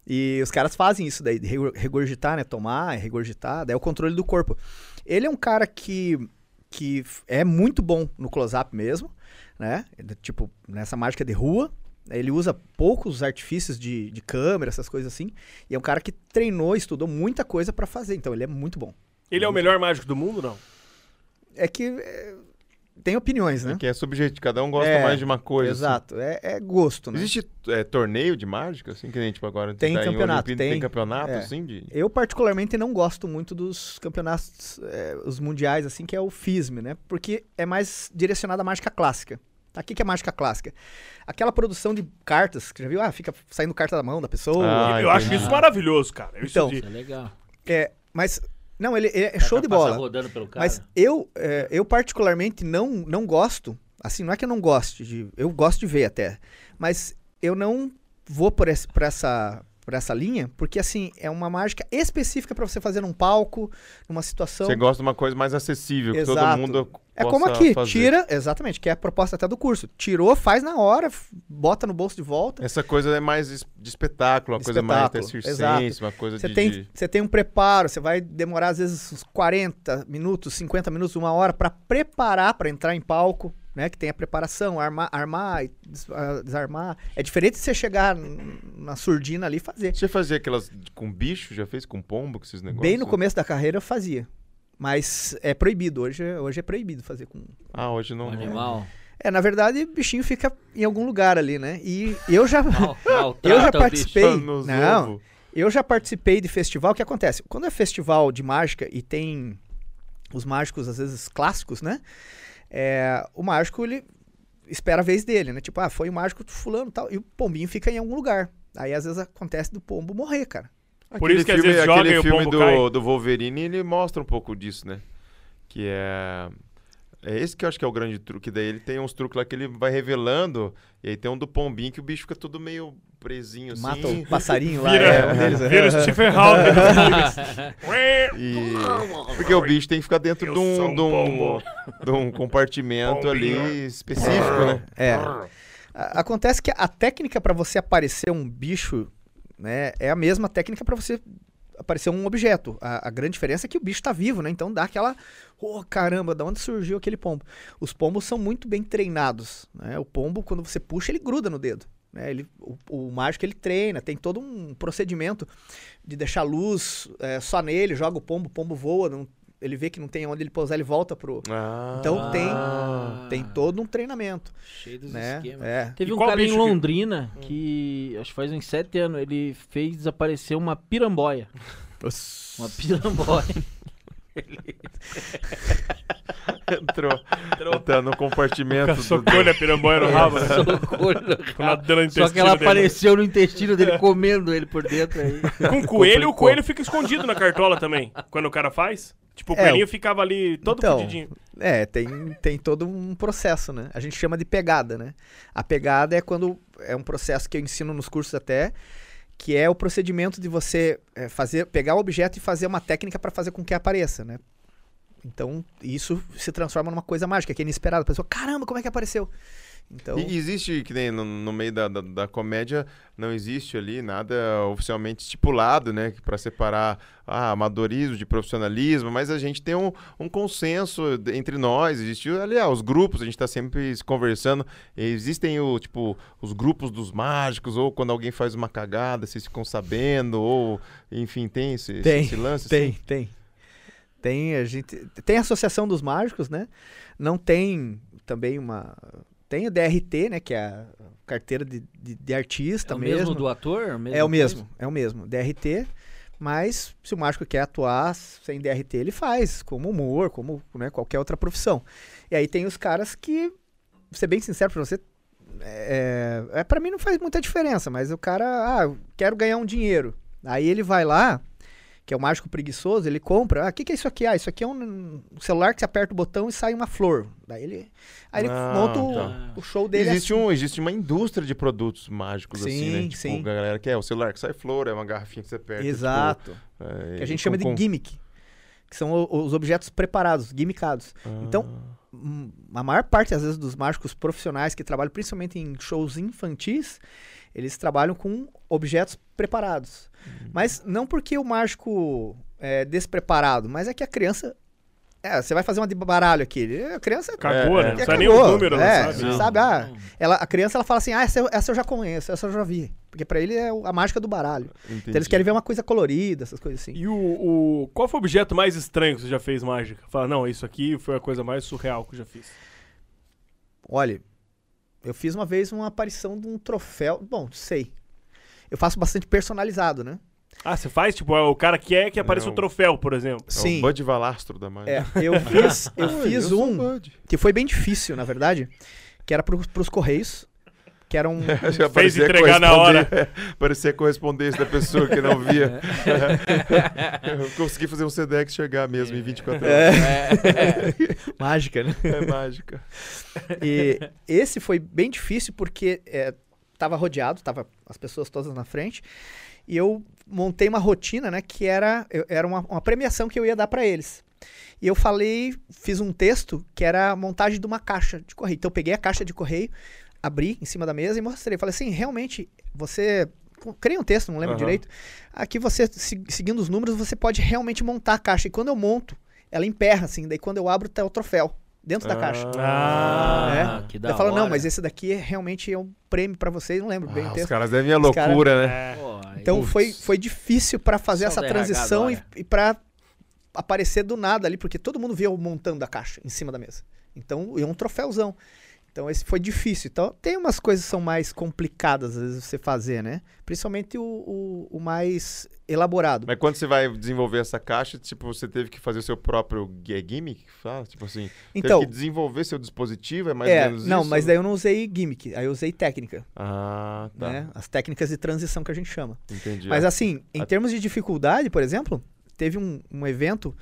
[SPEAKER 4] E os caras fazem isso daí, de regu- regurgitar, né? Tomar, regurgitar, daí é o controle do corpo. Ele é um cara que, que f- é muito bom no close-up mesmo, né? Ele, Tipo, nessa mágica de rua. Ele usa poucos artifícios de, de câmera, essas coisas assim. E é um cara que treinou, estudou muita coisa pra fazer. Então, ele é muito bom.
[SPEAKER 2] Ele é o melhor mágico do mundo, não?
[SPEAKER 4] É que é, tem opiniões, né?
[SPEAKER 6] Que é subjetivo, cada um gosta
[SPEAKER 4] É,
[SPEAKER 6] mais de uma coisa. assim.
[SPEAKER 4] Exato, é, é gosto, né?
[SPEAKER 6] Existe é, torneio de mágica, assim, que nem tipo agora
[SPEAKER 4] Tem
[SPEAKER 6] tá em
[SPEAKER 4] campeonato,
[SPEAKER 6] Olimpíada,
[SPEAKER 4] tem.
[SPEAKER 6] tem campeonato,
[SPEAKER 4] É.
[SPEAKER 6] assim, de...
[SPEAKER 4] Eu particularmente não gosto muito dos campeonatos, eh, os mundiais, assim, que é o FISM, né? Porque é mais direcionado à mágica clássica. Tá, o que, que é mágica clássica? Aquela produção de cartas, que já viu? Ah, fica saindo carta da mão da pessoa.
[SPEAKER 6] Ah,
[SPEAKER 2] eu acho
[SPEAKER 6] entendi.
[SPEAKER 2] isso maravilhoso, cara. Eu
[SPEAKER 4] Então,
[SPEAKER 2] estudei.
[SPEAKER 3] É legal.
[SPEAKER 4] É, mas, não, ele, ele é show de
[SPEAKER 3] Passa
[SPEAKER 4] bola.
[SPEAKER 3] rodando pelo cara.
[SPEAKER 4] Mas eu, é, eu particularmente não, não gosto. Assim, não é que eu não goste de. Eu gosto de ver até. Mas eu não vou por, esse, por essa por essa linha, porque assim, é uma mágica específica pra você fazer num palco, numa situação.
[SPEAKER 6] Você gosta de uma coisa mais acessível, que todo
[SPEAKER 4] Então Exato.
[SPEAKER 6] mundo
[SPEAKER 4] É como
[SPEAKER 6] possa
[SPEAKER 4] aqui,
[SPEAKER 6] fazer.
[SPEAKER 4] tira, exatamente, que é a proposta até do curso. Tirou, faz na hora, f- bota no bolso de volta.
[SPEAKER 6] Essa coisa é mais es- de espetáculo, uma
[SPEAKER 4] De
[SPEAKER 6] coisa mais até
[SPEAKER 4] espetáculo,
[SPEAKER 6] circense, uma coisa
[SPEAKER 4] Você
[SPEAKER 6] de...
[SPEAKER 4] tem,
[SPEAKER 6] de-
[SPEAKER 4] você tem um preparo, você vai demorar às vezes uns 40 minutos, 50 minutos, uma hora pra preparar pra entrar em palco, né? Que tem a preparação, armar, armar, e des- ah, desarmar. É diferente de você chegar n- na surdina ali e fazer.
[SPEAKER 6] Você fazia aquelas com bicho, já fez com pombo, com esses negócios?
[SPEAKER 4] Bem no
[SPEAKER 6] né?
[SPEAKER 4] começo da carreira eu fazia. Mas é proibido, hoje, é- hoje é proibido fazer com.
[SPEAKER 6] Ah, hoje não...
[SPEAKER 3] Um
[SPEAKER 4] *laughs*
[SPEAKER 3] animal.
[SPEAKER 4] É, na verdade, bichinho fica em algum lugar ali, né? E eu já.
[SPEAKER 3] Mal, maltrata
[SPEAKER 4] Eu já
[SPEAKER 3] o bicho.
[SPEAKER 4] participei.
[SPEAKER 6] Ah, nos
[SPEAKER 4] Não,
[SPEAKER 6] ovo.
[SPEAKER 4] Eu já participei de festival. O que acontece? Quando é festival de mágica e tem os mágicos, às vezes, clássicos, né? É, o mágico, ele espera a vez dele, né? Tipo, ah, foi o mágico do fulano e tal. E o pombinho fica em algum lugar. Aí, às vezes, acontece do pombo morrer, cara.
[SPEAKER 1] Por isso que às vezes joga
[SPEAKER 6] aquele
[SPEAKER 1] e o
[SPEAKER 6] filme
[SPEAKER 1] pombo
[SPEAKER 6] do,
[SPEAKER 1] cai.
[SPEAKER 6] do Wolverine, ele mostra um pouco disso, né? Que é... É esse que eu acho que é o grande truque. Daí ele tem uns truques lá que ele vai revelando. E aí tem um do pombinho que o bicho fica todo meio presinho assim.
[SPEAKER 4] Mata o passarinho lá.
[SPEAKER 1] Vira,
[SPEAKER 4] é, um *laughs* deles, é.
[SPEAKER 1] vira o Stephen Hawking dos filmes.
[SPEAKER 6] E... Porque o bicho tem que ficar dentro
[SPEAKER 1] Eu
[SPEAKER 6] de um,
[SPEAKER 1] sou um
[SPEAKER 6] de um-
[SPEAKER 1] pombo.
[SPEAKER 6] de um compartimento ali
[SPEAKER 1] Pombinho.
[SPEAKER 6] específico, né?
[SPEAKER 4] *laughs* É. A- Acontece que a técnica para você aparecer um bicho né, é a mesma técnica para você aparecer um objeto. A, a grande diferença é que o bicho tá vivo, né? Então dá aquela. Oh, caramba, da onde surgiu aquele pombo? Os pombos são muito bem treinados. Né? O pombo, quando você puxa, ele gruda no dedo. Né? Ele, o, o mágico ele treina, tem todo um procedimento de deixar luz eh, só nele, joga o pombo, o pombo voa, não- ele vê que não tem onde ele pousar, ele volta pro.
[SPEAKER 6] Ah. *laughs*
[SPEAKER 4] Então tem,
[SPEAKER 3] Ah.
[SPEAKER 4] tem todo um treinamento.
[SPEAKER 3] Cheio dos
[SPEAKER 4] Né?
[SPEAKER 3] esquemas.
[SPEAKER 4] É.
[SPEAKER 3] Teve
[SPEAKER 1] E
[SPEAKER 3] um
[SPEAKER 1] qual
[SPEAKER 3] cara em
[SPEAKER 1] bicho que- Hum.
[SPEAKER 3] Londrina que, acho que faz uns sete anos, ele fez desaparecer uma piramboia. Uma piramboia.
[SPEAKER 4] *laughs*
[SPEAKER 6] Entrou. Tá no compartimento. do-
[SPEAKER 1] Socou-lhe a piramboia
[SPEAKER 4] É.
[SPEAKER 1] no rabo, né?
[SPEAKER 3] Socorro.
[SPEAKER 1] Ficou nadando no
[SPEAKER 3] Só
[SPEAKER 1] intestino
[SPEAKER 3] que ela
[SPEAKER 1] dele.
[SPEAKER 3] apareceu no intestino dele,
[SPEAKER 4] É.
[SPEAKER 3] comendo ele por dentro
[SPEAKER 4] *laughs*
[SPEAKER 3] aí.
[SPEAKER 1] Com coelho, o coelho fica escondido na cartola também. Quando o cara faz. Tipo, o
[SPEAKER 4] É,
[SPEAKER 1] coelhinho ficava ali todo
[SPEAKER 4] Então,
[SPEAKER 1] fudidinho.
[SPEAKER 4] É, tem, tem todo um processo, né? A gente chama de pegada, né? A pegada é quando. É um processo que eu ensino nos cursos até, que é o procedimento de você é, fazer, pegar o objeto e fazer uma técnica para fazer com que apareça, né? Então, isso se transforma numa coisa mágica, que é inesperada. A pessoa, caramba, como é que apareceu? Então,
[SPEAKER 6] E existe, que nem no, no meio da, da, da comédia, não existe ali nada oficialmente estipulado, né? Para separar ah, amadorismo de profissionalismo, mas a gente tem um, um consenso de- entre nós. Existe ali ah, os grupos, a gente está sempre se conversando. Existem o, tipo, os grupos dos mágicos, ou quando alguém faz uma cagada, vocês ficam sabendo, ou enfim, tem esse, esse-
[SPEAKER 4] Tem,
[SPEAKER 6] esse lance. assim?
[SPEAKER 4] Tem, tem. Tem, a gente. Tem a Associação dos Mágicos, né? Não tem também uma. Tem a DRT, né? Que é a carteira de, de, de artista
[SPEAKER 3] É o
[SPEAKER 4] mesmo.
[SPEAKER 3] mesmo do ator?
[SPEAKER 4] é o mesmo, é o mesmo. DRT. Mas se o mágico quer atuar sem DRT, ele faz, como humor, como né, qualquer outra profissão. E aí tem os caras que, pra ser bem sincero pra você, é, é, para mim não faz muita diferença, mas o cara, ah, eu quero ganhar um dinheiro. Aí ele vai lá, que é o mágico preguiçoso, ele compra, ah, o que, que é isso aqui? Ah, isso aqui é um, um celular que você aperta o botão e sai uma flor. Daí ele, aí ele
[SPEAKER 6] Ah,
[SPEAKER 4] monta o,
[SPEAKER 6] tá.
[SPEAKER 4] o show dele é assim.
[SPEAKER 6] Existe, um, existe uma indústria de produtos mágicos, assim, né?
[SPEAKER 4] Sim,
[SPEAKER 6] Tipo,
[SPEAKER 4] sim.
[SPEAKER 6] a galera que é o celular que sai flor, é uma garrafinha que você aperta. tipo,
[SPEAKER 4] Exato.
[SPEAKER 6] É,
[SPEAKER 4] que a gente
[SPEAKER 6] com-
[SPEAKER 4] chama de
[SPEAKER 6] com-
[SPEAKER 4] gimmick, que são o- os objetos preparados, gimmicados.
[SPEAKER 1] Ah.
[SPEAKER 4] Então, hum, a maior parte, às vezes, dos mágicos profissionais que trabalham principalmente em shows infantis, eles trabalham com objetos preparados.
[SPEAKER 1] Hum.
[SPEAKER 4] Mas não porque o mágico é despreparado, mas é que a criança. É, você vai fazer uma de baralho aqui. A criança
[SPEAKER 1] Cagou,
[SPEAKER 6] É,
[SPEAKER 1] né?
[SPEAKER 6] é.
[SPEAKER 1] Não sabe nem o
[SPEAKER 4] Acabou.
[SPEAKER 1] número,
[SPEAKER 4] é,
[SPEAKER 1] não sabe?
[SPEAKER 6] Não.
[SPEAKER 4] sabe? Ah, ela, a criança ela fala assim: ah, essa, eu- essa eu já conheço, essa eu já vi. Porque pra ele é o- a mágica do baralho. Então eles
[SPEAKER 6] Entendi.
[SPEAKER 4] querem ver uma coisa colorida, essas coisas assim.
[SPEAKER 1] E o, o- Qual foi o objeto mais estranho que você já fez mágica? Fala, não, isso aqui foi a coisa mais surreal que eu já fiz.
[SPEAKER 4] Olha, eu fiz uma vez uma aparição de um troféu. Bom, sei. Eu faço bastante personalizado, né?
[SPEAKER 1] Ah, você faz? Tipo, é o cara que é que aparece
[SPEAKER 6] Não.
[SPEAKER 1] o troféu, por exemplo.
[SPEAKER 6] É o Bud Valastro da mágica.
[SPEAKER 4] É, eu fiz, eu
[SPEAKER 6] Ah,
[SPEAKER 4] fiz
[SPEAKER 6] sou
[SPEAKER 4] um
[SPEAKER 6] *laughs*
[SPEAKER 1] *laughs*
[SPEAKER 6] Bud.
[SPEAKER 4] que foi bem difícil, na verdade, que era pros, pros Correios, que era um...
[SPEAKER 6] Já
[SPEAKER 1] Fez
[SPEAKER 6] parecia
[SPEAKER 1] entregar na hora.
[SPEAKER 6] corresponder- *laughs* parecia correspondência da pessoa que não
[SPEAKER 4] *laughs*
[SPEAKER 6] via.
[SPEAKER 4] É.
[SPEAKER 6] *laughs* eu consegui fazer um Sedex chegar mesmo em 24 horas.
[SPEAKER 4] *laughs* Mágica, né?
[SPEAKER 6] É, mágica.
[SPEAKER 4] E esse foi bem difícil porque é, tava rodeado, tava as pessoas todas na frente, e eu montei uma rotina, né, que era, eu- era uma, uma premiação que eu ia dar pra eles. E eu falei, fiz um texto que era a montagem de uma caixa de correio. Então eu peguei a caixa de correio, abri em cima da mesa e mostrei. Falei assim, realmente, você... Criei um texto, não lembro
[SPEAKER 6] Aham.
[SPEAKER 4] direito. Aqui você, se- seguindo os números, você pode realmente montar a caixa. E quando eu monto, ela emperra, assim. Daí quando eu abro, tá o troféu dentro da caixa.
[SPEAKER 1] Ah,
[SPEAKER 3] Ah, que da
[SPEAKER 4] Ela fala,
[SPEAKER 3] hora.
[SPEAKER 4] não, mas esse daqui é, realmente é um prêmio pra vocês, não lembro *laughs* bem
[SPEAKER 6] Ah,
[SPEAKER 4] o
[SPEAKER 6] os
[SPEAKER 4] texto.
[SPEAKER 6] caras devem a
[SPEAKER 4] Os caras-
[SPEAKER 6] loucura,
[SPEAKER 2] É?
[SPEAKER 6] né?
[SPEAKER 3] Pô, aí-
[SPEAKER 4] Então
[SPEAKER 6] Putz.
[SPEAKER 4] foi, foi difícil pra fazer
[SPEAKER 3] Só
[SPEAKER 4] essa
[SPEAKER 3] do RH
[SPEAKER 4] transição e,
[SPEAKER 3] agora.
[SPEAKER 4] e para aparecer do nada ali, porque todo mundo via eu montando a caixa em cima da mesa. Então, e um é troféuzão. Então esse foi difícil. Então tem umas coisas que são mais complicadas às vezes você fazer, né? Principalmente o, o- o mais elaborado.
[SPEAKER 6] Mas quando você vai desenvolver essa caixa, tipo, você teve que fazer o seu próprio gue- gimmick? que fala? Tipo assim,
[SPEAKER 4] Então,
[SPEAKER 6] teve que desenvolver seu dispositivo, é mais ou
[SPEAKER 4] é,
[SPEAKER 6] menos
[SPEAKER 4] não,
[SPEAKER 6] isso?
[SPEAKER 4] mas daí eu não usei gimmick, aí eu usei técnica,
[SPEAKER 6] Ah, tá.
[SPEAKER 4] né? As técnicas de transição que a gente chama.
[SPEAKER 6] Entendi.
[SPEAKER 4] Mas assim, em
[SPEAKER 6] A-
[SPEAKER 4] termos de dificuldade, por exemplo, teve um, um evento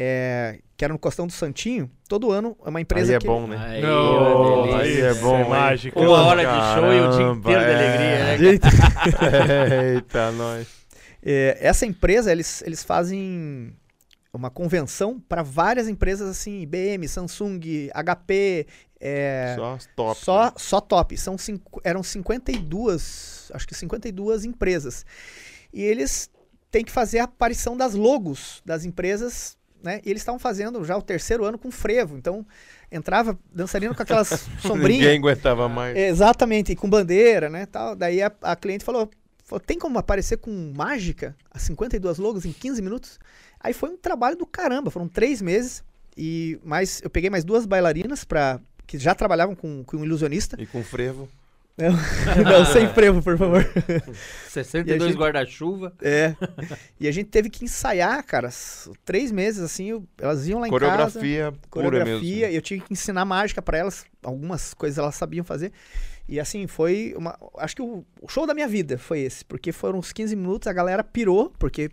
[SPEAKER 4] é, que era no Costão do Santinho. Todo ano é uma empresa
[SPEAKER 6] Aí é
[SPEAKER 4] que
[SPEAKER 6] bom, né?
[SPEAKER 3] Aí,
[SPEAKER 1] Não,
[SPEAKER 3] uma
[SPEAKER 6] aí
[SPEAKER 3] delícia.
[SPEAKER 6] é bom, hein?
[SPEAKER 2] mágica.
[SPEAKER 3] Uma hora de show e o dia
[SPEAKER 6] Caramba,
[SPEAKER 3] inteiro de
[SPEAKER 6] é.
[SPEAKER 3] alegria,
[SPEAKER 6] *laughs*
[SPEAKER 3] né?
[SPEAKER 6] Eita, nós.
[SPEAKER 4] É, essa empresa, eles, eles fazem uma convenção para várias empresas assim, IBM, Samsung, HP, é,
[SPEAKER 6] Só as top. né?
[SPEAKER 4] só, só top. São cinco, eram 52, acho que 52 empresas. E eles têm que fazer a aparição das logos das empresas, né? E eles estavam fazendo já o terceiro ano com frevo. Então, entrava dançarino com aquelas
[SPEAKER 6] *laughs*
[SPEAKER 4] sombrinhas.
[SPEAKER 6] Ninguém aguentava mais.
[SPEAKER 4] Exatamente, e com bandeira, né, tal. Daí a, a cliente falou, falou, tem como aparecer com mágica as 52 logos em 15 minutos? Aí foi um trabalho do caramba, foram três meses e mais, eu peguei mais duas bailarinas para que já trabalhavam com, com um
[SPEAKER 6] *laughs*
[SPEAKER 4] ilusionista.
[SPEAKER 6] E com frevo.
[SPEAKER 4] Não, sem frevo, por favor.
[SPEAKER 3] 62
[SPEAKER 4] é. E a gente-
[SPEAKER 3] guarda-chuva.
[SPEAKER 4] É. E a gente teve que ensaiar, cara, s- três meses, assim, eu- elas iam lá em casa.
[SPEAKER 6] Coreografia pura mesmo.
[SPEAKER 4] coreografia, e eu tinha que ensinar mágica pra elas, algumas coisas elas sabiam fazer. E assim, foi uma, acho que o, o show da minha vida foi esse, porque foram uns 15 minutos, a galera pirou, porque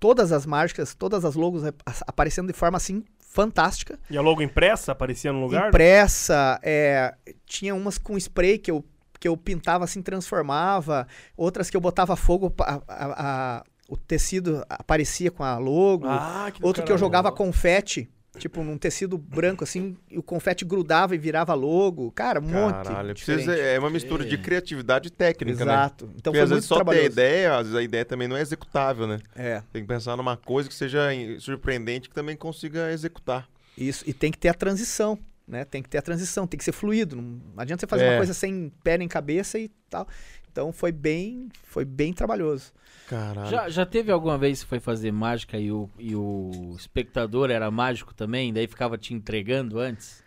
[SPEAKER 4] todas as mágicas, todas as logos ap- as- aparecendo de forma assim fantástica.
[SPEAKER 2] E a logo impressa aparecia no lugar?
[SPEAKER 4] Impressa, é, tinha umas com spray que eu que eu pintava assim, transformava, outras que eu botava fogo, pa- a- a- a- o tecido aparecia com a logo.
[SPEAKER 2] Ah, que do
[SPEAKER 4] Outro que eu
[SPEAKER 2] caralho.
[SPEAKER 4] jogava confete, tipo num tecido branco assim, e o confete grudava e virava logo. Cara, um
[SPEAKER 6] Caralho,
[SPEAKER 4] monte.
[SPEAKER 6] precisa-
[SPEAKER 4] diferente.
[SPEAKER 6] é uma mistura de criatividade e técnica, né?
[SPEAKER 4] Exato. Então
[SPEAKER 6] Porque
[SPEAKER 4] foi
[SPEAKER 6] às
[SPEAKER 4] muito
[SPEAKER 6] vezes só ter a
[SPEAKER 4] trabalhoso.
[SPEAKER 6] ideia, às vezes a ideia também não é executável, né?
[SPEAKER 4] É,
[SPEAKER 6] Tem que pensar numa coisa que seja em- surpreendente que também consiga executar.
[SPEAKER 4] isso. E tem que ter a transição, né? Tem que ter a transição, tem que ser fluido. Não adianta você fazer
[SPEAKER 6] É.
[SPEAKER 4] uma coisa sem pé nem cabeça e tal. Então foi bem, foi bem trabalhoso.
[SPEAKER 6] Caralho.
[SPEAKER 3] Já, já teve alguma vez que foi fazer mágica e o, e o espectador era mágico também, daí ficava te entregando antes?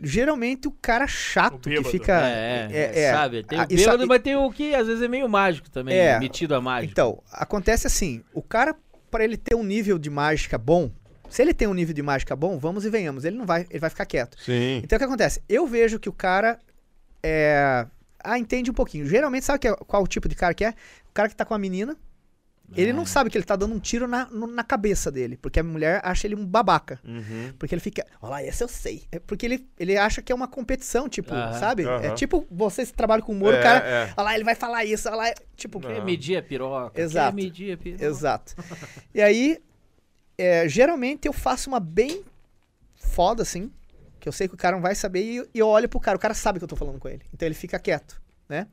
[SPEAKER 4] Geralmente o cara
[SPEAKER 2] O
[SPEAKER 4] chato que
[SPEAKER 2] bêbado.
[SPEAKER 4] fica.
[SPEAKER 3] é,
[SPEAKER 4] é, é.
[SPEAKER 3] sabe? Tem o
[SPEAKER 4] Ah, isso-
[SPEAKER 3] bêbado,
[SPEAKER 4] e-
[SPEAKER 3] mas tem o que às vezes é meio mágico também,
[SPEAKER 4] É.
[SPEAKER 3] metido a mágico.
[SPEAKER 4] Então, acontece assim, o cara, pra ele ter um nível de mágica bom, se ele tem um nível de mágica bom, vamos e venhamos, ele não vai, ele vai ficar quieto.
[SPEAKER 6] Sim.
[SPEAKER 4] Então o que acontece? Eu vejo que o cara é. Ah, entende um pouquinho. Geralmente, sabe que é- qual o tipo de cara que é? O cara que tá com a menina, ele
[SPEAKER 6] Ah.
[SPEAKER 4] não sabe que ele tá dando um tiro na, no- na cabeça dele, porque a mulher acha ele um babaca.
[SPEAKER 6] Uhum.
[SPEAKER 4] Porque ele fica, olha lá, esse eu sei. É porque ele, ele acha que é uma competição, tipo,
[SPEAKER 3] Aham.
[SPEAKER 4] sabe? É
[SPEAKER 6] Aham.
[SPEAKER 4] tipo, você trabalha com humor,
[SPEAKER 6] É,
[SPEAKER 4] o cara,
[SPEAKER 6] é.
[SPEAKER 4] olha lá, ele vai falar isso, olha lá. Tipo,
[SPEAKER 6] Não.
[SPEAKER 3] Quer medir a piroca,
[SPEAKER 4] Exato.
[SPEAKER 3] quer medir a piroca.
[SPEAKER 4] Exato. E aí, é, geralmente eu faço uma bem foda, assim, que eu sei que o cara não vai saber, e eu- e eu olho pro cara, o cara sabe que eu tô falando com ele. Então ele fica quieto, né?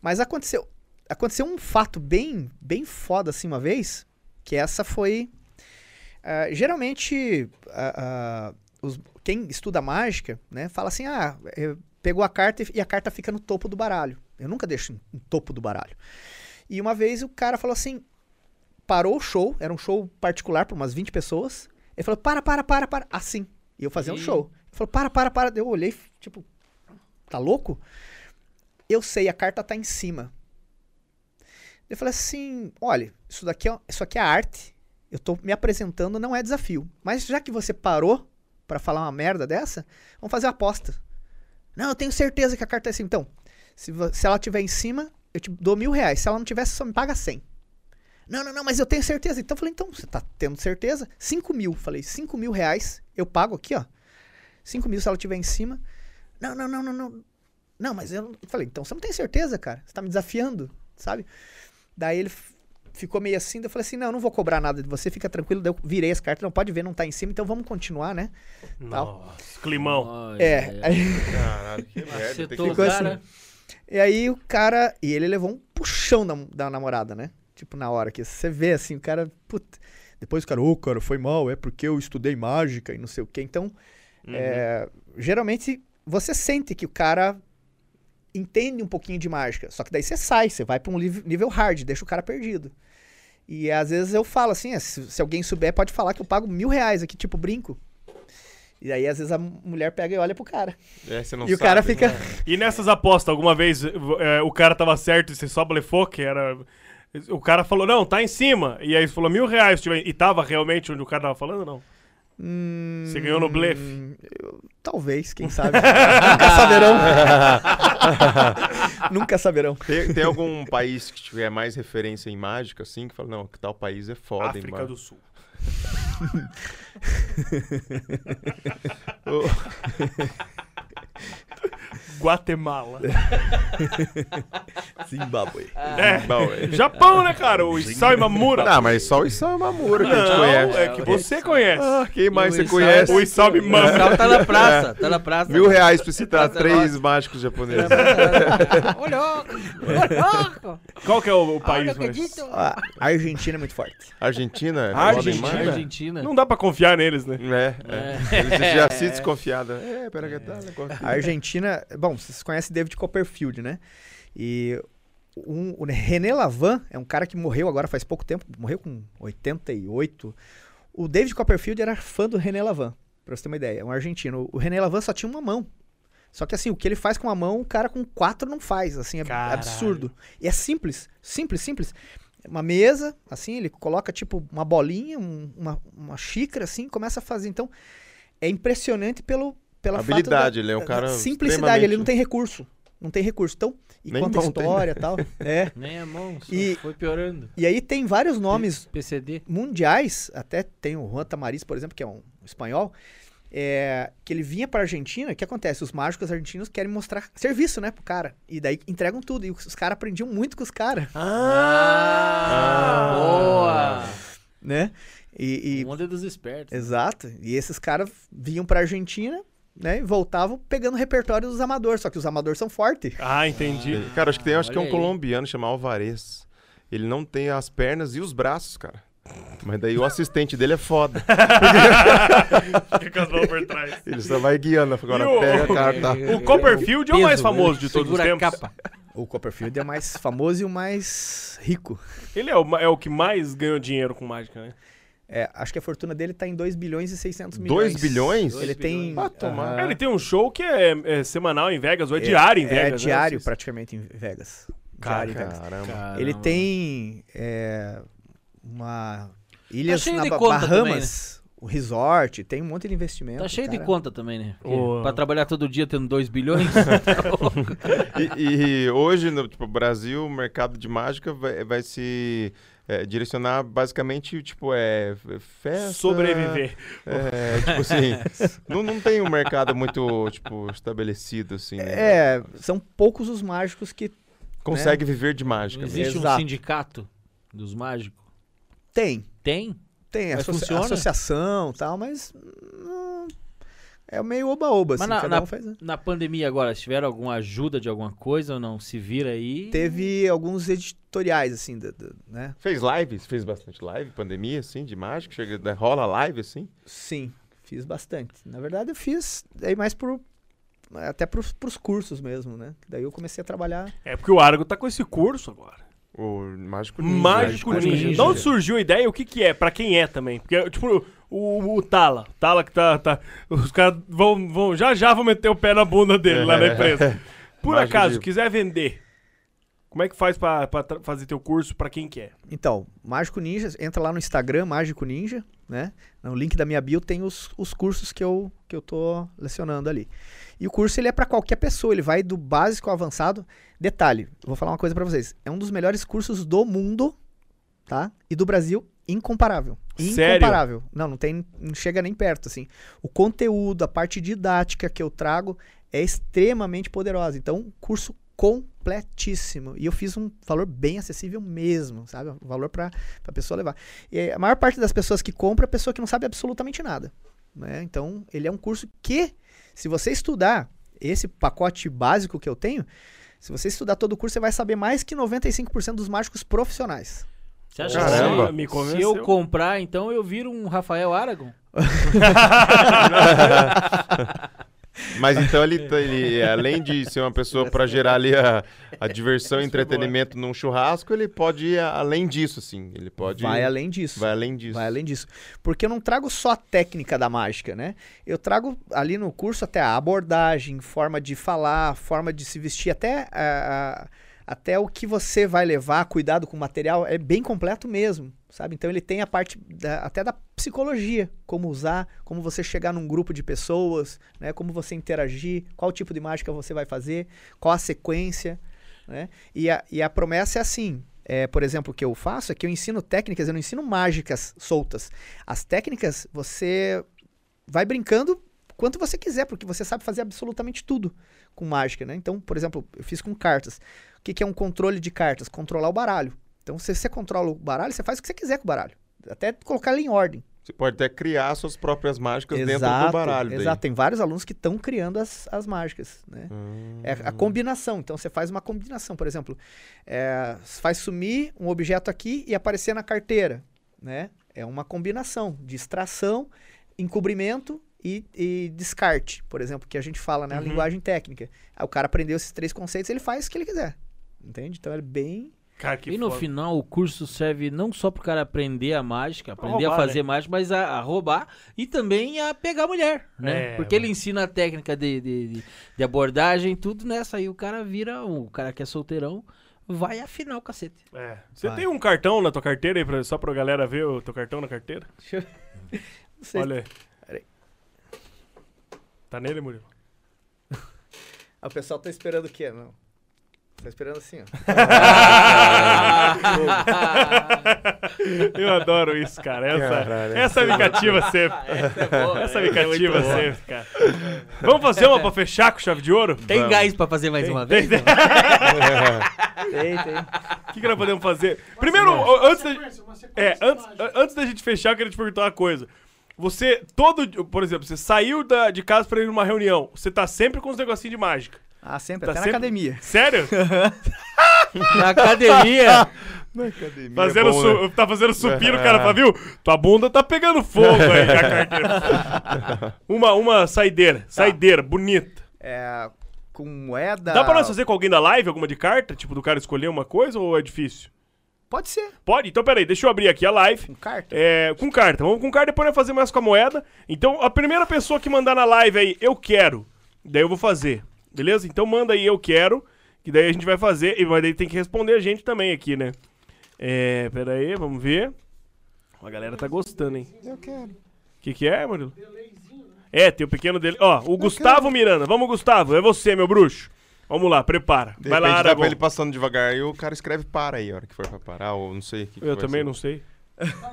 [SPEAKER 4] Mas aconteceu, aconteceu um fato bem, bem foda, assim, uma vez, que essa foi... ah, geralmente, ah, ah, os- quem estuda mágica, né, fala assim, ah, eh, pegou a carta e- e a carta fica no topo do baralho. Eu nunca deixo no topo do baralho. E uma vez o cara falou assim, parou o show, era um show particular para umas 20 pessoas. Ele falou: para, para, para, para. Assim. E eu fazia um
[SPEAKER 3] Ih.
[SPEAKER 4] show. Ele falou: para, para, para. Eu olhei, tipo, tá louco? Eu sei, a carta tá em cima. Eu falei assim: olha, isso daqui é, isso aqui é arte. Eu tô me apresentando, não é desafio. Mas já que você parou para falar uma merda dessa, vamos fazer uma aposta. Não, eu tenho certeza que a carta é assim. Então, se, vo- se ela tiver em cima, eu te dou mil reais. Se ela não tiver, você só me paga cem. Não, não, não, mas eu tenho certeza. Então eu falei, então, você tá tendo certeza? 5 mil. Falei, 5 mil reais, eu pago aqui, ó. 5 mil se ela tiver em cima. Não, não, não, não, não. Não, mas eu não. Falei, então você não tem certeza, cara. Você tá me desafiando, sabe? Daí ele f- ficou meio assim, daí eu falei assim, não, eu não vou cobrar nada de você, fica tranquilo. Daí eu virei as cartas, não pode ver, não tá em cima, então vamos continuar, né?
[SPEAKER 2] Nossa, climão.
[SPEAKER 3] Olha,
[SPEAKER 4] É. aí-
[SPEAKER 6] Caralho, que merda. Tem
[SPEAKER 3] Acertou
[SPEAKER 6] que...
[SPEAKER 3] o
[SPEAKER 4] Ficou assim.
[SPEAKER 3] cara.
[SPEAKER 4] E aí o cara. E ele levou um puxão da, da namorada, né? Tipo, na hora que você vê assim, o cara. Puta. Depois o cara, ô, cara, foi mal, é porque eu estudei mágica e não sei o quê. Então,
[SPEAKER 6] Uhum.
[SPEAKER 4] é, geralmente você sente que o cara entende um pouquinho de mágica. Só que daí você sai, você vai pra um liv- nível hard, deixa o cara perdido. E às vezes eu falo assim, é, se, se alguém souber, pode falar que eu pago mil reais aqui, tipo brinco. E aí, às vezes, a mulher pega e olha pro cara.
[SPEAKER 6] É, você não
[SPEAKER 4] e o cara
[SPEAKER 6] sabe.
[SPEAKER 4] fica.
[SPEAKER 2] E nessas apostas, alguma vez eh, o cara tava certo e você só blefou que era. O cara falou, não, tá em cima. E aí você falou mil reais. tipo, e tava realmente onde o cara tava falando, não? Você ganhou no blefe.
[SPEAKER 4] Hum, eu- talvez,
[SPEAKER 2] *laughs*
[SPEAKER 4] quem sabe. Nunca saberão. *laughs* Nunca saberão.
[SPEAKER 6] Tem, tem algum país que tiver mais referência em mágica, assim, que fala, não, que tal país é foda, hein,
[SPEAKER 2] África
[SPEAKER 6] mano.
[SPEAKER 2] do Sul.
[SPEAKER 6] Ô,
[SPEAKER 2] Guatemala.
[SPEAKER 6] *laughs*
[SPEAKER 4] Zimbabue.
[SPEAKER 2] É.
[SPEAKER 6] bom,
[SPEAKER 2] *laughs*
[SPEAKER 6] é-
[SPEAKER 2] Japão, né, cara? O Isao Imamura.
[SPEAKER 6] Não, mas só o Isao Mamura que a gente
[SPEAKER 2] Não,
[SPEAKER 6] conhece.
[SPEAKER 2] é que você conhece.
[SPEAKER 6] Ah, quem mais
[SPEAKER 3] O
[SPEAKER 6] você
[SPEAKER 3] Isao-
[SPEAKER 6] conhece?
[SPEAKER 2] O Isao
[SPEAKER 3] O
[SPEAKER 2] Imamura.
[SPEAKER 3] Sal tá na
[SPEAKER 4] É.
[SPEAKER 3] praça, tá na praça.
[SPEAKER 6] Mil reais pra citar
[SPEAKER 3] Mas é
[SPEAKER 6] três mágicos japoneses.
[SPEAKER 3] Olha, olha.
[SPEAKER 2] Qual que é o, o
[SPEAKER 3] Olha,
[SPEAKER 2] país mais...
[SPEAKER 3] Ah, acredito.
[SPEAKER 4] A Argentina é muito forte.
[SPEAKER 2] *laughs*
[SPEAKER 6] Argentina? é
[SPEAKER 2] Argentina.
[SPEAKER 6] foda em mágica?
[SPEAKER 3] Argentina.
[SPEAKER 2] Não dá pra confiar neles, né?
[SPEAKER 6] É, é. Eles já se desconfiaram. É, pera que tá, né? corta
[SPEAKER 4] A Argentina. Bom, vocês conhecem David Copperfield, né? E um- o René Lavan é um cara que morreu agora faz pouco tempo, morreu com 88. O David Copperfield era fã do René Lavan, pra você ter uma ideia. É um argentino. O René Lavan só tinha uma mão. Só que assim, o que ele faz com uma mão, o cara com quatro não faz. Assim, é
[SPEAKER 2] Caralho.
[SPEAKER 4] absurdo. E é simples, simples, simples. Uma mesa, assim, ele coloca tipo uma bolinha, um- uma, uma xícara, assim, começa a fazer. Então, é impressionante pelo, pela fato da-
[SPEAKER 6] Habilidade, ele é um cara
[SPEAKER 4] simplicidade, ele não tem recurso. Não tem recurso. Então, e
[SPEAKER 6] Nem
[SPEAKER 4] conta
[SPEAKER 6] mão tem, né?
[SPEAKER 4] história e tal. É.
[SPEAKER 3] Nem a mão, só
[SPEAKER 4] E-
[SPEAKER 3] foi piorando.
[SPEAKER 4] E aí tem vários nomes
[SPEAKER 3] PCD.
[SPEAKER 4] mundiais, até tem o Juan Tamariz, por exemplo, que é um espanhol, é, que ele vinha pra Argentina, o que acontece? Os mágicos argentinos querem mostrar serviço, né, pro cara. E daí entregam tudo. E os, os caras aprendiam muito com os caras,
[SPEAKER 3] Boa!
[SPEAKER 4] né? Ah. E, e-
[SPEAKER 3] O mundo é dos espertos.
[SPEAKER 4] Exato. E esses caras vinham pra Argentina, né, e voltavam pegando o repertório dos amadores. Só que os amadores são fortes.
[SPEAKER 2] Ah, entendi.
[SPEAKER 6] Cara, acho que tem acho que é um
[SPEAKER 3] olha aí.
[SPEAKER 6] colombiano chamado Alvarez. Ele não tem as pernas e os braços, cara. Mas daí o assistente dele é foda.
[SPEAKER 2] Fica com as mãos por trás.
[SPEAKER 6] Ele só vai guiando. É. Agora
[SPEAKER 2] E o-
[SPEAKER 6] pega a carta.
[SPEAKER 2] *laughs* O Copperfield é o mais
[SPEAKER 3] Peso,
[SPEAKER 2] famoso
[SPEAKER 3] ele
[SPEAKER 2] de todos os
[SPEAKER 3] segura a
[SPEAKER 2] tempos.
[SPEAKER 3] capa.
[SPEAKER 4] O Copperfield é o mais famoso e o mais rico.
[SPEAKER 2] Ele é o, ma- é o que mais ganhou dinheiro com mágica, né?
[SPEAKER 4] É, acho que a fortuna dele tá em 2 bilhões e 600 milhões.
[SPEAKER 6] 2 bilhões?
[SPEAKER 4] Ele tem.
[SPEAKER 6] Ah, tomar.
[SPEAKER 4] aham.
[SPEAKER 2] Cara, ele tem um show que é, é semanal em Vegas, ou é,
[SPEAKER 4] É-
[SPEAKER 2] diário em
[SPEAKER 4] É
[SPEAKER 2] Vegas. né?
[SPEAKER 4] diário,
[SPEAKER 2] Vocês-
[SPEAKER 4] praticamente, em Vegas.
[SPEAKER 2] Cara,
[SPEAKER 4] diário em Vegas.
[SPEAKER 6] Caramba.
[SPEAKER 3] Caramba.
[SPEAKER 4] Ele tem é, uma. Ilhas
[SPEAKER 3] Tá cheio
[SPEAKER 4] na
[SPEAKER 3] de
[SPEAKER 4] Ba-
[SPEAKER 3] conta também, né?
[SPEAKER 4] Bahamas, o resort, tem um monte de investimento.
[SPEAKER 3] Tá cheio de
[SPEAKER 4] cara.
[SPEAKER 3] conta também, né? Porque
[SPEAKER 2] Ô.
[SPEAKER 3] Pra trabalhar todo dia tendo 2
[SPEAKER 4] *laughs*
[SPEAKER 3] bilhões. então,
[SPEAKER 6] E, e hoje, no tipo, Brasil, o mercado de mágica vai, vai se é, direcionar basicamente, tipo, é f- festa...
[SPEAKER 2] Sobreviver.
[SPEAKER 6] É, tipo assim, não, não tem um mercado muito, tipo, estabelecido, assim, né?
[SPEAKER 4] É, são poucos os mágicos que
[SPEAKER 6] Consegue viver de mágica.
[SPEAKER 3] Não
[SPEAKER 6] mesmo.
[SPEAKER 3] existe um
[SPEAKER 4] Exato.
[SPEAKER 3] sindicato dos mágicos?
[SPEAKER 4] tem.
[SPEAKER 3] Tem?
[SPEAKER 4] Tem
[SPEAKER 3] Mas
[SPEAKER 4] associa
[SPEAKER 3] funciona?
[SPEAKER 4] associação e tal, mas. hum, é meio oba-oba,
[SPEAKER 3] Mas
[SPEAKER 4] assim,
[SPEAKER 3] na-
[SPEAKER 4] cada
[SPEAKER 3] na-
[SPEAKER 4] um faz. né?
[SPEAKER 3] Na pandemia agora, se tiver alguma ajuda de alguma coisa ou não, se vira aí.
[SPEAKER 4] Teve alguns editoriais, assim, da- da- né?
[SPEAKER 6] Fez lives? Fez bastante live, pandemia, assim, de mágica? Chega, da- rola live, assim?
[SPEAKER 4] Sim, fiz bastante. Na verdade, eu fiz aí mais pro. Até pros, pros cursos mesmo, né? Daí eu comecei a trabalhar.
[SPEAKER 2] É porque o Argo tá com esse curso agora.
[SPEAKER 6] O Mágico Ninja.
[SPEAKER 2] Mágico Ninja. De
[SPEAKER 3] Ninja.
[SPEAKER 2] onde surgiu a ideia? e O que que é? Pra quem é também? Porque, tipo, o, o Tala. Tala que tá... tá- os caras vão, vão... Já já vão meter o pé na bunda dele lá na empresa. Por
[SPEAKER 6] Mágico
[SPEAKER 2] acaso,
[SPEAKER 6] de-
[SPEAKER 2] quiser vender, como é que faz pra, pra tra- fazer teu curso pra quem é? quer?
[SPEAKER 4] Então, Mágico Ninja, entra lá no Instagram, Mágico Ninja, né? No link da minha bio tem os, os cursos que eu, que eu tô lecionando ali. E o curso ele é para qualquer pessoa, ele vai do básico ao avançado. Detalhe, eu vou falar uma coisa para vocês. É um dos melhores cursos do mundo, tá? E do Brasil, incomparável.
[SPEAKER 2] Sério?
[SPEAKER 4] Incomparável. Não, não tem, não chega nem perto assim. O conteúdo, a parte didática que eu trago é extremamente poderosa. Então, curso completíssimo. E eu fiz um valor bem acessível mesmo, sabe? Um valor para a pessoa levar. E a maior parte das pessoas que compra é a pessoa que não sabe absolutamente nada. Né? Então, ele é um curso que, se você estudar esse pacote básico que eu tenho, se você estudar todo o curso, você vai saber mais que 95% dos mágicos profissionais.
[SPEAKER 3] Você acha
[SPEAKER 6] Caramba.
[SPEAKER 3] que
[SPEAKER 2] Me
[SPEAKER 3] se- se,
[SPEAKER 2] convenceu.
[SPEAKER 3] eu comprar, então eu viro um Rafael Aragon?
[SPEAKER 6] Mas então ele, tá- ele, além de ser uma pessoa pra gerar ali a, a diversão
[SPEAKER 2] é
[SPEAKER 6] e entretenimento num churrasco, ele pode ir a- além disso, assim. Ele pode.
[SPEAKER 4] Vai além disso.
[SPEAKER 6] vai além disso.
[SPEAKER 4] Vai além disso. Porque eu não trago só a técnica da mágica, né? Eu trago ali no curso até a abordagem, forma de falar, forma de se vestir, até, a- a- até o que você vai levar, cuidado com o material, é bem completo mesmo, sabe? Então ele tem a parte da- até da psicologia, como usar, como você chegar num grupo de pessoas, né? Como você interagir, qual tipo de mágica você vai fazer, qual a sequência, né? E a, e a promessa é assim, é, por exemplo, o que eu faço é que eu ensino técnicas, eu não ensino mágicas soltas. As técnicas você vai brincando quanto você quiser, porque você sabe fazer absolutamente tudo com mágica, né? Então, por exemplo, eu fiz com cartas. O que, que é um controle de cartas? Controlar o baralho. Então, se você controla o baralho, você faz o que você quiser com o baralho. Até colocar ele em ordem.
[SPEAKER 6] Você pode até criar suas próprias mágicas dentro do
[SPEAKER 4] Exato,
[SPEAKER 6] baralho. daí.
[SPEAKER 4] Exato, tem vários alunos que estão criando as, as mágicas, né?
[SPEAKER 6] Ah.
[SPEAKER 4] É a combinação, então você faz uma combinação, por exemplo, é, faz sumir um objeto aqui e aparecer na carteira, né? É uma combinação de extração, encobrimento e, e descarte, por exemplo, que a gente fala
[SPEAKER 2] Uhum.
[SPEAKER 4] na linguagem técnica. Aí o cara aprendeu esses três conceitos, ele faz o que ele quiser, entende? Então é bem...
[SPEAKER 2] Cara, que
[SPEAKER 3] e no
[SPEAKER 2] foda.
[SPEAKER 3] final o curso serve não só pro cara aprender a mágica, aprender
[SPEAKER 2] roubar, né?
[SPEAKER 3] a fazer mágica, mas a, a roubar e também a pegar mulher, né?
[SPEAKER 2] É,
[SPEAKER 3] Porque ele ensina a técnica de, de, de- de abordagem, tudo nessa aí o cara vira, o cara que é solteirão, vai afinar o cacete.
[SPEAKER 2] É. Você
[SPEAKER 4] Vai.
[SPEAKER 2] tem um cartão na tua carteira aí, pra, só pra galera ver o teu cartão na carteira?
[SPEAKER 4] Não sei.
[SPEAKER 2] Olha aí.
[SPEAKER 4] Peraí.
[SPEAKER 2] Tá nele, Murilo? *laughs*
[SPEAKER 4] Ah, O pessoal tá esperando o quê? Não. Tá esperando assim, ó.
[SPEAKER 2] Ah!
[SPEAKER 3] Ah,
[SPEAKER 2] Eu adoro isso, cara.
[SPEAKER 6] Caralho.
[SPEAKER 2] Essa, essa me cativa sempre. *laughs*
[SPEAKER 3] é
[SPEAKER 2] Essa me cativa sempre, cara. Vamos fazer uma pra fechar com chave de ouro?
[SPEAKER 3] Tem
[SPEAKER 6] Vamos.
[SPEAKER 3] gás pra fazer mais uma vez? não?
[SPEAKER 4] *laughs* Tem, tem.
[SPEAKER 2] O que, que nós podemos fazer? Primeiro, o- antes da,
[SPEAKER 8] Sequência, uma sequência
[SPEAKER 2] é,
[SPEAKER 8] de
[SPEAKER 2] antes,
[SPEAKER 8] mágica.
[SPEAKER 2] a- antes da gente fechar, eu queria te perguntar uma coisa. Você, todo. di- Por exemplo, você saiu da- de casa pra ir numa reunião. Você tá sempre com uns negocinhos de mágica.
[SPEAKER 4] Ah, sempre,
[SPEAKER 2] Tá
[SPEAKER 4] até
[SPEAKER 2] sempre-
[SPEAKER 4] na academia.
[SPEAKER 2] Sério?
[SPEAKER 3] Na academia,
[SPEAKER 6] Academia é
[SPEAKER 2] Fazendo
[SPEAKER 6] bom,
[SPEAKER 2] su-
[SPEAKER 6] né?
[SPEAKER 2] Tá fazendo supino, o cara fala, viu? Tua bunda tá pegando fogo aí, a carteira. uma, uma saideira, saideira, bonita.
[SPEAKER 4] É, com moeda.
[SPEAKER 2] Dá pra nós fazer com alguém da live, alguma de carta? Tipo, do cara escolher uma coisa ou é difícil?
[SPEAKER 4] Pode ser,
[SPEAKER 2] Pode? Então, peraí, deixa eu abrir aqui a live.
[SPEAKER 4] com carta.
[SPEAKER 2] É, com carta. Vamos com carta, depois nós fazer mais com a moeda. Então, a primeira pessoa que mandar na live aí, eu quero, daí eu vou fazer. Beleza? Então manda aí, eu quero, que daí a gente vai fazer. E mas daí tem que responder a gente também aqui, né? É, peraí, vamos ver. A galera tá gostando, hein? Eu quero. Que que é, Murilo? É, tem o pequeno dele. Ó, o Gustavo Miranda. Vamos, Gustavo. É você, meu bruxo. Vamos lá, prepara.
[SPEAKER 6] De
[SPEAKER 2] vai lá,
[SPEAKER 6] repente dá pra
[SPEAKER 2] Aragão.
[SPEAKER 6] ele passando devagar e o cara escreve para aí, a hora que for pra parar, ou não sei. o que assim. que
[SPEAKER 2] Eu
[SPEAKER 6] vai
[SPEAKER 2] também
[SPEAKER 6] ser.
[SPEAKER 2] não sei.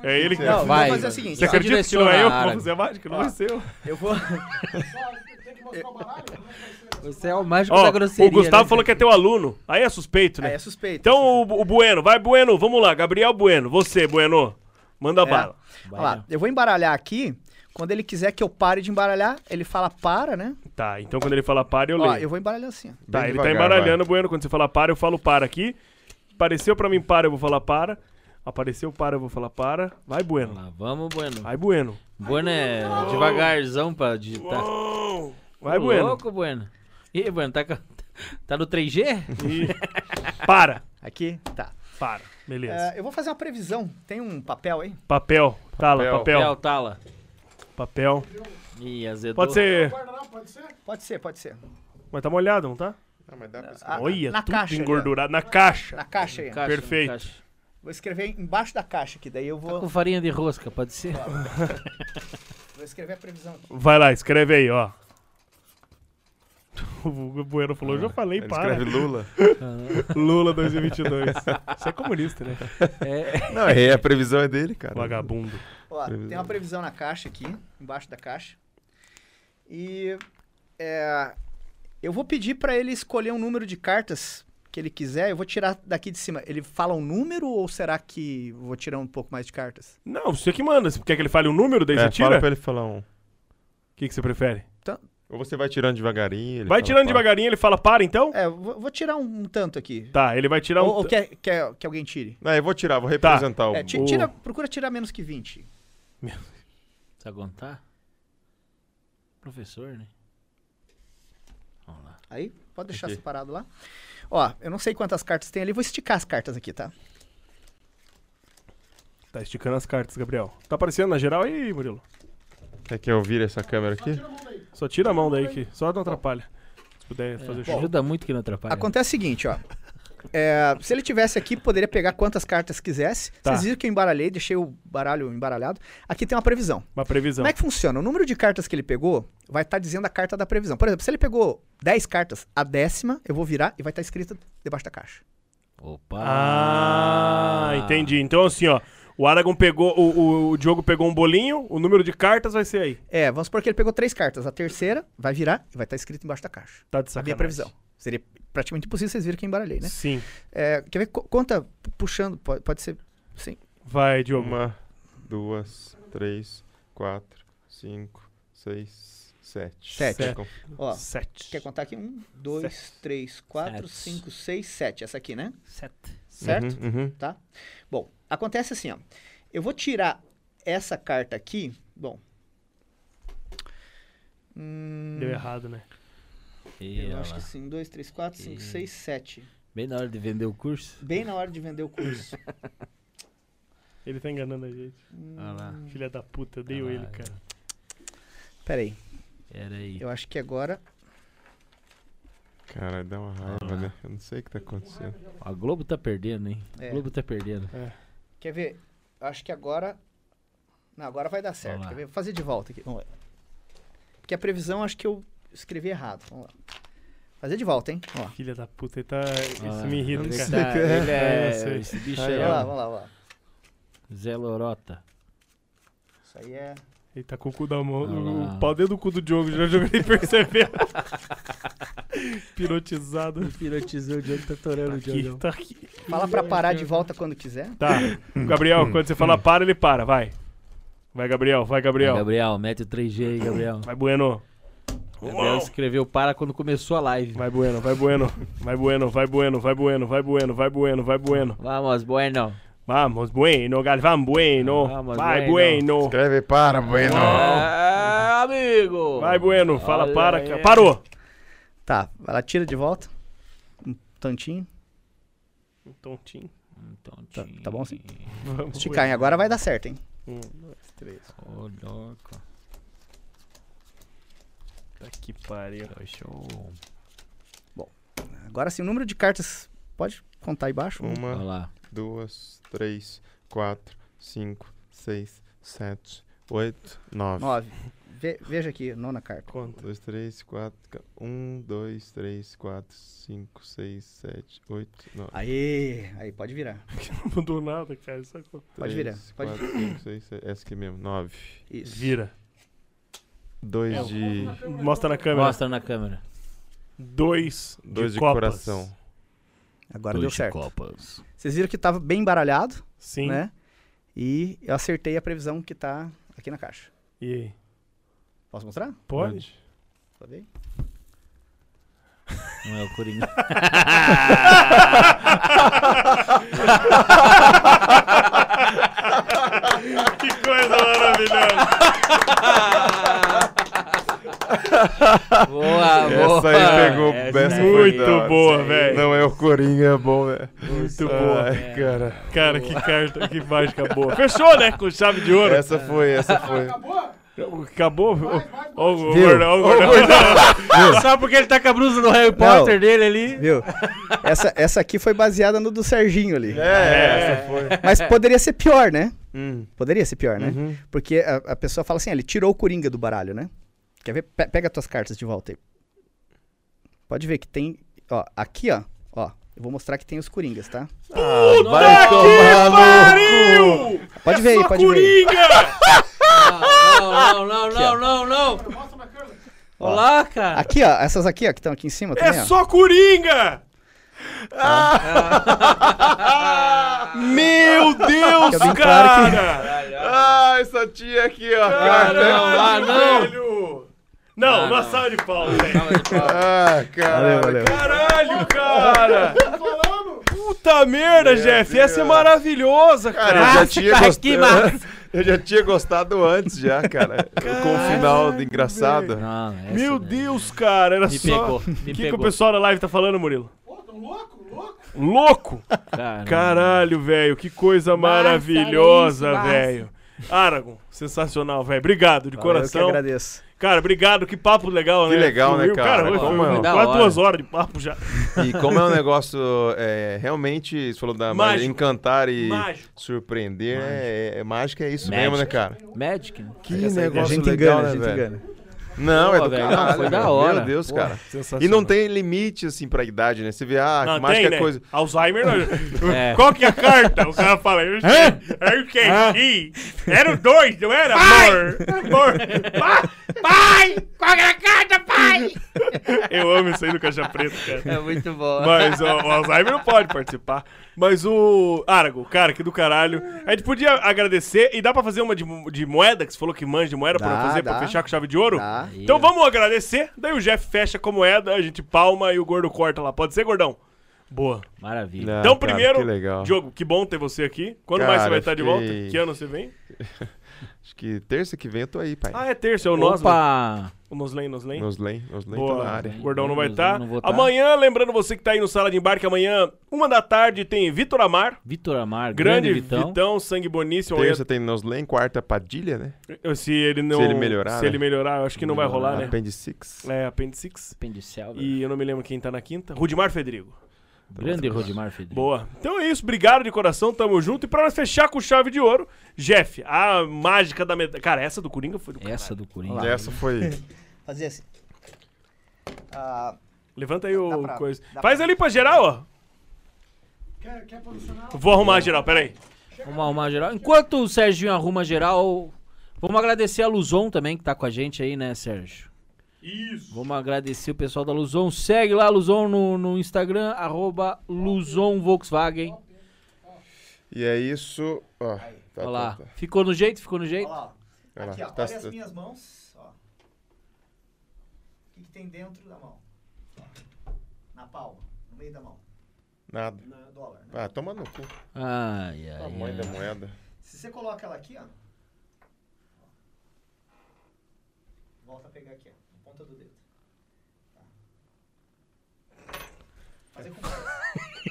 [SPEAKER 2] É ele que
[SPEAKER 4] *laughs* Não,
[SPEAKER 2] vai.
[SPEAKER 3] vai.
[SPEAKER 4] vamos fazer o seguinte.
[SPEAKER 2] Você
[SPEAKER 3] Se
[SPEAKER 2] acredita que não
[SPEAKER 3] direciona,
[SPEAKER 2] é eu que vou
[SPEAKER 3] Aragão.
[SPEAKER 2] fazer a mágica? Não vai ser eu.
[SPEAKER 4] Eu vou. *laughs*
[SPEAKER 8] Só tem que mostrar o baralho? Como é que vai ser?
[SPEAKER 3] você é o mágico
[SPEAKER 2] Ó,
[SPEAKER 3] da grosseria.
[SPEAKER 2] o Gustavo
[SPEAKER 3] né?
[SPEAKER 2] falou que é teu aluno. Aí é suspeito,
[SPEAKER 4] Aí
[SPEAKER 2] né?
[SPEAKER 4] é suspeito.
[SPEAKER 2] Então o, o Bueno, vai Bueno, vamos lá, Gabriel Bueno, você Bueno, manda
[SPEAKER 4] É.
[SPEAKER 2] bala.
[SPEAKER 4] Olha lá, eu vou embaralhar aqui. Quando ele quiser que eu pare de embaralhar, ele fala para, né?
[SPEAKER 2] Tá, então quando ele fala para eu
[SPEAKER 4] Ó,
[SPEAKER 2] leio.
[SPEAKER 4] eu vou embaralhar assim. ó.
[SPEAKER 2] Tá,
[SPEAKER 6] Bem
[SPEAKER 2] ele
[SPEAKER 6] devagar,
[SPEAKER 2] tá embaralhando, Bueno, quando você fala para eu falo para aqui. Apareceu pra mim para, eu vou falar para. Apareceu para, eu vou falar para. Vai Bueno.
[SPEAKER 3] Lá vamos, Bueno.
[SPEAKER 2] Vai Bueno.
[SPEAKER 3] Bueno é devagarzão pra digitar.
[SPEAKER 2] Vai
[SPEAKER 3] Ô,
[SPEAKER 2] É Bueno.
[SPEAKER 3] Louco, Bueno. E aí, Bueno, tá, ca- tá no 3G?
[SPEAKER 2] E para,
[SPEAKER 4] Aqui, tá.
[SPEAKER 2] para. Beleza.
[SPEAKER 4] É, eu vou fazer uma previsão. Tem um papel aí?
[SPEAKER 2] Papel, tala,
[SPEAKER 6] Papel.
[SPEAKER 3] É o
[SPEAKER 2] papel,
[SPEAKER 3] Tala.
[SPEAKER 2] papel.
[SPEAKER 3] Ih, azedou.
[SPEAKER 2] Pode ser,
[SPEAKER 8] Guardanapo, pode ser?
[SPEAKER 4] Pode ser, pode ser.
[SPEAKER 2] mas tá molhado, não tá?
[SPEAKER 6] Ah, mas dá pra escrever.
[SPEAKER 4] Ah,
[SPEAKER 2] Olha,
[SPEAKER 4] na
[SPEAKER 2] tudo
[SPEAKER 4] caixa ali, ó.
[SPEAKER 2] engordurado na caixa.
[SPEAKER 4] Na caixa aí. ó.
[SPEAKER 3] Caixa,
[SPEAKER 2] Perfeito.
[SPEAKER 3] caixa.
[SPEAKER 4] Vou escrever embaixo da caixa aqui. Daí eu
[SPEAKER 3] Tá com
[SPEAKER 4] vou,
[SPEAKER 3] farinha de rosca, pode ser?
[SPEAKER 4] vou escrever a previsão aqui.
[SPEAKER 2] Vai lá, escreve aí, ó. *laughs* O Bueno falou, já falei,
[SPEAKER 6] Ah, Ele
[SPEAKER 2] para.
[SPEAKER 6] escreve Lula.
[SPEAKER 2] *laughs* Lula 2022. *laughs* Você é comunista, né?
[SPEAKER 3] *laughs* É,
[SPEAKER 6] Não, é, a previsão é dele, cara.
[SPEAKER 2] Vagabundo.
[SPEAKER 4] Ó,
[SPEAKER 6] Previsão.
[SPEAKER 4] tem uma previsão na caixa aqui, embaixo da caixa. E é, eu vou pedir pra ele escolher um número de cartas que ele quiser. Eu vou tirar daqui de cima. Ele fala um número ou será que eu vou tirar um pouco mais de cartas?
[SPEAKER 2] Não, você que manda. Você quer que ele fale um número, daí
[SPEAKER 6] É,
[SPEAKER 2] você
[SPEAKER 6] Fala
[SPEAKER 2] tira?
[SPEAKER 6] pra
[SPEAKER 2] O
[SPEAKER 6] ele falar um.
[SPEAKER 2] que, que você prefere?
[SPEAKER 6] Ou você vai tirando devagarinho. ele
[SPEAKER 2] vai
[SPEAKER 6] fala, um
[SPEAKER 2] tirando
[SPEAKER 6] "Para".
[SPEAKER 2] devagarinho, ele fala para, então?
[SPEAKER 4] É, eu vou, vou tirar um, um tanto aqui.
[SPEAKER 2] Tá, ele vai tirar
[SPEAKER 4] ou
[SPEAKER 2] um...
[SPEAKER 4] ou quer, quer que alguém tire?
[SPEAKER 6] Não, eu vou tirar,
[SPEAKER 2] Tá.
[SPEAKER 6] vou representar o.
[SPEAKER 4] É, ti-
[SPEAKER 2] o-
[SPEAKER 4] tira, procura tirar menos que 20.
[SPEAKER 3] precisa contar? Professor, né? Vamos lá.
[SPEAKER 4] Aí, pode deixar
[SPEAKER 6] Aqui.
[SPEAKER 4] separado lá. Ó, eu não sei quantas cartas tem ali, vou esticar as cartas aqui, tá?
[SPEAKER 2] Tá esticando as cartas, Gabriel. Tá aparecendo na geral aí, Murilo?
[SPEAKER 6] Quer que eu vire essa câmera aqui?
[SPEAKER 2] Só tira um a mão daí que só não atrapalha. Se puder fazer show.
[SPEAKER 3] Ajuda muito que não atrapalha.
[SPEAKER 4] Acontece o seguinte, ó. É, se ele tivesse aqui, poderia pegar quantas cartas quisesse.
[SPEAKER 2] Tá.
[SPEAKER 4] Vocês viram que eu embaralhei, deixei o baralho embaralhado. Aqui tem uma previsão.
[SPEAKER 2] Uma previsão.
[SPEAKER 4] Como é que funciona? O número de cartas que ele pegou vai estar dizendo a carta da previsão. Por exemplo, se ele pegou 10 cartas, a décima eu vou virar e vai estar escrita debaixo da caixa.
[SPEAKER 3] Opa!
[SPEAKER 2] Ah, entendi. Então assim, ó. O Aragorn pegou, o, o, o Diogo pegou um bolinho, o número de cartas vai ser aí.
[SPEAKER 4] É, vamos supor que ele pegou três cartas. A terceira vai virar e vai estar escrita embaixo da caixa.
[SPEAKER 2] Tá de
[SPEAKER 4] Sabia
[SPEAKER 2] sacanagem.
[SPEAKER 4] a minha previsão. Seria praticamente impossível vocês viram que eu embaralhei, né?
[SPEAKER 2] Sim.
[SPEAKER 4] É, quer ver? Co- Conta pu- puxando, pode, pode ser. Sim.
[SPEAKER 2] Vai,
[SPEAKER 4] Hum.
[SPEAKER 2] Diogo.
[SPEAKER 6] Uma, duas, três, quatro, cinco, seis, sete. Uhum,
[SPEAKER 4] Sete.
[SPEAKER 6] Quer com-
[SPEAKER 4] Ó,
[SPEAKER 2] Sete.
[SPEAKER 4] quer contar aqui? Um, dois, três, quatro,
[SPEAKER 3] Sete.
[SPEAKER 4] cinco, seis, sete. Essa aqui,
[SPEAKER 2] Uhum.
[SPEAKER 4] né?
[SPEAKER 3] Sete.
[SPEAKER 4] Certo?
[SPEAKER 6] Uhum, uhum.
[SPEAKER 4] tá? Bom, acontece assim, ó. Eu vou tirar essa carta aqui. Bom. Hum,
[SPEAKER 2] Deu errado, né?
[SPEAKER 3] E
[SPEAKER 4] eu
[SPEAKER 3] olha
[SPEAKER 4] acho
[SPEAKER 3] lá.
[SPEAKER 4] que sim. Um, 2, 3, 4, 5, 6, 7.
[SPEAKER 3] Bem na hora de vender o curso.
[SPEAKER 4] Bem na hora de vender o curso.
[SPEAKER 2] Ele tá enganando a gente.
[SPEAKER 3] Olha lá.
[SPEAKER 4] Hum.
[SPEAKER 2] Filha da puta, eu odeio
[SPEAKER 3] Ah,
[SPEAKER 2] ele, cara.
[SPEAKER 4] Pera aí.
[SPEAKER 3] Era aí.
[SPEAKER 4] Eu acho que agora.
[SPEAKER 6] Cara, dá uma
[SPEAKER 2] Ah.
[SPEAKER 6] raiva, né? Eu não sei o que tá acontecendo.
[SPEAKER 3] A Globo tá perdendo, hein?
[SPEAKER 4] É.
[SPEAKER 3] A Globo tá perdendo.
[SPEAKER 4] Quer ver? Eu acho que agora. Não, agora vai dar certo.
[SPEAKER 3] Vamos lá.
[SPEAKER 4] Quer ver? Vou fazer de volta aqui. Vamos lá. Porque a previsão acho que eu escrevi errado. Vamos lá. Fazer de volta, hein? Vamos lá.
[SPEAKER 2] Filha da puta, ele tá.
[SPEAKER 3] Olha
[SPEAKER 2] Isso
[SPEAKER 3] lá.
[SPEAKER 2] me irrita,
[SPEAKER 3] Ah, Ele
[SPEAKER 2] cara.
[SPEAKER 3] tá-
[SPEAKER 2] *laughs*
[SPEAKER 3] *laughs* ele
[SPEAKER 2] É,
[SPEAKER 3] é-
[SPEAKER 2] eu sei.
[SPEAKER 3] esse bicho
[SPEAKER 6] Aí,
[SPEAKER 3] aí,
[SPEAKER 4] Vamos lá,
[SPEAKER 3] ó.
[SPEAKER 4] vamos lá, vamos lá.
[SPEAKER 3] Zé Lorota.
[SPEAKER 4] Isso aí é.
[SPEAKER 2] Ele tá com o cu da mão.
[SPEAKER 3] Olha
[SPEAKER 2] O
[SPEAKER 3] lá.
[SPEAKER 2] pau dentro do cu do Diogo, já joguei percebeu. *laughs* Pirotizado.
[SPEAKER 3] Pirotizou o Diogo, tá atorando o
[SPEAKER 2] Aqui,
[SPEAKER 3] Diogo.
[SPEAKER 2] tá aqui.
[SPEAKER 4] Fala pra parar de volta quando quiser.
[SPEAKER 2] Tá. Gabriel, quando você fala para, ele para. Vai. Vai, Gabriel. Vai, Gabriel.
[SPEAKER 3] Gabriel, mete o 3G aí, Gabriel.
[SPEAKER 2] Vai, Bueno.
[SPEAKER 3] Gabriel escreveu para quando começou a live.
[SPEAKER 2] Vai, Bueno. Vai, Bueno. Vai, Bueno. Vai, Bueno. Vai, Bueno. Vai, Bueno. Vai, Bueno. Vai, Bueno.
[SPEAKER 3] Vamos, bueno.
[SPEAKER 2] Vamos, Bueno. Galvão, Bueno.
[SPEAKER 3] Vamos,
[SPEAKER 2] Vai,
[SPEAKER 3] bueno.
[SPEAKER 2] Bueno.
[SPEAKER 6] Escreve para, Bueno.
[SPEAKER 3] Ah, amigo!
[SPEAKER 2] Vai, Bueno. Fala
[SPEAKER 3] Olha
[SPEAKER 2] para.
[SPEAKER 3] aí.
[SPEAKER 2] cara. Parou.
[SPEAKER 4] Tá, ela tira de volta. Um tantinho.
[SPEAKER 2] Tontinho.
[SPEAKER 3] Então,
[SPEAKER 4] Tá-
[SPEAKER 3] tinha-
[SPEAKER 4] tá bom assim?
[SPEAKER 2] Vamos.
[SPEAKER 4] Esticar, hein? Agora vai dar certo, hein?
[SPEAKER 2] Hum.
[SPEAKER 3] Ô, louco.
[SPEAKER 2] Tá que pariu.
[SPEAKER 3] Show.
[SPEAKER 4] Agora sim, o número de cartas. Pode contar aí embaixo? Um,
[SPEAKER 3] Olha
[SPEAKER 6] Uma,
[SPEAKER 3] lá.
[SPEAKER 6] duas, três, quatro, cinco, seis, sete, oito, nove.
[SPEAKER 4] nove. Ve- veja aqui, nona carta.
[SPEAKER 2] Conta.
[SPEAKER 6] 2, 3, 4, 1, 2, 3, 4, 5, 6, 7, 8,
[SPEAKER 4] Ah,
[SPEAKER 6] 9.
[SPEAKER 4] Aí, aí, pode virar.
[SPEAKER 2] Não mudou nada, cara. é Sacou?
[SPEAKER 4] pode virar, pode
[SPEAKER 6] 4, 5, 6, 7, essa aqui mesmo, 9.
[SPEAKER 4] Isso.
[SPEAKER 2] Vira.
[SPEAKER 6] 2 de,
[SPEAKER 2] Mostra na câmera.
[SPEAKER 3] Mostra na câmera.
[SPEAKER 2] Dois de,
[SPEAKER 6] dois de
[SPEAKER 2] copas.
[SPEAKER 6] coração.
[SPEAKER 4] Agora deu certo.
[SPEAKER 2] *laughs*
[SPEAKER 3] copas.
[SPEAKER 4] Vocês viram que tava bem embaralhado,
[SPEAKER 2] Sim.
[SPEAKER 4] né? E eu acertei a previsão que tá aqui na caixa.
[SPEAKER 2] E aí?
[SPEAKER 4] Posso mostrar? Tá
[SPEAKER 2] Pode?
[SPEAKER 4] Pode ver?
[SPEAKER 3] Não é o Coringa.
[SPEAKER 2] *laughs* Que coisa maravilhosa.
[SPEAKER 3] boa,
[SPEAKER 6] Essa
[SPEAKER 3] boa.
[SPEAKER 6] aí pegou essa foi
[SPEAKER 2] Muito
[SPEAKER 6] da hora,
[SPEAKER 2] boa,
[SPEAKER 6] essa aí.
[SPEAKER 2] velho.
[SPEAKER 6] Não é o Coringa, é bom, né?
[SPEAKER 2] Muito boa.
[SPEAKER 6] Ai,
[SPEAKER 4] É.
[SPEAKER 6] cara.
[SPEAKER 2] Cara, que carta, que mágica
[SPEAKER 6] *laughs*
[SPEAKER 2] boa. Fechou, né? Com chave de ouro.
[SPEAKER 6] Essa foi, essa foi.
[SPEAKER 1] Acabou?
[SPEAKER 2] Acabou. Ó, ó, o
[SPEAKER 4] Viu?
[SPEAKER 2] gordão, o gordão.
[SPEAKER 3] Só porque ele tá com a blusa do Harry
[SPEAKER 4] Potter
[SPEAKER 3] Potter
[SPEAKER 2] *laughs*
[SPEAKER 3] dele ali.
[SPEAKER 4] Viu? essa, essa aqui foi baseada no do Serginho ali.
[SPEAKER 6] É, essa foi.
[SPEAKER 4] Mas poderia ser pior, né?
[SPEAKER 6] Hum.
[SPEAKER 4] Poderia ser pior, né?
[SPEAKER 6] Uhum.
[SPEAKER 4] Porque a, a pessoa fala assim, ah, ele tirou o Coringa do baralho, né? Quer ver? Pe- pega as tuas cartas de volta aí. Pode ver que tem, ó, aqui, ó, ó, eu vou mostrar que tem os Coringas, tá?
[SPEAKER 6] Ah, Vai tomar no cu!
[SPEAKER 4] Pode ver aí, pode ver. aí.
[SPEAKER 2] Coringa!
[SPEAKER 3] Não, não, não, não, não.
[SPEAKER 1] Mostra na câmera.
[SPEAKER 3] Olá, cara.
[SPEAKER 4] Aqui, ó, essas aqui, ó, que estão aqui em cima tá
[SPEAKER 2] É
[SPEAKER 4] também, ó.
[SPEAKER 2] só Coringa! Meu Deus,
[SPEAKER 4] Fica bem claro que-
[SPEAKER 2] cara!
[SPEAKER 6] Ah, essa tia aqui, ó.
[SPEAKER 2] Caralho,
[SPEAKER 3] ah, não. Ah,
[SPEAKER 2] velho! Não, uma salva de palmas, velho.
[SPEAKER 6] Ah, cara.
[SPEAKER 4] Valeu, valeu.
[SPEAKER 2] Caralho, cara!
[SPEAKER 1] Falando.
[SPEAKER 2] Puta merda, Jeff! Essa é maravilhosa, cara!
[SPEAKER 6] Cara, eu já tinha
[SPEAKER 3] Fica aqui,
[SPEAKER 6] gostado. *laughs*
[SPEAKER 3] Marcos.
[SPEAKER 6] Eu já tinha gostado antes, já, cara. Com o final de engraçado.
[SPEAKER 3] Não, essa
[SPEAKER 2] Meu
[SPEAKER 3] daí.
[SPEAKER 2] Deus, cara, era
[SPEAKER 3] Me
[SPEAKER 2] só...
[SPEAKER 3] pegou,
[SPEAKER 2] O
[SPEAKER 3] me
[SPEAKER 2] que, que
[SPEAKER 3] pegou.
[SPEAKER 2] o pessoal da live tá falando, Murilo?
[SPEAKER 8] Pô, tão louco, louco.
[SPEAKER 2] Louco!
[SPEAKER 3] Ah, Cara,
[SPEAKER 2] Caralho, velho, que coisa
[SPEAKER 5] Massa,
[SPEAKER 2] maravilhosa,
[SPEAKER 5] isso, massa.
[SPEAKER 2] velho. Aragon, sensacional, velho. Obrigado, de
[SPEAKER 4] Eu
[SPEAKER 2] coração.
[SPEAKER 4] que agradeço.
[SPEAKER 2] Cara, obrigado, que papo legal,
[SPEAKER 6] Que
[SPEAKER 2] né?
[SPEAKER 6] legal, né,
[SPEAKER 2] Fluiu,
[SPEAKER 6] cara?
[SPEAKER 2] foi-
[SPEAKER 6] Como
[SPEAKER 2] foi
[SPEAKER 6] é?
[SPEAKER 2] quase
[SPEAKER 3] Da hora.
[SPEAKER 2] duas horas de papo já.
[SPEAKER 6] E como é um negócio é, realmente, você falou da
[SPEAKER 2] Mágico.
[SPEAKER 6] encantar e
[SPEAKER 2] Mágico.
[SPEAKER 6] surpreender, né? É, é, mágica é isso
[SPEAKER 3] Mágico.
[SPEAKER 6] mesmo, né, cara?
[SPEAKER 3] Magic, né?
[SPEAKER 6] Que né,
[SPEAKER 4] a gente engana, a gente engana.
[SPEAKER 6] Não,
[SPEAKER 3] Pô,
[SPEAKER 6] é do
[SPEAKER 3] velho,
[SPEAKER 6] caralho.
[SPEAKER 3] não, foi da
[SPEAKER 6] velho.
[SPEAKER 3] hora.
[SPEAKER 6] Meu Deus,
[SPEAKER 3] Pô,
[SPEAKER 6] cara. E não tem limite, assim, pra idade, né? Você vê, ah,
[SPEAKER 2] Não,
[SPEAKER 6] que mágica
[SPEAKER 2] tem, né?
[SPEAKER 6] coisa...
[SPEAKER 5] *laughs*
[SPEAKER 2] Alzheimer não.
[SPEAKER 3] É.
[SPEAKER 2] Qual que é a carta? O cara fala, eu esqueci. Eu esqueci. Era o dois, não era? Amor. *laughs* Amor. Pá.
[SPEAKER 5] Pai! Qual é a carta, pai?
[SPEAKER 2] *laughs* Eu amo isso aí do Caixa Preta, cara.
[SPEAKER 3] É muito bom.
[SPEAKER 2] Mas ó, o Alzheimer não pode participar. Mas o Arago, cara, que do caralho. A gente podia agradecer. E dá pra fazer uma de, de moeda, que você falou que manja de moeda, pra
[SPEAKER 4] Dá,
[SPEAKER 2] fazer, pra
[SPEAKER 4] dá.
[SPEAKER 2] fechar com chave de ouro?
[SPEAKER 4] Tá.
[SPEAKER 2] Então vamos agradecer. Daí o Jeff fecha com moeda, a gente palma e o gordo corta lá. Pode ser, gordão? Boa.
[SPEAKER 3] Maravilha.
[SPEAKER 2] Então,
[SPEAKER 6] Ah, cara,
[SPEAKER 2] primeiro,
[SPEAKER 6] Que legal.
[SPEAKER 2] Diogo, que bom ter você aqui. Quando
[SPEAKER 6] Cara,
[SPEAKER 2] mais você vai estar de
[SPEAKER 6] fiquei-
[SPEAKER 2] volta? Que ano você vem?
[SPEAKER 6] Acho que terça que vem eu tô aí, pai.
[SPEAKER 2] Ah, é terça, é o Noslen.
[SPEAKER 3] Opa!
[SPEAKER 2] O Noslen, Noslen.
[SPEAKER 6] Noslen, Noslen tá
[SPEAKER 2] Boa,
[SPEAKER 6] na área.
[SPEAKER 2] o Gordão não vai
[SPEAKER 3] Noslen,
[SPEAKER 2] estar.
[SPEAKER 3] não vou tá.
[SPEAKER 2] Amanhã, lembrando você que tá aí no Sala de Embarque, amanhã, uma da tarde, tem Vitor Amar,
[SPEAKER 3] Vitor Amar,
[SPEAKER 2] grande,
[SPEAKER 3] grande,
[SPEAKER 2] Vitão.
[SPEAKER 3] Vitão.
[SPEAKER 2] sangue boníssimo.
[SPEAKER 6] Terça tem Noslen, quarta Padilha, né?
[SPEAKER 2] Eu- Se ele não...
[SPEAKER 6] Se ele melhorar,
[SPEAKER 2] Se
[SPEAKER 6] né?
[SPEAKER 2] ele melhorar, eu acho que não vai rolar, né?
[SPEAKER 6] Appendicix.
[SPEAKER 2] É, Appendix.
[SPEAKER 3] Apendicel, velho.
[SPEAKER 2] E eu não me lembro quem tá na quinta. Rudimar Federico.
[SPEAKER 3] Grande Rodimar Federico.
[SPEAKER 2] Boa. Então é isso, obrigado de coração, tamo junto. E pra nós fechar com chave de ouro, Jeff, a mágica da medalha. Cara, essa do Coringa foi do
[SPEAKER 4] É.
[SPEAKER 2] caralho.
[SPEAKER 3] Essa do Corinthians.
[SPEAKER 6] Essa foi...
[SPEAKER 4] Fazer assim. Ah,
[SPEAKER 2] Levanta aí
[SPEAKER 4] Dá
[SPEAKER 2] o
[SPEAKER 4] pra-
[SPEAKER 2] coisa.
[SPEAKER 4] dá
[SPEAKER 2] Faz ali pra geral, ó.
[SPEAKER 8] Quer, quer posicionar?
[SPEAKER 2] Vou arrumar a geral, peraí.
[SPEAKER 3] Uma, uma geral. Enquanto o Serginho arruma geral, vamos agradecer a Luzon também, que tá com a gente aí, né, Sérgio? Isso. Vamos agradecer o pessoal da Luzon. Segue lá, Luzon, no, no Instagram, arroba Luzon Volkswagen.
[SPEAKER 6] E é isso... Ó, tá,
[SPEAKER 3] Olha lá.
[SPEAKER 6] tá, tá.
[SPEAKER 3] Ficou no jeito? Ficou no jeito?
[SPEAKER 4] ó,
[SPEAKER 6] Vai lá.
[SPEAKER 4] aqui, ó,
[SPEAKER 6] Tá-
[SPEAKER 4] olha as minhas mãos. Ó. O que, que tem dentro da mão? Ó, Na palma, no meio da mão.
[SPEAKER 6] Nada.
[SPEAKER 4] No dólar, né?
[SPEAKER 6] Ah, toma no cu.
[SPEAKER 3] Ai, ai,
[SPEAKER 6] Tamanho da
[SPEAKER 3] ai.
[SPEAKER 6] moeda.
[SPEAKER 4] Se você coloca ela aqui, ó. Volta a pegar aqui, ó. Na ponta do dedo. Tá. Fazer com mais.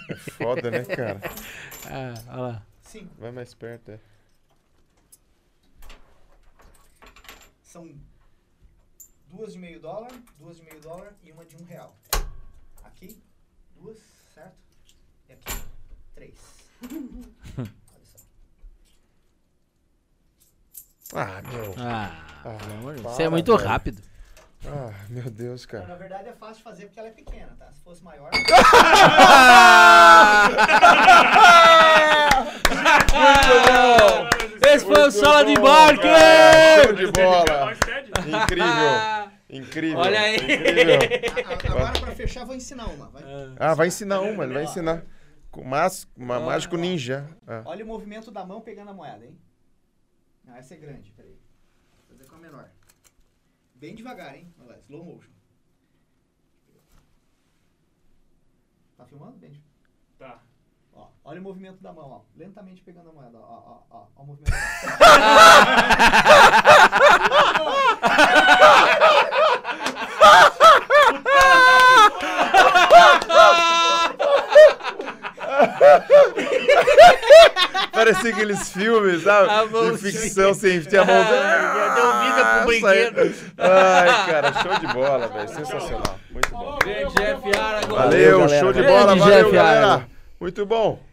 [SPEAKER 6] É foda, né, cara?
[SPEAKER 3] Ah, olha lá.
[SPEAKER 4] Cinco.
[SPEAKER 6] Vai mais perto, é.
[SPEAKER 4] São duas de meio dólar, duas de meio dólar e uma de um real. Aqui, duas, certo? E aqui, três. Olha só.
[SPEAKER 6] Ah, meu.
[SPEAKER 3] Ah,
[SPEAKER 6] Ah,
[SPEAKER 3] pelo amor de Deus.
[SPEAKER 6] para,
[SPEAKER 3] Você é muito
[SPEAKER 6] velho.
[SPEAKER 3] rápido.
[SPEAKER 6] Ah, meu Deus,
[SPEAKER 4] Não,
[SPEAKER 6] cara.
[SPEAKER 4] na verdade é fácil de fazer porque ela é pequena, tá? Se fosse maior.
[SPEAKER 3] Esse foi o Sala de Embarque!
[SPEAKER 6] Cara, Show de bola!
[SPEAKER 2] Nós pede.
[SPEAKER 6] Incrível! Incrível!
[SPEAKER 3] Olha aí.
[SPEAKER 4] A-
[SPEAKER 6] incrível.
[SPEAKER 4] a- agora pra fechar, vou ensinar uma. Vai.
[SPEAKER 6] Ah, vai ensinar uma, ele vai ensinar. Com mas, ma- mágico ninja. Ah.
[SPEAKER 4] Olha o movimento da mão pegando a moeda, hein? Não, essa é grande, peraí. Vou fazer com a menor. Bem devagar, hein? Olha lá, slow motion. Tá filmando, Benji?
[SPEAKER 2] Tá.
[SPEAKER 4] Ó, olha o movimento da mão, ó. Lentamente pegando a moeda, ó, ó, ó, ó, ó o movimento da mão.
[SPEAKER 6] Parecia aqueles filmes, sabe?
[SPEAKER 3] A mão
[SPEAKER 6] de ficção científica. A mão
[SPEAKER 3] Ah, deu vida pro banheiro.
[SPEAKER 6] Isso aí. Ai, cara, show de bola, velho. Sensacional. Muito bom.
[SPEAKER 3] Grande Jeff Aragon.
[SPEAKER 6] Valeu,
[SPEAKER 4] galera.
[SPEAKER 6] show de
[SPEAKER 3] Grande
[SPEAKER 6] bola, valeu,
[SPEAKER 3] Jeff
[SPEAKER 6] galera.
[SPEAKER 3] Iron.
[SPEAKER 6] Muito bom.